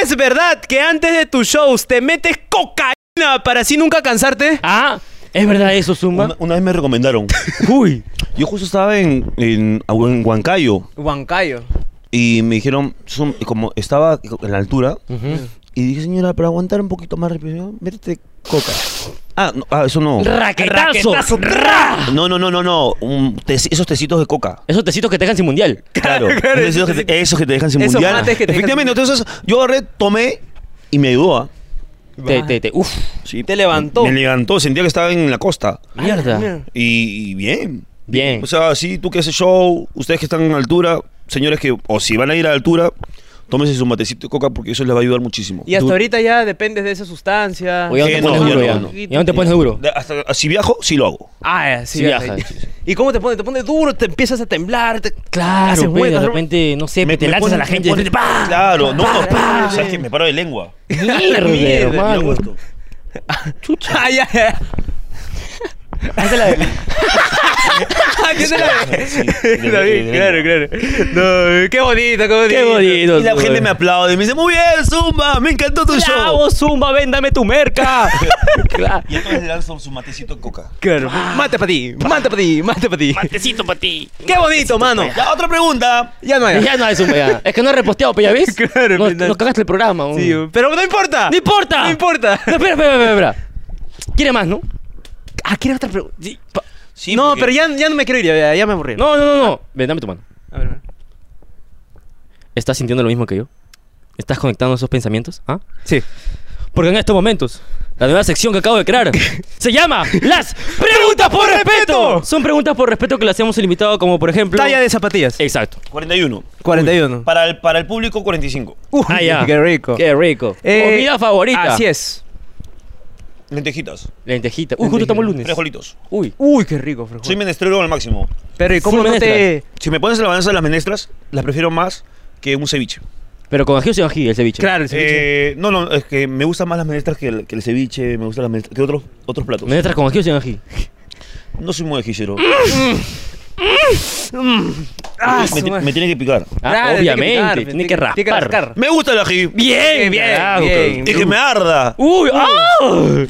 ¿Es verdad que antes de tus shows te metes cocaína para así nunca cansarte? Ah, es verdad eso, Zumba. Una, una vez me recomendaron. Uy. Yo justo estaba en, en, en Huancayo Huancayo. y me dijeron, "Zum", y como estaba en la altura, y dije, señora, para aguantar un poquito más, respiración, métete coca. Ah, no, ah, eso no. Raquetazo. Ra. No, no, no, no, no. un te- esos tecitos de coca. Esos tecitos que te dejan sin mundial. Claro. claro, esos, esos que te, esos que te dejan sin Esos mundial. mates que te dejan Efectivamente, sin- entonces yo agarré, tomé y me ayudó. ¿ah? Te, te, te, uf, Sí. Te levantó. Me levantó, sentía que estaba en la costa. mierda. Y, y bien. Bien. O sea, sí, tú que haces show, ustedes que están en altura, señores que, o si van a ir a altura, tómense su matecito de coca porque eso les va a ayudar muchísimo. Y hasta Tú- ahorita ya dependes de esa sustancia. O ya no Sí, te no, pones ya duro no, ya. no. Ya no te pones duro. de- hasta- ah, si viajo, sí lo hago. Ah, sí, Sí, ya ajá, sé. sí, sí. ¿Y cómo te pone? Te pone duro, te empiezas a temblar. te- haces Claro, pe, huecas, Ah, de ¿no? repente, no sé, Me- te me lanzas a ponen- la me gente. ponen- ¡pah! Claro, no, pa, ¿sabes sí. qué? Me paro de lengua. Mierda, hermano. Loco esto. Ah, ya, ya. Hazte la de. Sí, de- de- David, de claro, lengua. claro. No, eh, qué bonito, qué bonito. Qué bonito. Y la gente me aplaude, me dice, muy bien, Zumba, me encantó tu show. ¡Bravo, Zumba, véndame tu merca! Claro. Y entonces le lanzo su matecito de coca. Claro. Mate para ti, mate para ti, mate para ti. Matecito para ti. Qué bonito, mano. Ya, otra pregunta. Ya no hay. Ya "Ah, no hay Zumba, ya. Es que no he reposteado, pe, ¿ya ves? Claro, no, pe, no. no cagaste el programa. Sí, hombre. pero no importa. ¡No importa! No importa. No, espera, espera, espera, espera. ¿Quiere más, no? Ah, ¿quieres otra pregunta? Sí, pa- Sí, no, porque- pero ya, ya no me quiero ir, ya, ya me aburrí. No, no, no, no. Ven, dame tu mano. A ver, a ver. ¿Estás sintiendo lo mismo que yo? ¿Estás conectando esos pensamientos? ¿Ah? Sí. Porque en estos momentos, la nueva sección que acabo de crear se llama Las Preguntas por Respeto. Respeto. Son preguntas por respeto que le hacemos al invitado, como por ejemplo. Talla de zapatillas. Exacto. 41. 41. Para el, para el público, 45. Uy, Ah, ya. Qué rico. Qué rico. Eh, Comida favorita. Así es. Lentejitas, Lentejita. Uy, justo estamos lunes. frijolitos. Uy. Uy, qué rico, frijol. Soy menestrero al máximo. Pero ¿y cómo Full no te...? Si me pones en la balanza de las menestras, las prefiero más que un ceviche. Pero con ají o sin ají, el ceviche. Claro, el ceviche. Eh, no, no, es que me gustan más las menestras que el, que el ceviche, me gustan las menestras que otros, otros platos. ¿Me entras con ají o sin ají? No soy muy ajillero. Ah, me, su madre. me tiene que picar. Ah, Claro, tiene que obviamente. picar, tiene que raspar. Tiene que rascar. Me gusta el ají. Bien, Bien, bien, carajo. bien. Uh. Y que me arda. Uy, ¡ah!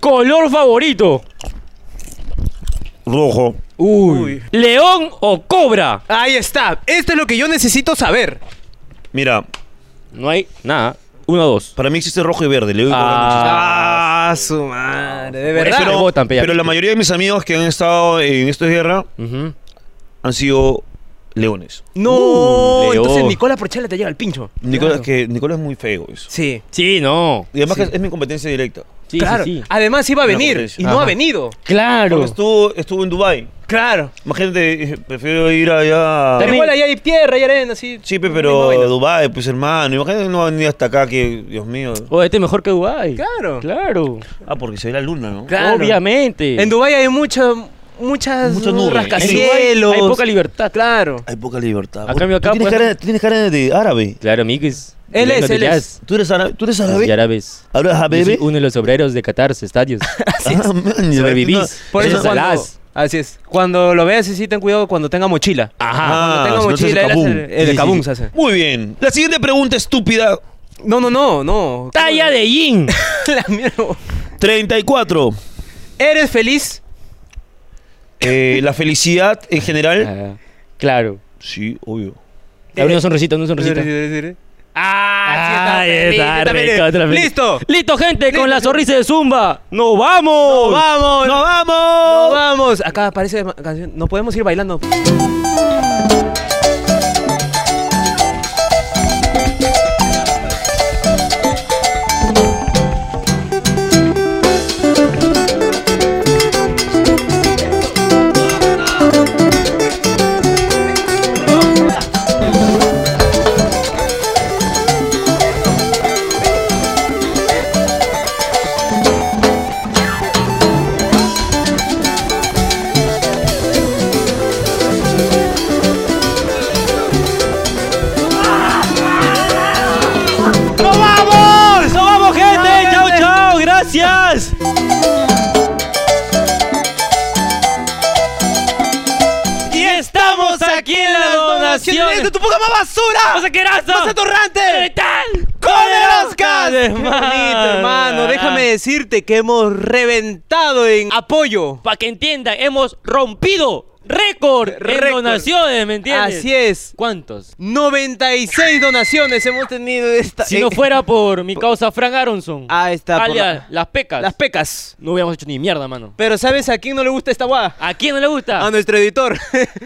Color favorito. Rojo. Uy. León o cobra. Ahí está. Esto es lo que yo necesito saber. Mira, No hay nada. Uno, dos. para mí existe rojo y verde. Le doy Ah, su madre. De Por verdad. eso pero, me botan, pe, ya. pero la mayoría de mis amigos que han estado en esta guerra Ujú. han sido leones. No, Uh, Leo. entonces Nicola Porchela te llega al pincho. Nicolás, que, Nicolás es muy feo eso. Sí. Sí, no. Y además que es mi competencia directa. Sí, claro. Ah, sí, sí. Además iba a Una venir potencia. y no Ajá. ha venido. Claro. Porque estuvo, estuvo en Dubai. Claro. Imagínate, eh, prefiero ir allá. También- Igual allá hay tierra, hay arena, sí. Sí, pe, Misma pero vaina. Dubai, pues hermano. Imagínate que no va a venir hasta acá, que Dios mío. O este es mejor que Dubai. Claro. Claro. Ah, porque se ve la luna, ¿no? Claro. Obviamente. En Dubái hay muchas, muchas Muchas nubes. En rascacielos. Dubái hay poca libertad. Claro. Hay poca libertad. A cambio, Tú acá, tienes, pues- cara, tú tienes cara de árabe. Claro, amigos. Él Vengo es, de él es. jazz. ¿Tú eres árabe? ¿Tú eres Y árabe? árabes. ¿Hablas Yo soy árabe? uno de los obreros de Qatar, estadios. Ah, man, ya, no. Sobrevivís. Por Eres eso cuando, alas. Así es. Cuando lo veas, sí, ten cuidado cuando tenga mochila. Ah, Ajá. cuando tenga si no se hace mochila, él hace kabum. el, el Sí, sí, kabum sí. se hace. Muy bien. La siguiente pregunta estúpida. No, no, no, no. Talla de jean. La mierda. 34. ¿Eres feliz? Eh, la felicidad en Ah, general. Claro. Sí, obvio. Eh, Abre una sonrisita, una sonrisita. Ah, sí, Ay, está está feliz, rico, está otra feliz. vez. ¡Listo! Listo, gente, con la sonrisa de Zumba. ¡Nos vamos! ¡Nos vamos! ¡Nos ¡Nos vamos! vamos! Acá aparece ma- canción. No podemos ir bailando. ¡Nos vamos! ¡Nos vamos, gente! ¡Chao, chao! ¡Gracias! Y estamos aquí en las donaciones. ¡De tu poca más basura! ¡Masaquerazo! ¡Más atorrante! ¡Tal! ¡Con el Oscar! ¡Qué Qué bonito, Ah. hermano. Déjame decirte que hemos reventado en apoyo. Para que entiendan, hemos rompido récord en Récord. donaciones, ¿me entiendes? Así es. ¿Cuántos? 96 donaciones hemos tenido esta. Si no eh, fuera por mi causa Frank Aronson, Ah, está. por alias la- Las Pecas, Las pecas. no hubiéramos hecho ni mierda, mano. Pero ¿sabes a quién no le gusta esta guada? ¿A quién no le gusta? A nuestro editor.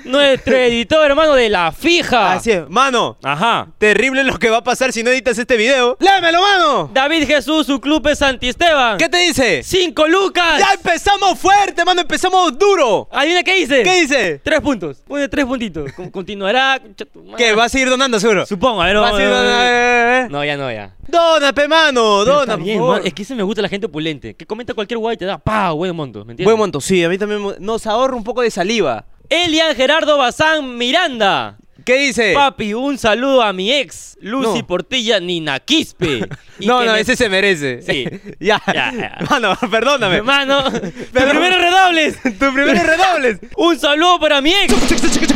Nuestro editor, hermano, de La Fija. Así es. Mano, Ajá. terrible lo que va a pasar si no editas este video. ¡Lémelo, mano! David Jesús, su club es Santisteban. ¿Qué te dice? ¡Cinco lucas! ¡Ya empezamos fuerte, mano! ¡Empezamos duro! Adivina qué dice. ¿Qué dice? Tres puntos. Pone tres puntitos. Con- Continuará. concha tu madre. Que va a seguir donando, seguro. Supongo, a ver, Va a vamos, seguir a ver, a ver. donando. eh, No, ya no, ya. Dona, pe, mano. Pero Dona, está bien, por favor. man. Es que se me gusta la gente opulente. Que comenta cualquier guay y te da pa, buen monto, ¿me entiendes? Buen monto, sí, a mí también mo- nos ahorra un poco de saliva. Elian Gerardo Bazán Miranda. ¿Qué dice? Papi, un saludo a mi ex, Eh. Lucy No. Portilla Nina Quispe. Y no, que no, me- ese se merece. Sí. ya. Ya, ya. Mano, perdóname. Hermano, pero primero redobles. Tus primeros redobles. Un saludo para mi ex,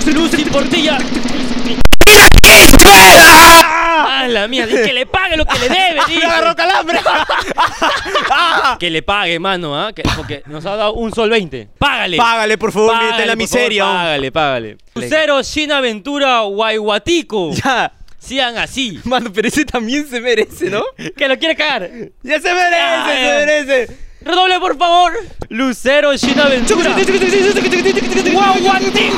Lucy Portilla. ¡Ah, la mierda! Y que le pague lo que le debe, ¡Me dije. agarró calambre! Que le pague, mano, ¿ah? Que- Porque nos ha dado un sol 20. Págale. Págale, por favor, Págale, mírate en la por favor, miseria. págale, págale. Crucero China Aventura Guayguatico. ya. Sigan así. Mano, pero ese también se merece, ¿no? Que lo quiere cagar. ¡Ya se merece! Ya, ya. ¡Se merece! Redoble, por favor. Lucero China Aventura.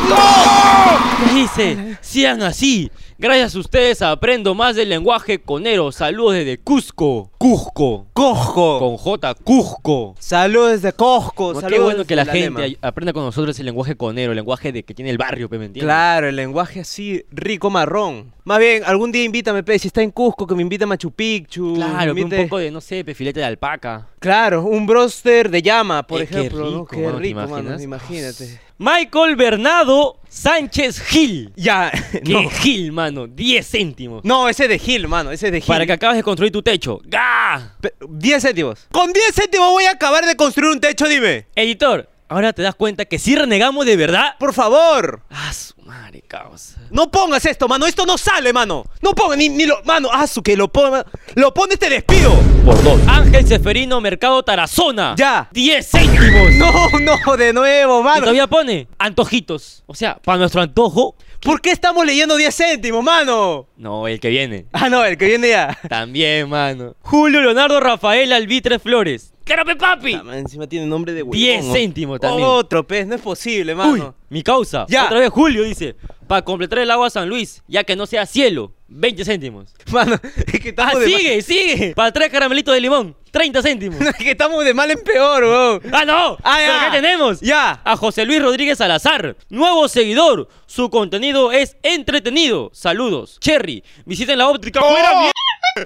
Guaguatico. Dice, sigan así. Gracias a ustedes aprendo más del lenguaje conero. Saludos desde Cusco. Cusco. ¡Cosco! Con J, Cusco. Saludos de Cosco. No, saludos qué bueno que la desde gente Lema. ay- aprenda con nosotros el lenguaje conero, el lenguaje de que tiene el barrio, pe, ¿me entiendes? Claro, el lenguaje así rico marrón. Más bien, algún día invítame, pe, si está en Cusco, que me invita a Machu Picchu. Claro, me con invite- un poco de, no sé, pe, filete de alpaca. Claro, un broster de llama, por Eh, qué ejemplo. ¿no? rico, mano, ¿te rico, mano, imaginas? imagínate. Michael Bernardo Sánchez Gil. Ya, ¿Qué no. Gil, mano? 10 céntimos. No, ese es de Gil, mano, ese es de Gil. Para que acabes de construir tu techo. ¡Ga! Pe- 10 céntimos. Con 10 céntimos voy a acabar de construir un techo, dime. Editor, ahora te das cuenta que si renegamos de verdad. Por favor. Ah, su madre, causa. No pongas esto, mano. Esto no sale, mano. No pongas ni, ni lo. Mano, ah, su que lo ponga. Lo pones, te despido. Por dos. Ángel Seferino Mercado Tarazona. Ya. 10 céntimos. No, no, de nuevo, Y mano. todavía pone antojitos. O sea, para nuestro antojo. ¿Por qué estamos leyendo 10 céntimos, mano? No, el que viene. Ah, no, el que viene ya. También, mano. Julio Leonardo Rafael Alvitre Flores. ¡Carape, papi! Ah, man, encima tiene nombre de huevón. 10 ¿no? céntimos también. Otro pez, no es posible, Uy, mano. mi causa. Ya. Otra vez Julio dice, para completar el agua a San Luis, ya que no sea cielo, 20 céntimos. Mano, es que Ah, estamos de sigue, sigue. Para tres caramelitos de limón, 30 céntimos. mal- es que estamos de mal en peor, weón. ¡Ah, no! Ah, ya. ¿Pero qué tenemos? Ya. A José Luis Rodríguez Salazar, nuevo seguidor. Su contenido es entretenido. Saludos. Cherry, visiten la óptica. Oh, ¡Fuera mierda!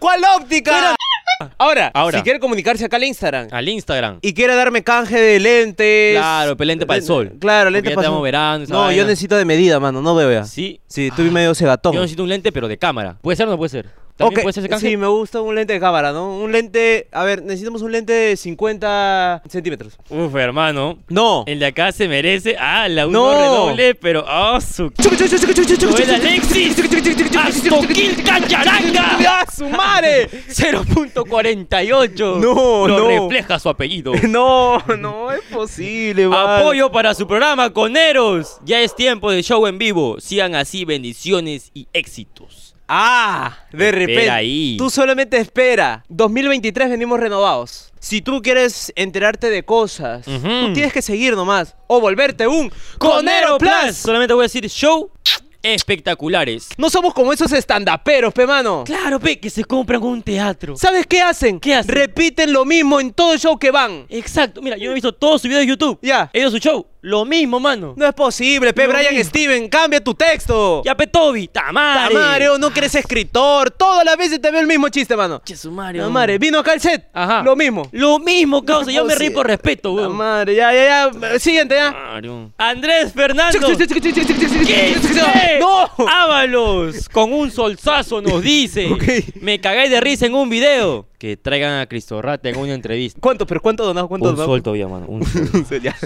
¿Cuál óptica? Ahora, Ahora. si quiere comunicarse acá al Instagram Al Instagram. y quiere darme canje de lentes. Claro, pe, lente para el sol. Claro, Porque lente ya para el estamos sol. verano, esa No, yo vaina. necesito de medida, mano. No veo ya. Sí. Sí, estoy medio cegatón. Yo necesito un lente, pero de cámara. ¿Puede ser o no puede ser? ¿También Ok, puede ser ese canje? Sí, me gusta un lente de cámara, ¿no? Un lente. A ver, necesitamos un lente de 50 centímetros. Uf, hermano. No. El de acá se merece. Ah, la uno No. redoble, pero. ¡Oh, su No es Alexis. Astoquil Cacharanga. ¡Ah, su madre! 0.48. No, Lo no. refleja su apellido. No, no es posible, man. Apoyo para su programa, Coneros. Ya es tiempo de show en vivo. Sigan así, bendiciones y éxitos. Ah, de Espera repente. ahí. Tú solamente espera. 2023 venimos renovados. Si tú quieres enterarte de cosas, Ujú. tú tienes que seguir nomás. O volverte un Conero Conero Plus. Solamente voy a decir show espectaculares. No somos como esos estandaperos, pe mano. Claro, pe, que se compran un teatro. ¿Sabes qué hacen? ¿Qué hacen? Repiten lo mismo en todo show que van. Exacto. Mira, yo no he visto todos sus videos de YouTube. Ya. He ido a su show. Lo mismo, mano. No es posible, pe Lo Brian mismo. Steven, cambia tu texto. Ya, pe, Toby. Tamare. Mario, oh, no crees escritor. Todas las veces te veo el mismo chiste, mano. Che, su Mario. No, madre, vino acá el set. Ajá. Lo mismo. Lo mismo, causa. Oh, Yo me reí por respeto, La weón. madre, ya, ya, ya. Siguiente, ya. Mario. Andrés Fernando. ¿Qué? ¡No! Ábalos, con un solsazo nos dice. Ok. Me cagáis de risa en un video. Que traigan a Cristo Rata en una entrevista. ¿Cuánto? ¿Pero cuánto donado? ¿Cuánto Un donado? sol todavía, mano. Un sol. Ya.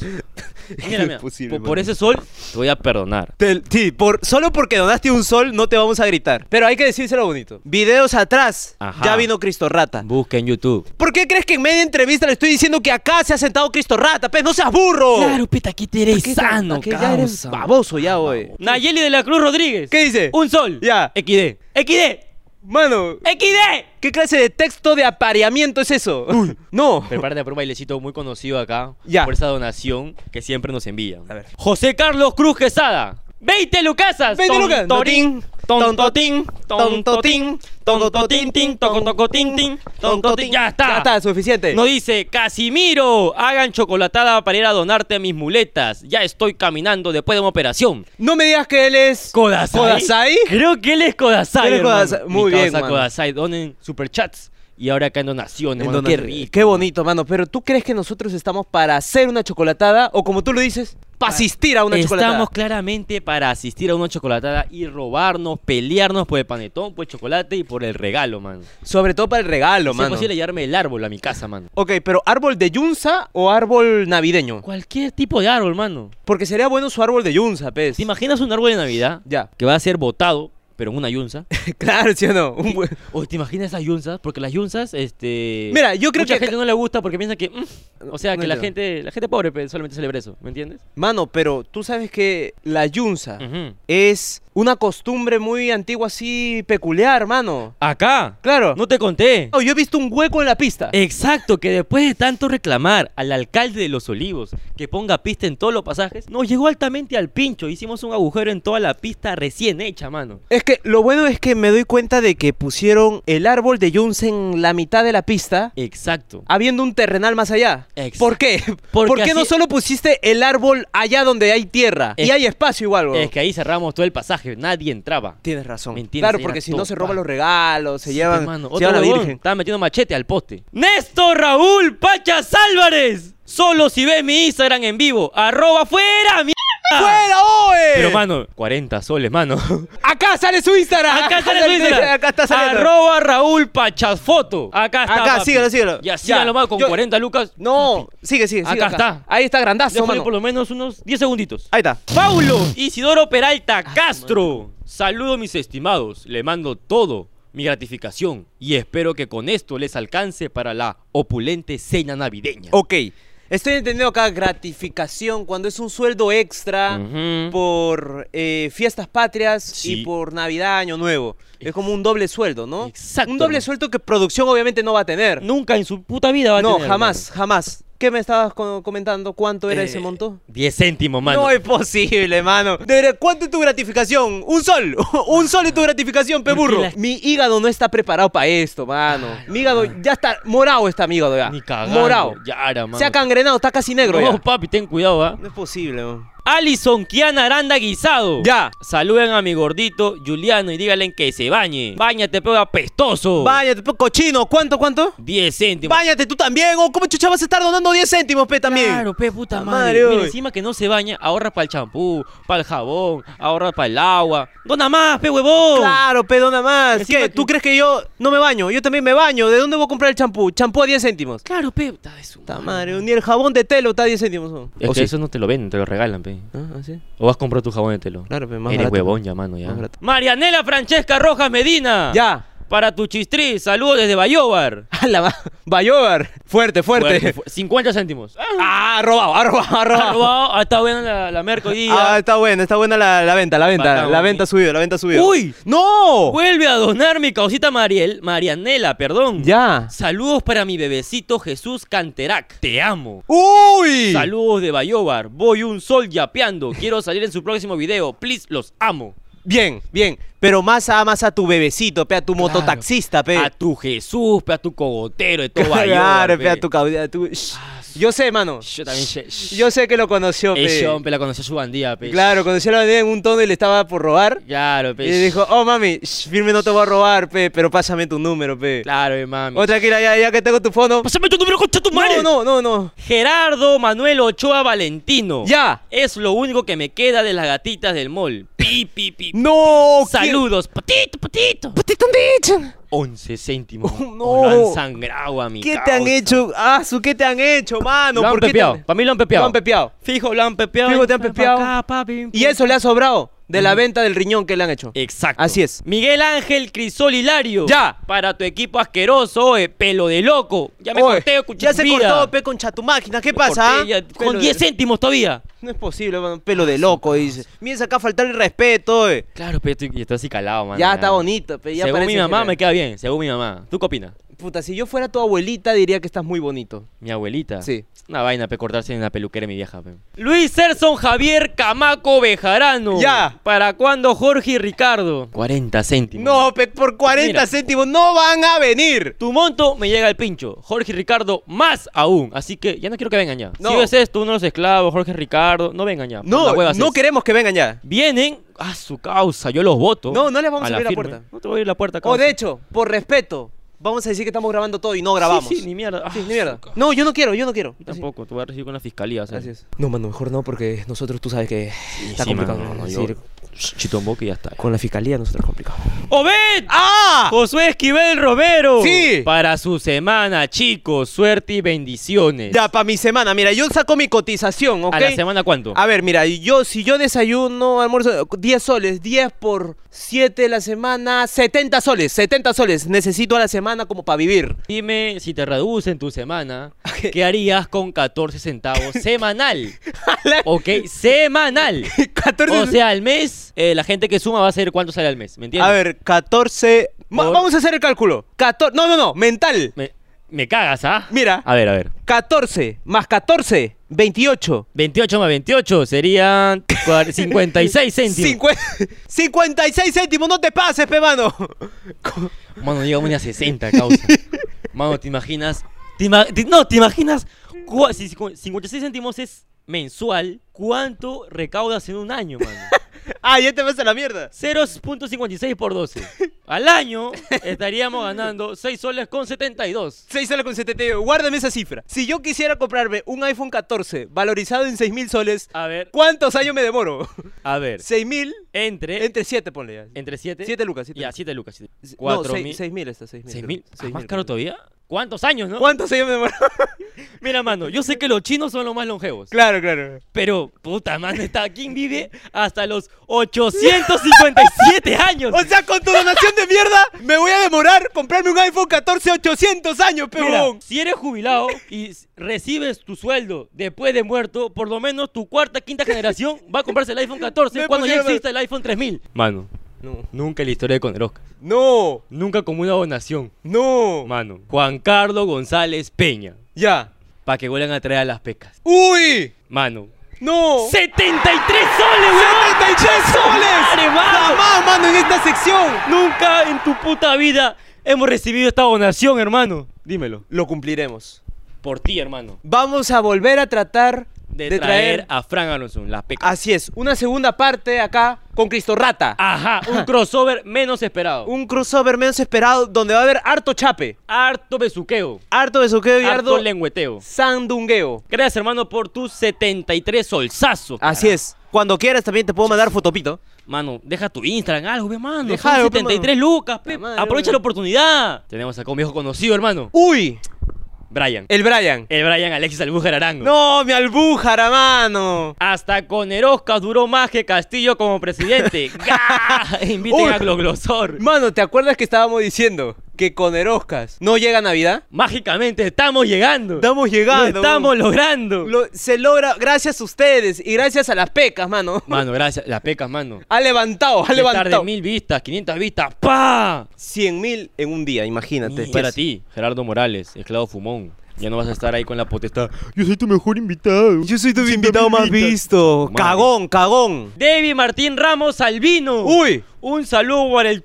Mira, mira, Imposible, por, por mano. ese sol te voy a perdonar. Te- sí, por, solo porque donaste un sol no te vamos a gritar. Pero hay que decírselo bonito. Videos atrás, Ajá. ya vino Cristo Rata. Busca en YouTube. ¿Por qué crees que en media entrevista le estoy diciendo que acá se ha sentado Cristo Rata? Pues no seas burro. Claro, pita, aquí te eres sano, que ya eres causa. baboso ya, güey. Nayeli de la Cruz Rodríguez. ¿Qué dice? Un sol. Ya. XD. XD. Mano, XD. ¿qué clase de texto de apareamiento es eso? No. Prepárate para un bailecito muy conocido acá Ya. por esa donación que siempre nos envían. A ver. José Carlos Cruz Quesada. 20 lucasas. 20 lucas. Tontotín, tontotín, tontotín, tontotín, tin, tocotocotín, tin, tontotín. Ya está. Ya está, suficiente. Nos dice, Casimiro, hagan chocolatada para ir a donarte mis muletas. Ya estoy caminando después de una operación. No me digas que él es. ¿Kodasai? ¿Kodasai? Creo que él es Kodasai, Él es hermano. Kodasai. Muy Mi bien, causa mano. Kodasai, donen superchats. Y ahora acá en donaciones, En mano, donde- qué rico. Qué bonito, mano. Pero ¿tú crees que nosotros estamos para hacer una chocolatada? O como tú lo dices, para asistir a una Ah, Estamos chocolatada. claramente para asistir a una chocolatada y robarnos, pelearnos por el panetón, por el chocolate y por el regalo, man. Sobre todo para el regalo, Si es mano. posible llevarme el árbol a mi casa, man. Ok, pero árbol de yunza o árbol navideño. Cualquier tipo de árbol, mano. Porque sería bueno su árbol de yunza, pez. ¿Te imaginas un árbol de Navidad Ya. que va a ser botado, pero en una yunza? claro, ¿sí o no? Un buen- ¿O te imaginas esas yunzas? Porque las yunzas, este... Mira, yo creo mucha que- gente no le gusta porque piensa que... mm, o sea, No que la entiendo. gente, la gente pobre pues, solamente celebra eso, ¿me entiendes? Mano, pero tú sabes que la yunza Ujú. es una costumbre muy antigua, así peculiar, mano. Acá. Claro. No Eh, te conté. No, yo he visto un hueco en la pista. Exacto, que después de tanto reclamar al alcalde de Los Olivos que ponga pista en todos los pasajes, nos llegó altamente al pincho. Hicimos un agujero en toda la pista recién hecha, mano. Es que lo bueno es que me doy cuenta de que pusieron el árbol de Junce en la mitad de la pista, Exacto. habiendo un terrenal más allá. Exacto. ¿Por qué? Porque ¿Por qué no así- solo pusiste el árbol allá donde hay tierra? Es- y hay espacio igual, weón. Es que ahí cerramos todo el pasaje, nadie entraba. Tienes razón. ¿Me entiendes? Claro, Se porque llena si no todo, se pa. roban los regalos, se llevan, Mano, se llevan a la Virgen. Estaba metiendo machete al poste. Néstor Raúl Pachas Álvarez. Solo si ves mi Instagram en vivo. Arroba fuera, mierda. ¡Fuera, oe! Pero, mano, 40 soles, mano. Acá sale su Instagram. Acá está la Instagram. Acá está saliendo. Arroba Raúl Pachas Foto. Acá está. Acá, papi. síguelo, síguelo. Ya, Ya. sígalo, mano, con Yo- 40 lucas. No, sigue, sigue, sigue. Acá está. Ahí está, grandazo, Déjale mano. por lo menos unos 10 segunditos. Ahí está. Paulo Isidoro Peralta Castro. Saludos mis estimados. Le mando todo mi gratificación y espero que con esto les alcance para la opulente cena navideña. Ok. Estoy entendiendo acá gratificación cuando es un sueldo extra Ujú. por eh, fiestas patrias Sí. y por Navidad, Año Nuevo. Es como un doble sueldo, ¿no? Exacto, Un doble hermano. sueldo que producción obviamente no va a tener. Nunca en su puta vida va a no, tener, jamás, jamás. ¿Qué me estabas co- comentando? ¿Cuánto hermano. era Eh, ese monto? 10 céntimos, mano. No es posible, mano. Debería- ¿Cuánto es tu gratificación? Un sol. Un sol es tu Ah. gratificación, Porque peburro. la- Mi hígado no está preparado para esto, mano. Mi hígado ya está morado este está mi hígado ya. Ni cagando. Morado. Yara, mano. Se ha cangrenado, está casi negro No, ya. papi, ten cuidado, ¿ah? No es posible, man. Alison Kiana Aranda Guisado. Ya. Saluden a mi gordito Juliano y díganle que se bañe. Báñate, peo apestoso. Báñate, pe- cochino. ¿Cuánto, cuánto? 10 céntimos. Báñate tú también. ¿O cómo chucha vas a estar donando 10 céntimos, pe, también? Claro, pe puta La madre. madre, Mira, uy. encima que no se baña, ahorra para el champú, para el jabón, ahorra para el agua. Dona más, pe huevón. Claro, pe, dona más. Encima ¿Qué? que- ¿Tú crees que yo no me baño? Yo también me baño. ¿De dónde voy a comprar el champú? Champú a 10 céntimos. Claro, pe. puta de su Puta madre, ni el jabón de telo está a 10 céntimos. ¿no? Es ¿O que sí? eso no te lo venden, te lo regalan, pe. Ah, ¿sí? O vas a comprar tu jabón de telo. Claro, pe, más Eres barato. huevón ya, mano, ya. Más barato. Marianela Francesca Rojas Medina. Ya. Para tu chistriz, saludos desde Bayobar. A la ma- va a llover. Fuerte, fuerte. Fuerte, fu- 50 céntimos. Ah, ha robado, ha robado, ha Ah, robado. robado. Ah, está buena la, la merca hoy día. Ah, está buena, está buena la, la venta, la venta, Bacán, la mami. venta ha subido, la venta ha subido. ¡Uy! ¡No! Vuelve a donar mi causita Mariel, Marianela, perdón. Ya. Saludos para mi bebecito Jesús Canterac. Te amo. ¡Uy! Saludos de Bayobar. Voy un sol yapeando. Quiero salir en su próximo video. Please, los amo. Bien, bien. Pero más amas a tu bebecito, pe, a tu mototaxista, pe. A tu Jesús, pe, a tu cogotero de todo Bayobar. Claro, pe. pe, a tu cau- a tu- Shh. Yo sé, mano. Yo también sé. Yo sé que lo conoció, pe. Ella, pe, la conoció su bandida, pe. Claro, conoció a la bandera en un tono y le estaba por robar. Claro, pe. Y le dijo, oh mami, shh, firme no te voy a robar, pe, pero pásame tu número, pe. Claro, pe, mami. Oh, tranquila, ya, ya que tengo tu fono. Pásame tu número, concha tu madre. No, no, no, no. Gerardo Manuel Ochoa Valentino. Ya. Es lo único que me queda de las gatitas del mall. Pi, pi, pi. No, ¿quién- Saludos. Patito, Oh, patito. Patito Nation. 11 céntimos. no. Lo han sangrado a mi ¿Qué te han causa. hecho? Ah, su, ¿qué te han hecho, mano? Lo han ¿Por qué te pepeado. Para mí lo han pepeado. Lo han pepeado. Fijo, lo han pepeado. Fijo, te han Pa' pepeado. acá, papi. Y eso le ha sobrado de Mm. la venta del riñón que le han hecho. Exacto. Así es. Miguel Ángel Crisol Hilario. Ya. Para tu equipo asqueroso, oe, pelo de loco. Ya me Oye, corté, escuché Ya tu se vida. cortó, pe, con chatumáquina. ¿Qué Me corté pasa? ah? ya Pelo Con de- 10 céntimos todavía. No es posible, mano. Pelo de loco, dice. Miren, acá faltar el respeto, eh. Claro, pero estoy, estoy así calado, man. Ya está bonito, pe. Ya Ah. según mi pareces mamá me que- queda bien, según mi mamá. ¿Tú qué opinas? Puta, si yo fuera tu abuelita, diría que estás muy bonito. Mi abuelita. Sí. Es Una vaina, pe, cortarse en la peluquera de mi vieja, pe. Luis Serson Javier Camaco Bejarano. Ya. ¿Para cuándo Jorge y Ricardo? 40 céntimos. No, pe, por 40 Mira. céntimos no van a venir. Tu monto me llega al pincho. Jorge y Ricardo más aún. Así que ya no quiero que vengan ya. No. Si ves esto, uno de los esclavos, Jorge y Ricardo, no vengan ya. Por la No, hueva no haces. queremos que vengan ya. Vienen a su causa, yo los voto. No, no les vamos a abrir la firme. puerta. No te voy a abrir la puerta, O causa. de hecho, por respeto, vamos a decir que estamos grabando todo y no grabamos. Sí, sí, ni mierda. Ah, Sí, ni mierda. su ca- No, yo no quiero, yo no quiero. Yo Tampoco, te voy a recibir con la fiscalía. o sea. Así es. No, mano, mejor no, porque nosotros tú sabes que Y está sí, mano, complicado. no, es yo- decir, Chitombo que ya está. Con la fiscalía nosotros es complicado. ¡Obed! ¡Ah! Josué Esquivel Romero. Sí. Para su semana, chicos. Suerte y bendiciones. Ya, para mi semana, mira, yo saco mi cotización, ¿ok? ¿A la semana cuánto? A ver, mira, yo si yo desayuno, almuerzo, 10 soles, 10 por 7 de la semana, 70 soles, 70 soles. Necesito a la semana como para vivir. Dime si te reducen tu semana, ¿qué harías con 14 centavos semanal? ok, semanal. 14 O sea, al mes, eh, la gente que suma va a ser cuánto sale al mes, ¿me entiendes? A ver, 14. Ma- Por- Vamos a hacer el cálculo. 14. No, no, no, mental. Me, me cagas, ¿ah? Mira. A ver, a ver. 14 más 14, 28. 28 más 28 serían cuar- 56 céntimos. Cincue- 56 céntimos, no te pases, pe mano. Mano, llegamos ni a 60, causa. Mano, ¿te imaginas? Te ima- te- no, ¿te imaginas? cua- si cincu- 56 céntimos es mensual, ¿cuánto recaudas en un año, mano? Ah, ya te vas a la mierda. 0.56 por 12. Al año estaríamos ganando 6 soles con 72. 6 soles con 72. Guárdame esa cifra. Si yo quisiera comprarme un iPhone 14 valorizado en 6 mil soles, A ver, ¿cuántos años me demoro? a ver. 6 mil Entre, entre, entre 7, ponle ya. 7. 7 lucas. siete Ya, lucas. 7 lucas. No, 4 mil. 6 mil está, 6 mil. 6 mil. Seis Ah, ¿Más mil, caro creo. todavía? ¿Cuántos años, no? ¿Cuántos años me demoro? Mira, mano, yo sé que los chinos son los más longevos. claro, claro. Pero, puta, mano, está ¿quién vive hasta los 857 años? O sea, con tu donación de mierda, me voy a demorar comprarme un iPhone 14 800 años, Mira, pebón. si eres jubilado y s- recibes tu sueldo después de muerto, por lo menos tu cuarta, quinta generación va a comprarse el iPhone 14 Me cuando ya pusieron mal. exista el iPhone 3000. Mano, No. nunca en la historia de Conerosca. No, Nunca como una donación. no. Mano, Juan Carlos González Peña. Ya. Para que vuelvan a traer a las pecas. Uy, Mano, no. 73 soles, weón. 73 soles. Hermano. Jamás, mano, en esta sección. Nunca en tu puta vida hemos recibido esta donación, hermano. Dímelo. Lo cumpliremos. Por ti, hermano. Vamos a volver a tratar De, traer, a Fran Alonso, las pecas. Así es, una segunda parte acá con Cristo Rata. Ajá, un crossover menos esperado. Un crossover menos esperado donde va a haber harto chape, harto besuqueo, harto besuqueo y harto harto lengüeteo. sandungueo. Gracias, hermano, por tus 73 solsazos. Así carajo. es. Cuando quieras también te puedo mandar fotopito. Mano, deja tu Instagram, algo, ve, mano. Deja Son algo, pe, 73 lucas, pe. La madre, Aprovecha weón. la oportunidad. Tenemos acá un viejo conocido, hermano. Uy, Brian. El, el Brian. Brian Alexis Albújar Arango. No, mi albújara, mano. Hasta con Erosca duró más que Castillo como presidente. ¡Ga! Inviten Uy. a Gloglosor. Mano, ¿te acuerdas que estábamos diciendo que con Eroscas no llega Navidad? Mágicamente estamos llegando. Estamos Lo llegando. estamos logrando. Lo- se logra gracias a ustedes y gracias a las pecas, mano. Mano, gracias. Las pecas, mano. Ha levantado, ha Qué tarde, levantado. mil vistas, 500 vistas. ¡Pa! 100 mil en un día, imagínate. Y para ti, Gerardo Morales, esclavo fumón. Ya no vas a estar ahí con la potestad. Yo soy tu mejor invitado. Yo soy tu invitado más visto. Mano. Cagón, cagón. David Martín Ramos Albino. Uy. Un saludo para el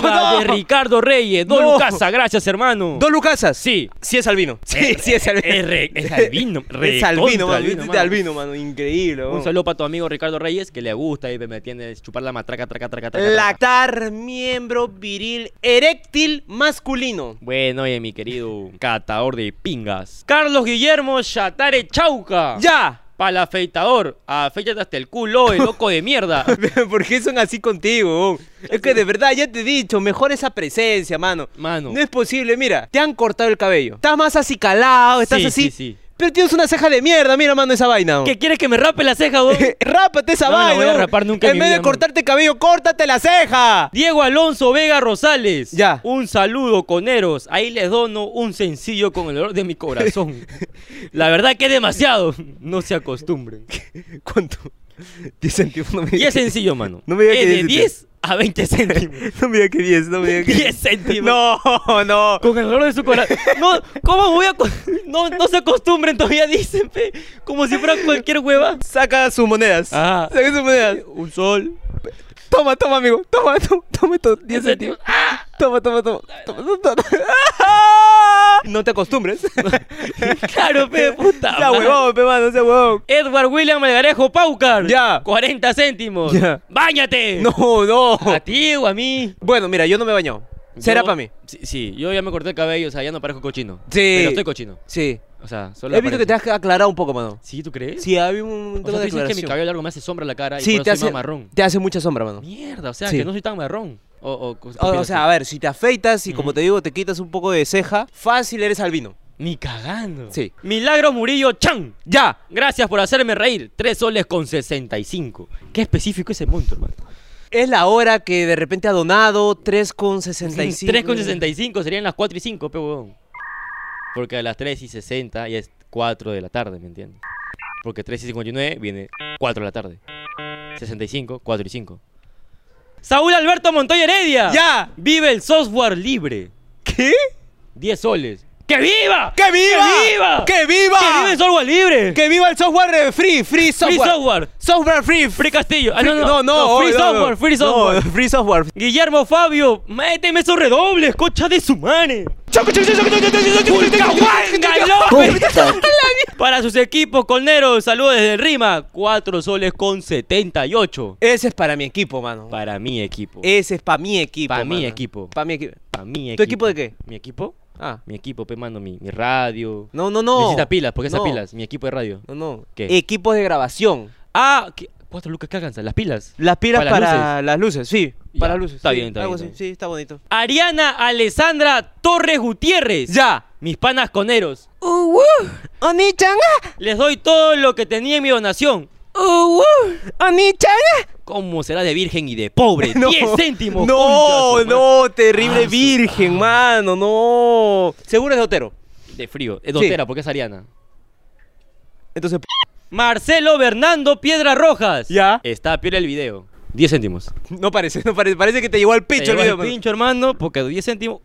No, no. de Ricardo Reyes. Don No. Lucasa, gracias, hermano. ¿Dos Lucasas? Sí. Sí es albino. Sí, Eh, sí es albino. es re- es albino, es albino, recontra mano. albino, Es de mano. albino, mano. Increíble, Un mano. saludo para tu amigo Ricardo Reyes, que le gusta y me tiene chupar la matraca, traca, traca, traca. traca. Lactar miembro viril eréctil masculino. Bueno, y mi querido catador de pingas. Carlos Guillermo Chatare Chauca. Ya. Pal afeitador, afeítate hasta el culo, el loco de mierda. ¿Por qué son así contigo? huevón? Es que de verdad, ya te he dicho, mejor esa presencia, mano. Mano. No es posible, mira, te han cortado el cabello. Estás más acicalado, estás Sí, así. sí, sí. Pero tienes una ceja de mierda, mira, mano, esa vaina. huevón. ¿Qué quieres que me rape la ceja, weón? Rápate esa No la vaina. voy a huevón. rapar nunca en En mi vez vida, de mano. cortarte el cabello, córtate la ceja. Diego Alonso Vega Rosales. Ya. Un saludo, coneros. Ahí les dono un sencillo con el olor de mi corazón. La verdad que es demasiado. No se acostumbren. ¿Cuánto? 10 centimos, no me digas. 10 sencillo, mano. No me digas es que de 10 10 a 20 céntimos. No me digas que 10, no me digas que 10 céntimos. No, no. Con el olor de su corazón. No, ¿cómo voy a.? co- No, no se acostumbren todavía, dicen, pe. Como si fuera cualquier hueva. Saca sus monedas. Ah. Saca sus monedas. Un sol. Toma, toma, amigo. Toma, toma, toma estos 10 centimos. ¡Ah! Toma, toma, toma. Toma, toma, toma. No te acostumbres. Claro, pe, puta. sea madre. huevón, pe, mano, sea huevón. Edward William Melgarejo Paucar. Ya. 40 céntimos. Ya. ¡Báñate! No, no. ¿A ti o a mí? Bueno, mira, yo no me baño. Será Yo- para mí. Sí, sí, yo ya me corté el cabello, o sea, ya no parezco cochino. Sí. Pero estoy cochino. Sí. O sea, solo. He visto que te apariencia. has aclarado un poco, mano. ¿Sí, tú crees? Sí, había un O momento sea, tú de dices que mi aclaración. cabello largo me hace sombra en la cara y sí, por te eso soy hace, más marrón. te hace mucha sombra, mano. Mierda, o sea, Sí. que no soy tan marrón. O, o, o- O, o sea, a ver, si te afeitas y como Ujú. te digo, te quitas un poco de ceja, fácil eres albino. Ni cagando. Sí. Milagros Murillo Chan. ¡Ya! Gracias por hacerme reír. Tres soles con 65. Qué específico ese monto, hermano. Es la hora que de repente ha donado 3,65. 3 con 65 serían las 4 y 5, pe huevón. Porque a las 3 y 60 ya es 4 de la tarde, ¿me entiendes? Porque 3 y 59 viene 4 de la tarde. 65, 4 y 5. Saúl Alberto Montoya Heredia. ¡Ya! Vive el software libre. ¿Qué? 10 soles. ¡Que viva! ¡Que viva! ¡Que viva! ¡Que viva! ¡Que vive el software libre! ¡Que viva el software eh, free! ¡Free software! ¡Free software! Software free! ¡Free Castillo! Ah, free- no, no, no, no, ¡Free software! no. ¡Free software! No, free software. Guillermo Fabio, méteme esos redobles, cocha de su mane. Para sus equipos, Colnero, saludos desde el Rima. 4 soles con 78. Ese es para mi equipo, mano. Para mi equipo. Ese es para mi equipo. Pa' mi mano. equipo. Pa' mi equipo. Pa' mi Eh, ¿Tu equipo de qué? ¿Mi equipo? Ah. Mi equipo, pe, mano, mi, mi radio. No, no, no. Necesita pilas, porque esas No. pilas, mi equipo de radio. No, no. Eh, ¿Qué? Equipos de grabación. Ah, ¿qué? cuatro lucas que alcanzan, las pilas. Las pilas Para para, las las luces, sí. Ya, Para las luces. está sí, bien, está algo bien, así, está Sí, está bonito. Ariana Alessandra Torres Gutiérrez. Ya. Mis panas coneros. Oni-changa. Les doy todo lo que tenía en mi donación. Oni-changa. ¿Cómo será de virgen y de pobre? No. 10 céntimos. No, concha su madre. no, terrible Ah, su- virgen, mano, no. Seguro es de Otero. De frío. Es dotera porque es ariana. Entonces, p- Marcelo Bernando Piedra Rojas. Ya. Está peor el video. 10 céntimos. no parece, no parece, parece que te llegó al pecho el video. mano. pincho, hermano, porque 10 céntimos.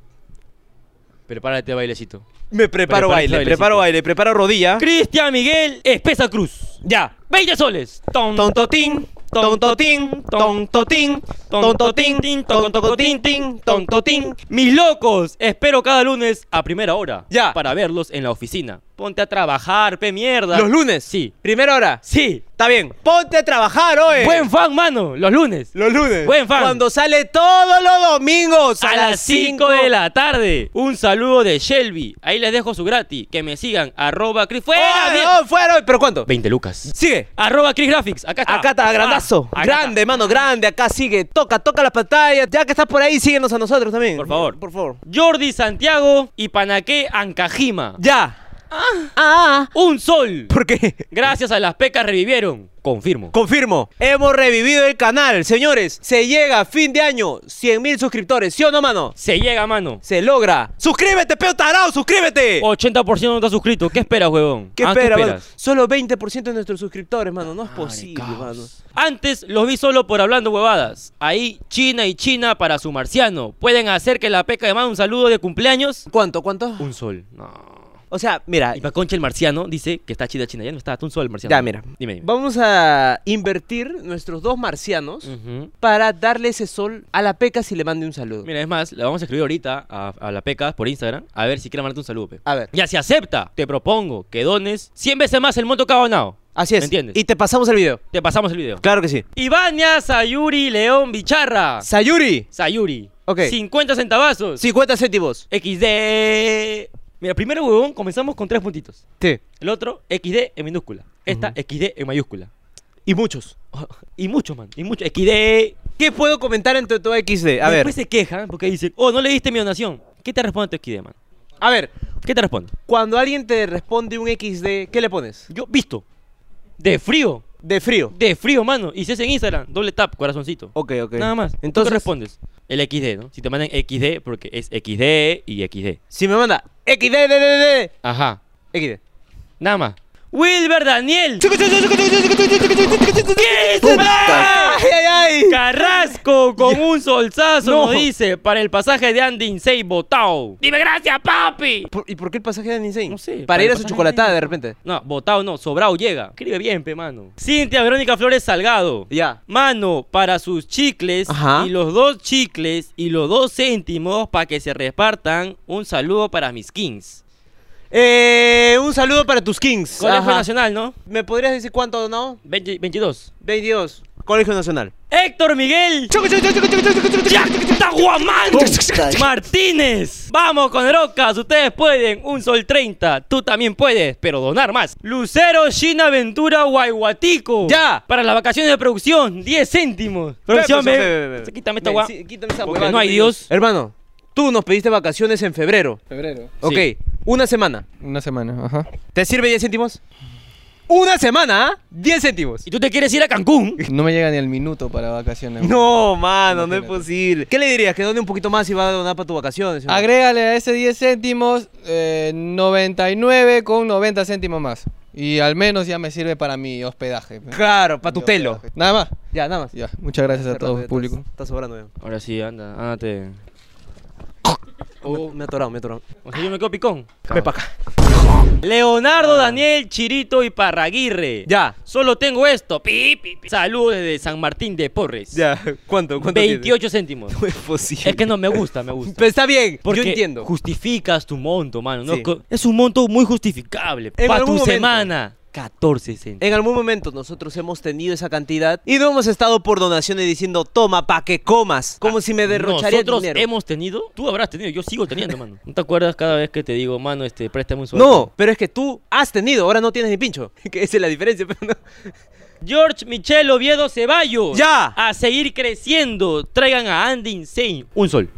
Prepárate, bailecito. Me preparo Prepárate, baile, bailecito. preparo baile, preparo rodilla. Cristian Miguel Espesa Cruz. Ya. 20 soles. Ton, Tontotín, tontotín, tontotín, tontotín, tontotín, tontotín. Mis locos, espero cada lunes a primera hora. Ya. Para verlos en la oficina. Ponte a trabajar, pe mierda. Los lunes. Sí. Primera hora. Sí. Está bien. Ponte a trabajar hoy. Buen fan, mano. Los lunes. Los lunes. Buen fan. Eh. Cuando sale todos los domingos a las 5 cinco de la tarde. Un saludo de Shelby. Ahí les dejo su gratis. Que me sigan. Arroba Chris. ¡Fuera! ¡Fuera! bien! no, ¡Fuera! ¿Pero cuánto? 20 lucas. Sigue. Arroba Chris Graphics. Acá está. Acá está, grandazo. Ah, acá grande, está. mano, grande. Acá sigue. Toca, toca la pantalla. Ya que estás por ahí, síguenos a nosotros también. Por favor. Por favor. Jordi Santiago y Panaque Ancajima. Ya. Ah. Un sol. ¿Por qué? Gracias a las pecas revivieron. Confirmo. Confirmo. Hemos revivido el canal, señores. Se llega a fin de año. 100 mil suscriptores. ¿Sí o no, mano? Se llega, mano. Se logra. ¡Suscríbete, peo tarado! ¡Suscríbete! 80% no está suscrito. ¿Qué Ah, esperas, huevón? ¿Qué Oh. Ah, espera, mano? Solo 20% de nuestros suscriptores, mano. No es posible, mano. Antes los vi solo por hablando huevadas. Ahí China y China para su marciano. ¿Pueden hacer que la peca de mano un saludo de cumpleaños? ¿Cuánto, cuánto? Un sol. No. O sea, mira, Y pa' concha el marciano dice que está chida China. Ya no está, está un sol el marciano. ya mira. Dime, dime. Vamos a invertir nuestros dos marcianos Ujú. para darle ese sol a la peca si le mande un saludo. Mira, es más, le vamos a escribir ahorita a, a la peca por Instagram. A ver si quiere mandarte un saludo, pe. A ver. Ya si acepta, te propongo que dones 100 veces más el monto que ha donado. Así es. ¿Me entiendes? Y te pasamos el video. Te pasamos el video. Claro que sí. Ivania Sayuri León Bicharra. Sayuri, Sayuri. Ok. 50 centavazos. 50 céntimos. XD. Mira, primero, huevón, comenzamos con tres puntitos. Sí. El otro, XD en minúscula. Esta, XD en mayúscula. Y muchos. Y muchos, man. Y muchos. XD. ¿Qué puedo comentar en tu, tu XD? A ver, Después se quejan porque dicen, oh, no le diste mi donación. ¿Qué te responde tu XD, man? a ver, ¿Qué te responde? cuando alguien te responde un XD, ¿qué le pones? Yo, visto. De frío. De frío. De frío, mano. Y si es en Instagram, doble tap, corazoncito. Ok, ok. Nada más. Entonces Entonces- respondes. El XD, ¿no? Si te mandan XD, porque es XD y XD. Si me manda XD, de, de, de, Ajá. de, XD. Nada más. Wilber Daniel. ¡Ay, ¡Christopher ay, ay! Carrasco con un solzazo No. nos dice para el pasaje de Andy Insei Botao. Dime gracias, papi. ¿Por- ¿Y por qué el pasaje de Nisei? No sé, Para, para ir a el su pasaje chocolatada de- de repente. No, Botao no, Sobrao llega. Escribe bien, pe, mano. Cintia Verónica Flores Salgado. Ya. Mano, para sus chicles Ajá. y los dos chicles y los dos céntimos para que se repartan, un saludo para mis kings. Eh, un saludo para tus Kings. Colegio Ajá. Nacional, ¿no? ¿Me podrías decir cuánto donó? 20 22. 22. Colegio Nacional. Héctor Miguel. Jack Tahuamán. Martínez. Vamos con Rocas. Ustedes pueden. Un sol 30. Tú también puedes, pero donar más. Lucero Gina Ventura Guayguatico. Ya. Para las vacaciones de producción. 10 céntimos. Producción, Ve, pues, ve. ve, ve, ve, ve. Quítame esta Ve, guá. sí, quítame esa Porque huevada no que hay te digo. Dios. Hermano, tú nos pediste vacaciones en febrero. Febrero. Ok, una semana. Una semana, ajá. ¿Te sirve 10 céntimos? Una semana, ¿ah? 10 céntimos. Y tú te quieres ir a Cancún. No me llega ni el minuto para vacaciones. No, mano, no es Imagínate. posible. ¿Qué le dirías? Que done un poquito más y va a donar para tus vacaciones. señor? Agrégale a ese 10 céntimos eh, 99 con 90 céntimos más. Y al menos ya me sirve para mi hospedaje. pe. Claro, para Mi tu telo. hospedaje. Nada más. Ya, nada más. Ya, muchas gracias a Está todo rato, el ya público. Está, está sobrando. ya. Ahora sí, anda. Ándate. Oh. Me- Me ha atorado, me ha atorado. O sea, yo me quedo picón. Ve para acá. Leonardo Daniel Chirito y Parraguirre. Ah. Ya. Solo tengo esto. Pi, pi, pi. Saludos desde San Martín de Porres. Ya, ¿cuánto? ¿Cuánto tiene? 28 céntimos. No es posible. Es que no me gusta, me gusta. Pero está bien, Porque yo entiendo. justificas tu monto, mano. ¿no? Sí. Co- Es un monto muy justificable. Para En tu algún momento. semana, 14 céntimos. En algún momento nosotros hemos tenido esa cantidad y no hemos estado por donaciones diciendo, toma, pa' que comas. Como si me derrocharía el Ah, Nosotros dinero. hemos tenido, tú habrás tenido, yo sigo teniendo, mano. ¿No te acuerdas cada vez que te digo, mano, este, préstame un sueldo? No, pero es que tú has tenido, ahora no tienes ni pincho. Que esa es la diferencia, pero no. George Michel Oviedo Ceballos. ¡Ya! A seguir creciendo. Traigan a Andy Insane. Un sol.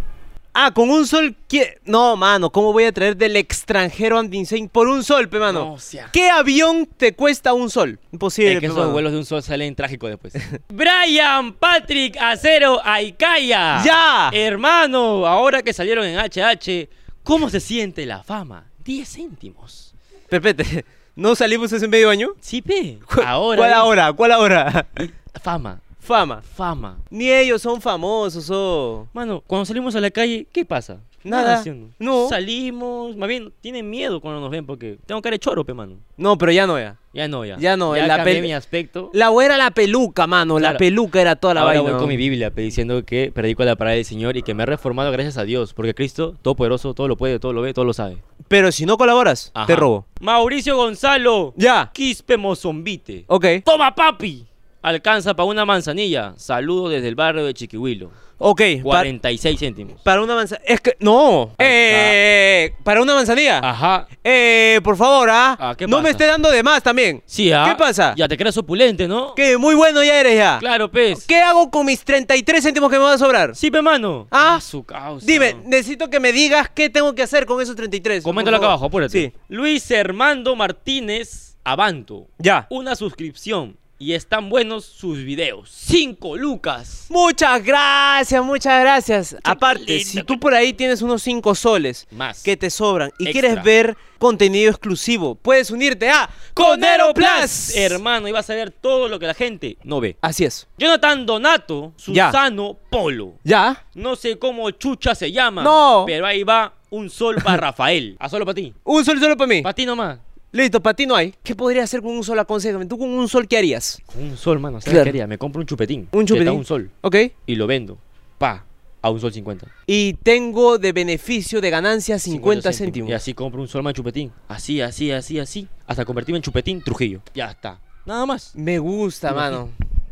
Ah, con un sol. ¿qué? No, mano, ¿cómo voy a traer del extranjero a Andinsein por un sol, pe, mano? No, sea. ¿Qué avión te cuesta un sol? Imposible, Es que pe, esos mano. vuelos de un sol salen trágicos después. Brian Patrick Acero Aikaya. ¡Ya! Hermano, ahora que salieron en HH, ¿cómo se siente la fama? 10 céntimos. Perpete, ¿no salimos hace medio año? Sí, pe. ¿Cu- Ahora. ¿Cuál es- ahora? ¿Cuál ahora? Fama, Fama. fama. Ni ellos son famosos, oh. Mano, cuando salimos a la calle, ¿qué pasa? Nada. ¿sí o no? No. Salimos, más bien, tienen miedo cuando nos ven porque tengo cara de choro, pe, mano. No, pero ya no, ya. Ya no, ya. Ya no, ya la cambié pel- mi aspecto. La hueá era la peluca, mano. La Claro. peluca era toda la Ahora vaina. voy con mi ¿no? Biblia pe, diciendo que predico la palabra del Señor y que me he reformado gracias a Dios, porque Cristo, todopoderoso, todo lo puede, todo lo ve, todo lo sabe. Pero si no colaboras, Ajá. te robo. Mauricio Gonzalo, Ya. Quispe Mozombite. Ok. Toma, papi. Alcanza para una manzanilla. Saludos desde el barrio de Chiquihuilo. Ok. pa- 46 céntimos. para una manzana. Es que. No. Ahí Eh, para una manzanilla. Ajá. Eh, por favor, ¿ah? Ah, ¿qué no me pasa? esté dando de más también. Sí, ah. ¿Qué pasa? Ya te creas opulente, ¿no? Que muy bueno ya eres ya. Claro, pez. ¿Qué hago con mis 33 céntimos que me van a sobrar? Sí, pe, mano. Ah. su causa. Dime, necesito que me digas qué tengo que hacer con esos 33. por Coméntalo acá favor. abajo, apúrate. Sí. Luis Hermando Martínez Abanto. Ya. Una suscripción. Y están buenos sus videos. 5 lucas. Muchas gracias, muchas gracias. Aparte, lindo si que- tú por ahí tienes unos 5 soles Más. que te sobran y Extra. quieres ver contenido exclusivo, puedes unirte a Conero Plus. Hermano, y vas a ver todo lo que la gente no ve. Así es. Jonathan Donato, Ya. Susano Polo. ¿Ya? No sé cómo chucha se llama. No. Pero ahí va un sol para Rafael. A solo para ti. Un sol solo para mí. Para ti nomás. Listo, para ti no hay. ¿Qué podría hacer con un sol? Aconsejame. ¿Tú con un sol qué harías? Con un sol, mano. ¿Sabes Claro. qué haría? Me compro un chupetín. Un que está chupetín. a un sol. ¿Ok? Y lo vendo. Pa. A un sol 50. Y tengo de beneficio de ganancia 50, céntimos. Y así compro un sol más chupetín. Así, así, así, así. Hasta convertirme en chupetín Trujillo. Ya está. Nada más. Me gusta, mano.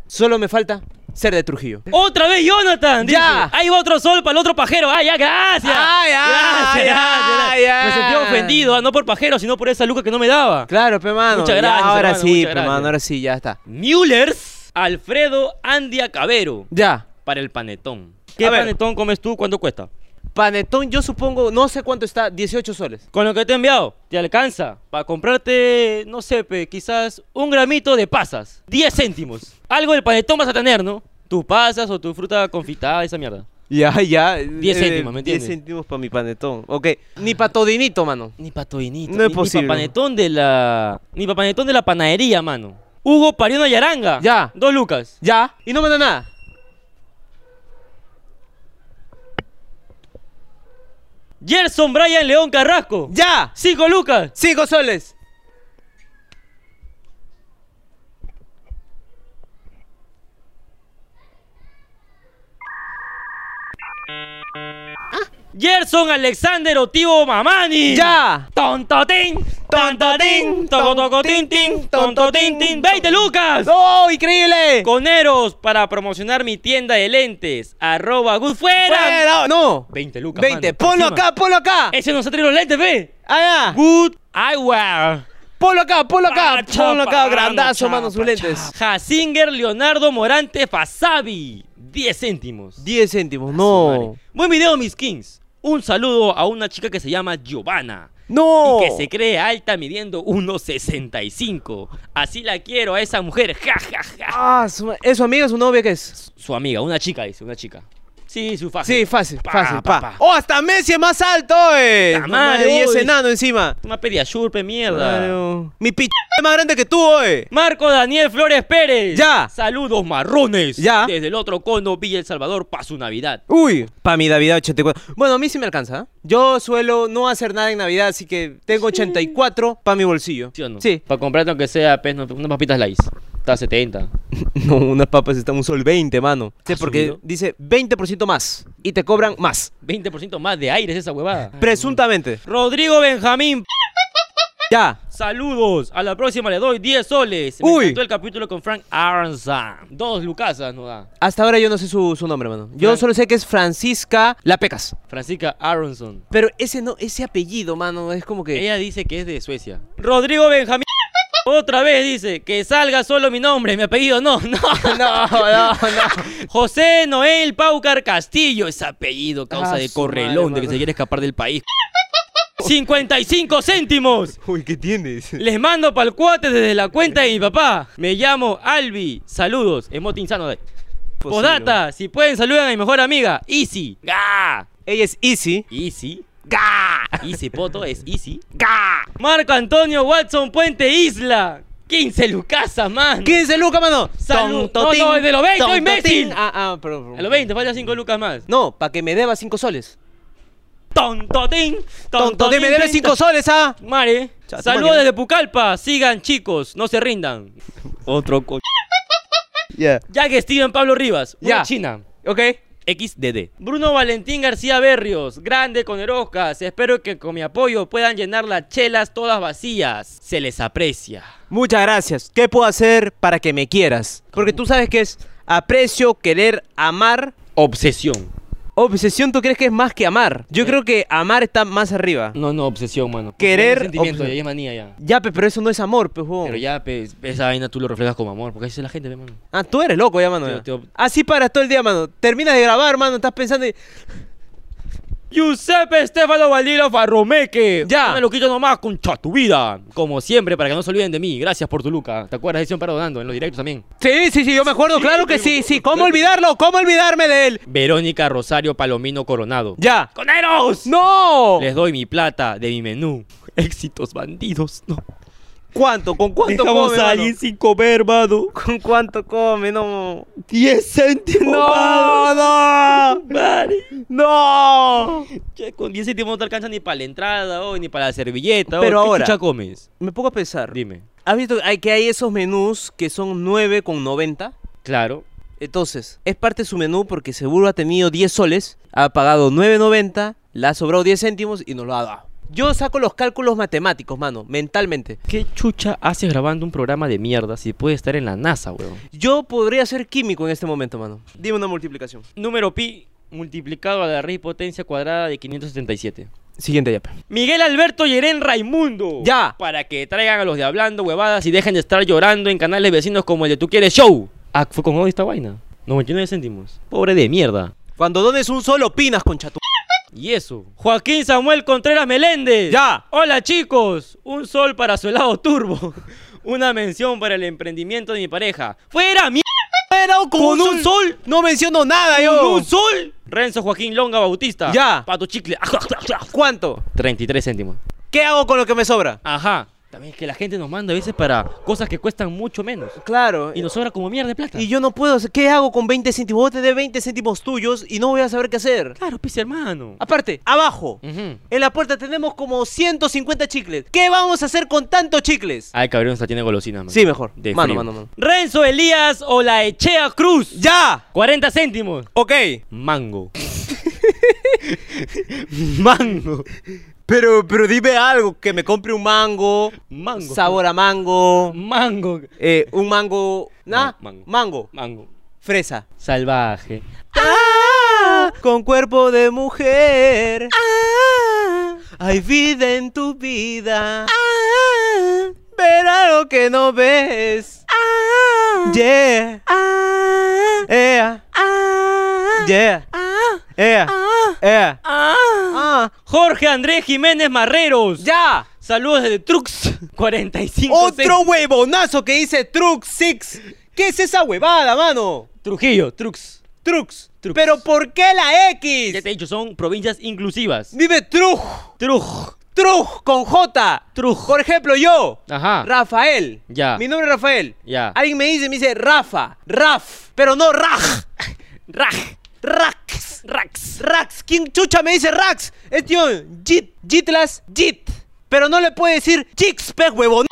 Solo me falta ser de Trujillo. ¡Otra vez Jonathan! dice. Ya. Ahí va otro sol para el otro pajero. ¡Ah, ya, gracias! Ay, ay, gracias, ay, gracias. ay, ay. Me sentí ofendido, ah, no por pajero, sino por esa luca que no me daba. Claro, pe mano. Muchas ya gracias, ahora hermano, sí, muchas pe gracias. mano, ahora sí, ya está. Muellers, Alfredo Andia Cabero, Ya. para el panetón. ¿Qué A ver. panetón comes tú? ¿Cuánto cuesta? Panetón, yo supongo, no sé cuánto está, 18 soles. Con lo que te he enviado, te alcanza para comprarte, no sé, pe, quizás un gramito de pasas. 10 céntimos. Algo del panetón vas a tener, ¿no? Tus pasas o tu fruta confitada, esa mierda. Ya, ya. 10 céntimos, ¿me entiendes? 10 céntimos para mi panetón. Ok. Ni para todinito, mano. Ni pa' Toinito, No es ni- posible. Ni pa' panetón de la. Ni pa' panetón de la panadería, mano. Hugo parió una yaranga. Ya. Dos lucas. Ya. Y no manda nada. Gerson Bryan León Carrasco. Ya. Cinco lucas. 5 soles. Gerson Alexander Otivo Mamani. Ya. Tontotín. Tontotín. Tocotocotín, tin. Tontotín, tin. Veinte lucas. ¡Oh, increíble! Coneros para promocionar mi tienda de lentes. Arroba good fuera. Fuera, No. 20 lucas. 20. mano, Ponlo encima. Eh. acá, ponlo acá. Ese nos ha traído los lentes, ve. Allá. Good eyewear. Ponlo acá, ponlo acá. Pacha, Ponlo acá, pacha, grandazo, mano, sus pacha. lentes. Jacinger Leonardo Morante Fasabi. 10 céntimos. 10 céntimos, Ah, Madre. no. Buen video, mis kings. Un saludo a una chica que se llama Giovanna. No. Y que se cree alta midiendo 1.65. Así la quiero a esa mujer. Ja, ja, ja. Ah, su, ma- ¿es su amiga, su novia qué es? Su amiga, una chica, dice, una chica. Sí, su faja. Sí, fácil, Pa, fácil, pa, pa. pa. ¡Oh, hasta Messi es más alto, eh! Ta madre, y es uy. enano encima. Una pediashurpe, mierda. Claro. Mi p*** es más grande que tú, oe. Marco Daniel Flores Pérez. Ya. Saludos marrones. Ya. Desde el otro cono, Villa El Salvador, para su Navidad. Uy, pa' mi Navidad 84. Bueno, a mí sí me alcanza. ¿eh? Yo suelo no hacer nada en Navidad, así que tengo 84 pa' mi bolsillo. ¿Sí o no? Sí. Para comprarte aunque sea pues, no, unas papitas Lays. Está a 70. No, unas papas están un sol 20, mano. Sí, ¿Ha porque subido? dice 20% más y te cobran más. Ah, 20% más de aire es esa huevada. Presuntamente. Rodrigo Benjamín, p- Ya. saludos. A la próxima le doy 10 soles. Me Uy. encantó el capítulo con Frank Aronson. Dos lucasas no da. Hasta ahora yo no sé su, su nombre, mano. Yo Fran- solo sé que es Francisca La Pecas. Francisca Aronson. Pero ese no, ese apellido, mano, es como que. Ella dice que es de Suecia. Rodrigo Benjamín. Otra vez dice que salga solo mi nombre, mi apellido no, no, no, no, José Noel Paucar Castillo, ese apellido causa Ah, de su correlón madre, de que se mano. quiere escapar del país. 55 céntimos. Uy, ¿qué tienes? Les mando pa'l cuate desde la cuenta de mi papá. Me llamo Albi. Saludos. Emote insano de. Podata, si pueden saludan a mi mejor amiga, Easy. ¡Ga! Ella es Easy. Easy. ¡Ga! Easy Poto es Easy. ¡Ga! Marco Antonio Watson Puente Isla. 15 lucasas, man. 15 lucas, mano. Salud. Ton, totín, No, no, es de los 20, ton, imbécil. totín. Ah, ah, perdón. perdón. A los 20 falta 5 lucas más. No, para que me deba 5 soles. Tontotín. Tonto, me debes 5 soles, ah. Mare. Chao, Saludos Timoño. desde Pucallpa. Sigan, chicos. No se rindan. Otro co... Ya. Jack Steven Pablo Rivas. Una Ya. china. Ok. XDD. Bruno Valentín García Berrios, grande con Eroscas. Espero que con mi apoyo puedan llenar las chelas todas vacías. Se les aprecia. Muchas gracias. ¿Qué puedo hacer para que me quieras? Porque tú sabes que es aprecio, querer, amar. Obsesión. Obsesión, ¿tú crees que es más que amar? Yo creo que amar está más arriba. No, no, obsesión, mano. Querer, Es sentimiento, obsesión. ya es manía ya. Ya, pe, pero eso no es amor, pe, huevón. Pero ya, pe, esa vaina tú lo reflejas como amor, porque así es la gente, pe, mano. Ah, tú eres loco ya, mano. Te- ya. te- Así para todo el día, mano. Terminas de grabar, mano. Estás pensando y... Giuseppe Estefano Valdilo Farromeque. Ya. Dame loquito nomás con cha tu vida. Como siempre, para que no se olviden de mí. Gracias por tu Luca. ¿Te acuerdas de siempre donando en los directos también? Sí, sí, sí, yo me acuerdo, claro que sí, sí. ¿Cómo olvidarlo? ¿Cómo olvidarme de él? Verónica Rosario Palomino Coronado. Ya. ¡Coneros! ¡No! Les doy mi plata de mi menú. Éxitos bandidos, no. ¿Cuánto? ¿Con cuánto Dejamos come? a mano? alguien sin comer, mano. ¿Con cuánto come? No. 10 céntimos. ¡No! ¡No! Vale. ¡No! Ya con 10 céntimos no te alcanza ni para la entrada, hoy, ni para la servilleta. Pero hoy. ¿Qué ahora- chucha comes? Me pongo a pensar. Dime. ¿Has visto hay- que hay esos menús que son 9 con 90? Claro. Entonces, es parte de su menú porque seguro ha tenido 10 soles, ha pagado 9.90, le ha sobrado 10 céntimos y nos lo ha dado. Yo saco los cálculos matemáticos, mano, mentalmente. ¿Qué chucha haces grabando un programa de mierda si puedes estar en la NASA, weón? Yo podría ser químico en este momento, mano. Dime una multiplicación. Número pi multiplicado a la raíz potencia cuadrada de 577. Siguiente ya. pe. Miguel Alberto Yeren Raimundo. Ya. Para que traigan a los de hablando huevadas y dejen de estar llorando en canales vecinos como el de Tú Quieres Show. Ah, fue con hoy esta vaina. 99 céntimos. Pobre de mierda. Cuando dones un solo, opinas, concha tu... Y eso. Joaquín Samuel Contreras Meléndez. Ya. Hola chicos. Un sol para su helado turbo. Una mención para el emprendimiento de mi pareja. Fuera mierda. con, un sol. No menciono nada, yo. Un sol. Renzo Joaquín Longa Bautista. Ya. Pato chicle. ¿Cuánto? 33 céntimos. ¿Qué hago con lo que me sobra? Ajá. También es que la gente nos manda a veces para cosas que cuestan mucho menos. Claro. Y nos sobra como mierda de plata. Y yo no puedo hacer. ¿Qué hago con 20 céntimos? Vos te de 20 céntimos tuyos y no voy a saber qué hacer. claro, pues hermano. Aparte, abajo, Ujú. en la puerta tenemos como 150 chicles. ¿Qué vamos a hacer con tantos chicles? Hay que abrir nuestra tienda de golosinas, mano. Sí, mejor. De Mano, frío. mano, mano. Renzo Elías o la Echea Cruz. ¡Ya! 40 céntimos. Ok. Mango. mango. Pero, pero dime algo, que me compre un mango, Mango. sabor a mango, Mango. eh, un mango, ¿na? mango. mango, Mango. fresa. Salvaje. Con cuerpo de mujer. Hay vida en tu vida. Ah. Ver algo que no ves. Ah. Yeah. Ah. Yeah. Yeah. Yeah. Yeah. Ah. Jorge Andrés Jiménez Marreros. Ya. Saludos desde Trux. 45 Otro céntimos. huevonazo que dice Truck Six. ¿Qué es esa huevada, mano? Trujillo, Trux. Trucks. Trux. Pero ¿por qué la Ya te X? he dicho, son provincias inclusivas. Vive Truj. Truj. Truj con J. Truj. Por ejemplo, yo. Ajá. Rafael. Ah. Ya. Mi nombre es Rafael. Ya. Alguien me dice, me dice Rafa, Raf, pero no Raj. Raj. Rax. Rax. Rax. ¿Quién chucha me dice Rax? Es tío Jit. Jitlas. Jit. Pero no le puede decir Jixpe, huevón.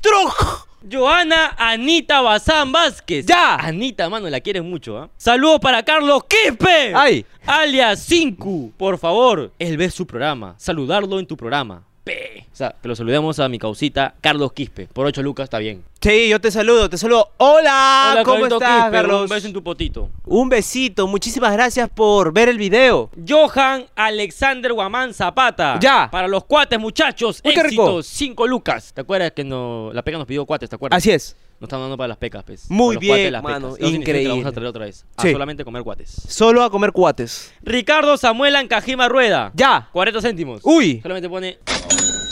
Truj. Joana Anita Bazán Vázquez. Ya. Anita, mano, la quieres mucho, ¿ah? Saludos para Carlos Quispe. Ay. Alias Cinco. Por favor, él ve su programa. Saludarlo en tu programa. P. O sea, que lo saludemos a mi causita, Carlos Quispe. Por 8 lucas, está bien. Sí, yo te saludo, te saludo. Hola, Hola, Ah, ¿cómo Carlito estás, Quispe, Carlos? Un beso en tu potito. Un besito, muchísimas gracias por ver el video. Johan Alexander Guamán Zapata. Ya. Para los cuates, muchachos. Uy, qué rico. Éxito, 5 lucas. ¿Te acuerdas que no, la peca nos pidió cuates, te acuerdas? Así es, Nos están dando para las pecas, pues. Muy Para los bien, cuates, las pecas. mano, Eso significa que increíble. Vamos a traer otra vez. A Sí. solamente comer cuates. solo a comer cuates. Ricardo Samuel Ancajima Rueda. Ya. 40 céntimos. Uy. Solamente pone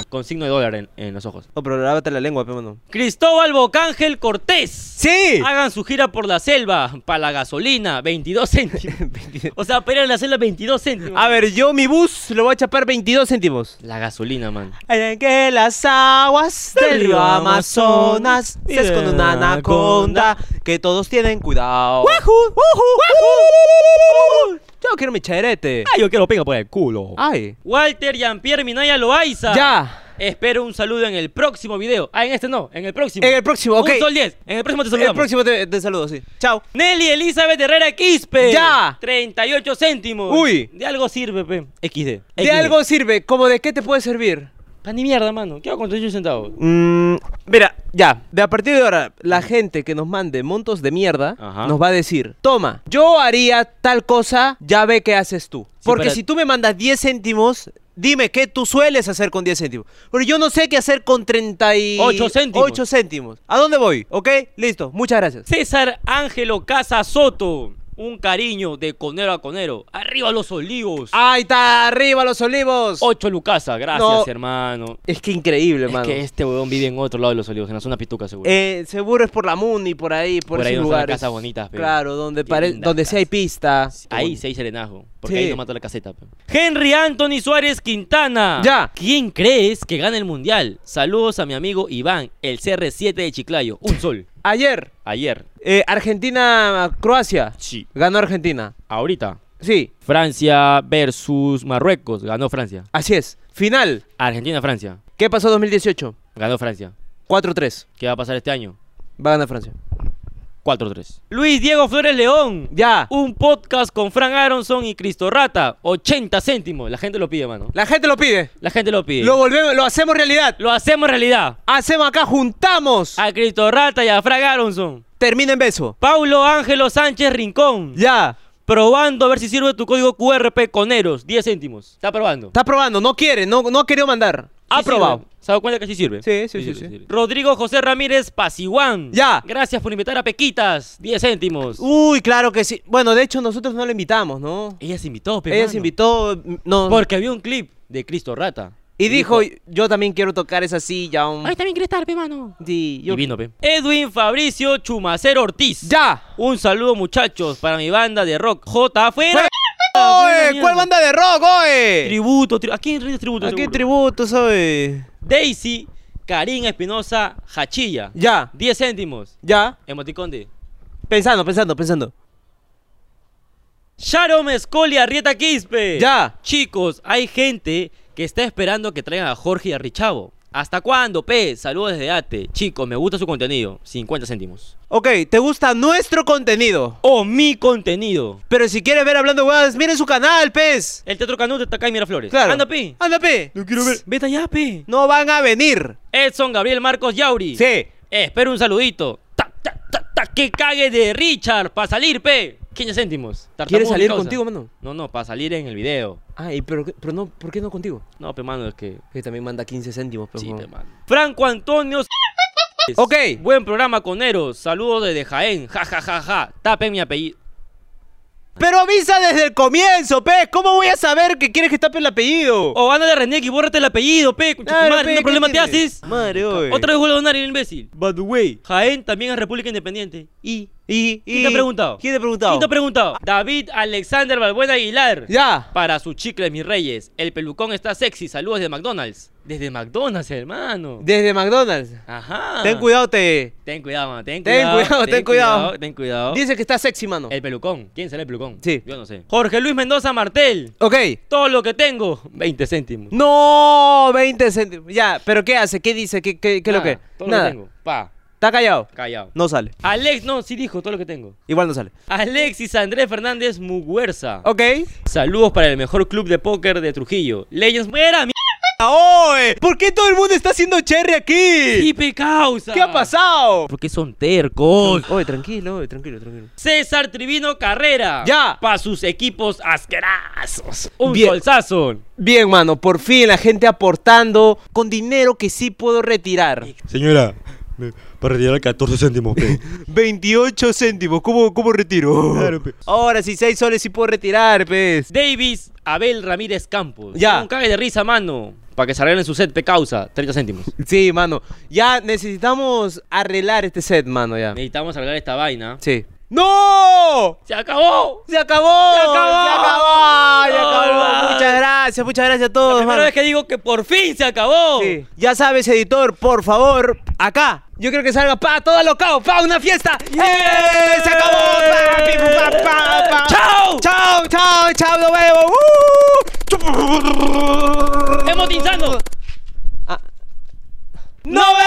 con signo de dólar en, en los ojos. No, pero lávate la lengua, pe, mano. Cristóbal Bocángel Cortés. Sí. Hagan su gira por la selva. Para la gasolina, 22 céntimos. o sea, para ir a la selva, 22 céntimos. A ver, yo mi bus lo voy a chapar 22 céntimos. La gasolina, man. En que las aguas del río Amazonas se esconde una anaconda que todos tienen cuidado. Yo quiero mi cherete. Ah, yo quiero pega por el culo. Ay, Walter Jean-Pierre Minaya Loaiza. ya. Espero un saludo en el próximo video. Ah, en este no, en el próximo. En el próximo, ok. Un sol 10. En el próximo te saludamos. El próximo te, te saludo, sí. Chao. Nelly Elizabeth Herrera Quispe. Ya. 38 céntimos. Uy. De algo sirve, pe. XD. De XD. algo sirve, como de qué te puede servir. Pa' ni mierda, mano. ¿Qué hago con 38 centavos? Mm, mira, ya, de a partir de ahora, la gente que nos mande montos de mierda Ajá. nos va a decir, toma, yo haría tal cosa, ya ve qué haces tú. Porque pero- si tú me mandas 10 céntimos, dime qué tú sueles hacer con 10 céntimos. Porque yo no sé qué hacer con 38 Ocho céntimos. céntimos. ¿A dónde voy? ¿Ok? Listo, muchas gracias. César Ángelo Casa Soto. Un cariño de conero a conero. Arriba los olivos. Ahí está, arriba los olivos. 8 Lucasa. Gracias, No. hermano. es que increíble, Es hermano. que este huevón vive en otro lado de los olivos, en la zona pituca, seguro. Eh, seguro es por la Muni, por ahí, por, Por ahí donde están esos las lugares. casas bonitas, pe. Claro, donde, Qué pare- lindas donde sí hay casas. pista. Ahí sí hay serenazgo, porque Sí. ahí no mata la caseta. pe. Henry Anthony Suárez Quintana. Ya. ¿Quién crees que gana el mundial? Saludos a mi amigo Iván, el CR7 de Chiclayo. Un sol. Ayer, Ayer. eh, Argentina, Croacia. Sí. Ganó Argentina. Ahorita. Sí, Francia versus Marruecos. Ganó Francia. así es. Final. Argentina-Francia. ¿Qué pasó 2018? Ganó Francia. 4-3. ¿Qué va a pasar este año? Va a ganar Francia. 4-3. Luis Diego Flores León. Ya. Un podcast con Frank Aronson y Cristo Rata. 80 céntimos. La gente lo pide, mano. La gente lo pide. La gente lo pide. Lo volvemos, lo hacemos realidad. Lo hacemos realidad. Hacemos acá, juntamos. A Cristo Rata y a Frank Aronson. Ah, Termina en beso. Paulo Ángelo Sánchez Rincón. Ya. Probando a ver si sirve tu código QRP Coneros. 10 céntimos. Está probando. Está probando, no quiere, no, no ha querido mandar. Ha Sí probado. sirve. ¿Se ha dado cuenta que sí sirve? Sí, sí, sí, sirve, sí. sirve. Rodrigo José Ramírez Pasiguán. Ya. Uh. Gracias por invitar a Pequitas. 10 céntimos. Uy, claro que sí. Bueno, de hecho, nosotros no la invitamos, Pues ¿no? Ella se invitó, pe, Ella mano. se invitó. mm, No. Porque había un clip de Cristo Rata. y dijo, yo también quiero tocar esa silla. un- Ahí también quiere estar, pe, mano. Sí, yo- Y vino, pe. Edwin Fabricio Chumacero Ortiz. ¡Ya! Un saludo, muchachos, para mi banda de rock. J afuera. ¡Fuera! Buena ¡Oye! mierda. ¿Cuál banda de rock, oye? Tributo, tri- ¿a quién rinde tributo? ¿A qué seguro? tributo, oye? Daisy Karina Espinosa Hachilla. Ya, 10 céntimos. ya. Emoticón de. Pensando, pensando, pensando. Sharon Escoli Arrieta Quispe. Ya. Chicos, hay gente que está esperando que traigan a Jorge y a Richavo. ¿Hasta cuándo, pe? Saludos desde Ate. Chicos, me gusta su contenido. 50 céntimos. Ok, ¿te gusta nuestro contenido? O mi contenido. Pero si quieres ver hablando huevadas, miren su canal, pez. El Teatro Canute está acá en Miraflores. Claro. Anda, pe. Anda, pe. No quiero ver. Vete allá, pe. No van a venir. Edson Gabriel Marcos Yauri. Sí. Espero un saludito. Ta, ta, ta, ta, que cague de Richard para salir, pe. 15 céntimos. Tartamudo, ¿Quieres salir mi causa. contigo, mano? No, no, para salir en el video. Ay, pero, pero no, ¿por qué no contigo? No, pe, mano, es que. Que también manda 15 céntimos, pero. Sí, pe, mano. Franco Antonio. S- Ok. Buen programa, Conero. Saludos desde Jaén. Ja, ja, ja, ja. Tapen mi apellido. Pero avisa desde el comienzo, pez. ¿Cómo voy a saber que quieres que tape el apellido? O anda Oh, de Renek y bórrate el apellido, pe. Concha tu Claro, madre, pe, no ¿qué problema te tienes? haces. Madre, oye. Otra vez vuelvo a donar el imbécil. By the way. Jaén también es República Independiente. Y. ¿Y, ¿Quién te ha preguntado? ¿Quién te ha preguntado? Quinto preguntado. David Alexander Balbuena Aguilar. Ya. Para sus chicles, mis reyes. El pelucón está sexy. Saludos de McDonald's. Desde McDonald's, hermano. Desde McDonald's. Ajá. Ten cuidado, te. Ten cuidado, mano. Ten Ten cuidado. cuidado, ten cuidado. Ten cuidado. Dice que está sexy, mano. El pelucón. ¿Quién será el pelucón? Sí. Yo no sé. Jorge Luis Mendoza Martel. Ok. Todo lo que tengo. 20 céntimos. No, 20 céntimos. Ya, pero ¿qué hace? ¿Qué dice? ¿Qué, qué, qué es lo Nada, que? Todo Nada. lo que tengo. Pa. ¿Está callado? Callado. No sale. Alex, no, sí dijo todo lo que tengo. Igual no sale. Oh. Alexis Andrés Fernández Muguerza. Ok. Saludos para el mejor club de póker de Trujillo. Legends. ¡Muera, mi ¡Oye! ¡Ah, ¿Por qué todo el mundo está haciendo cherry aquí? ¡Qué causa! ¿Qué ha pasado? Porque son tercos. Oye, tranquilo, oye, tranquilo, tranquilo. César Trivino Carrera. Ya. Para sus equipos asquerazos. Un Bien. solzazo. Bien, mano, por fin la gente aportando con dinero que sí puedo retirar. Señora, me- para retirar 14 céntimos, pe. 28 céntimos, ¿cómo, cómo retiro? Claro, pe. Ahora sí, 6 soles sí puedo retirar, pez. Davis Abel Ramírez Campos. Ya. Un cague de risa, mano. Para que se arreglen su set, pe causa. 30 céntimos. Sí, mano. Ya necesitamos arreglar este set, mano, ya. Necesitamos arreglar esta vaina. Sí. ¡No! ¡Se acabó! ¡Se acabó! ¡Se acabó! ¡Se acabó! Hola. Muchas gracias, muchas gracias a La todos, primera mano. vez que digo que por fin se acabó. Sí. Ya sabes, editor, por favor, acá. Yo creo que salga pa todo locao, pa una fiesta. ¡Eh! Se acabó. Pa, pi, pu, pa, pa, pa. ¡Chao! Chao, chao, chao, nos vemos. ¡Hemos ¡Uh! tinzando! ¡Nos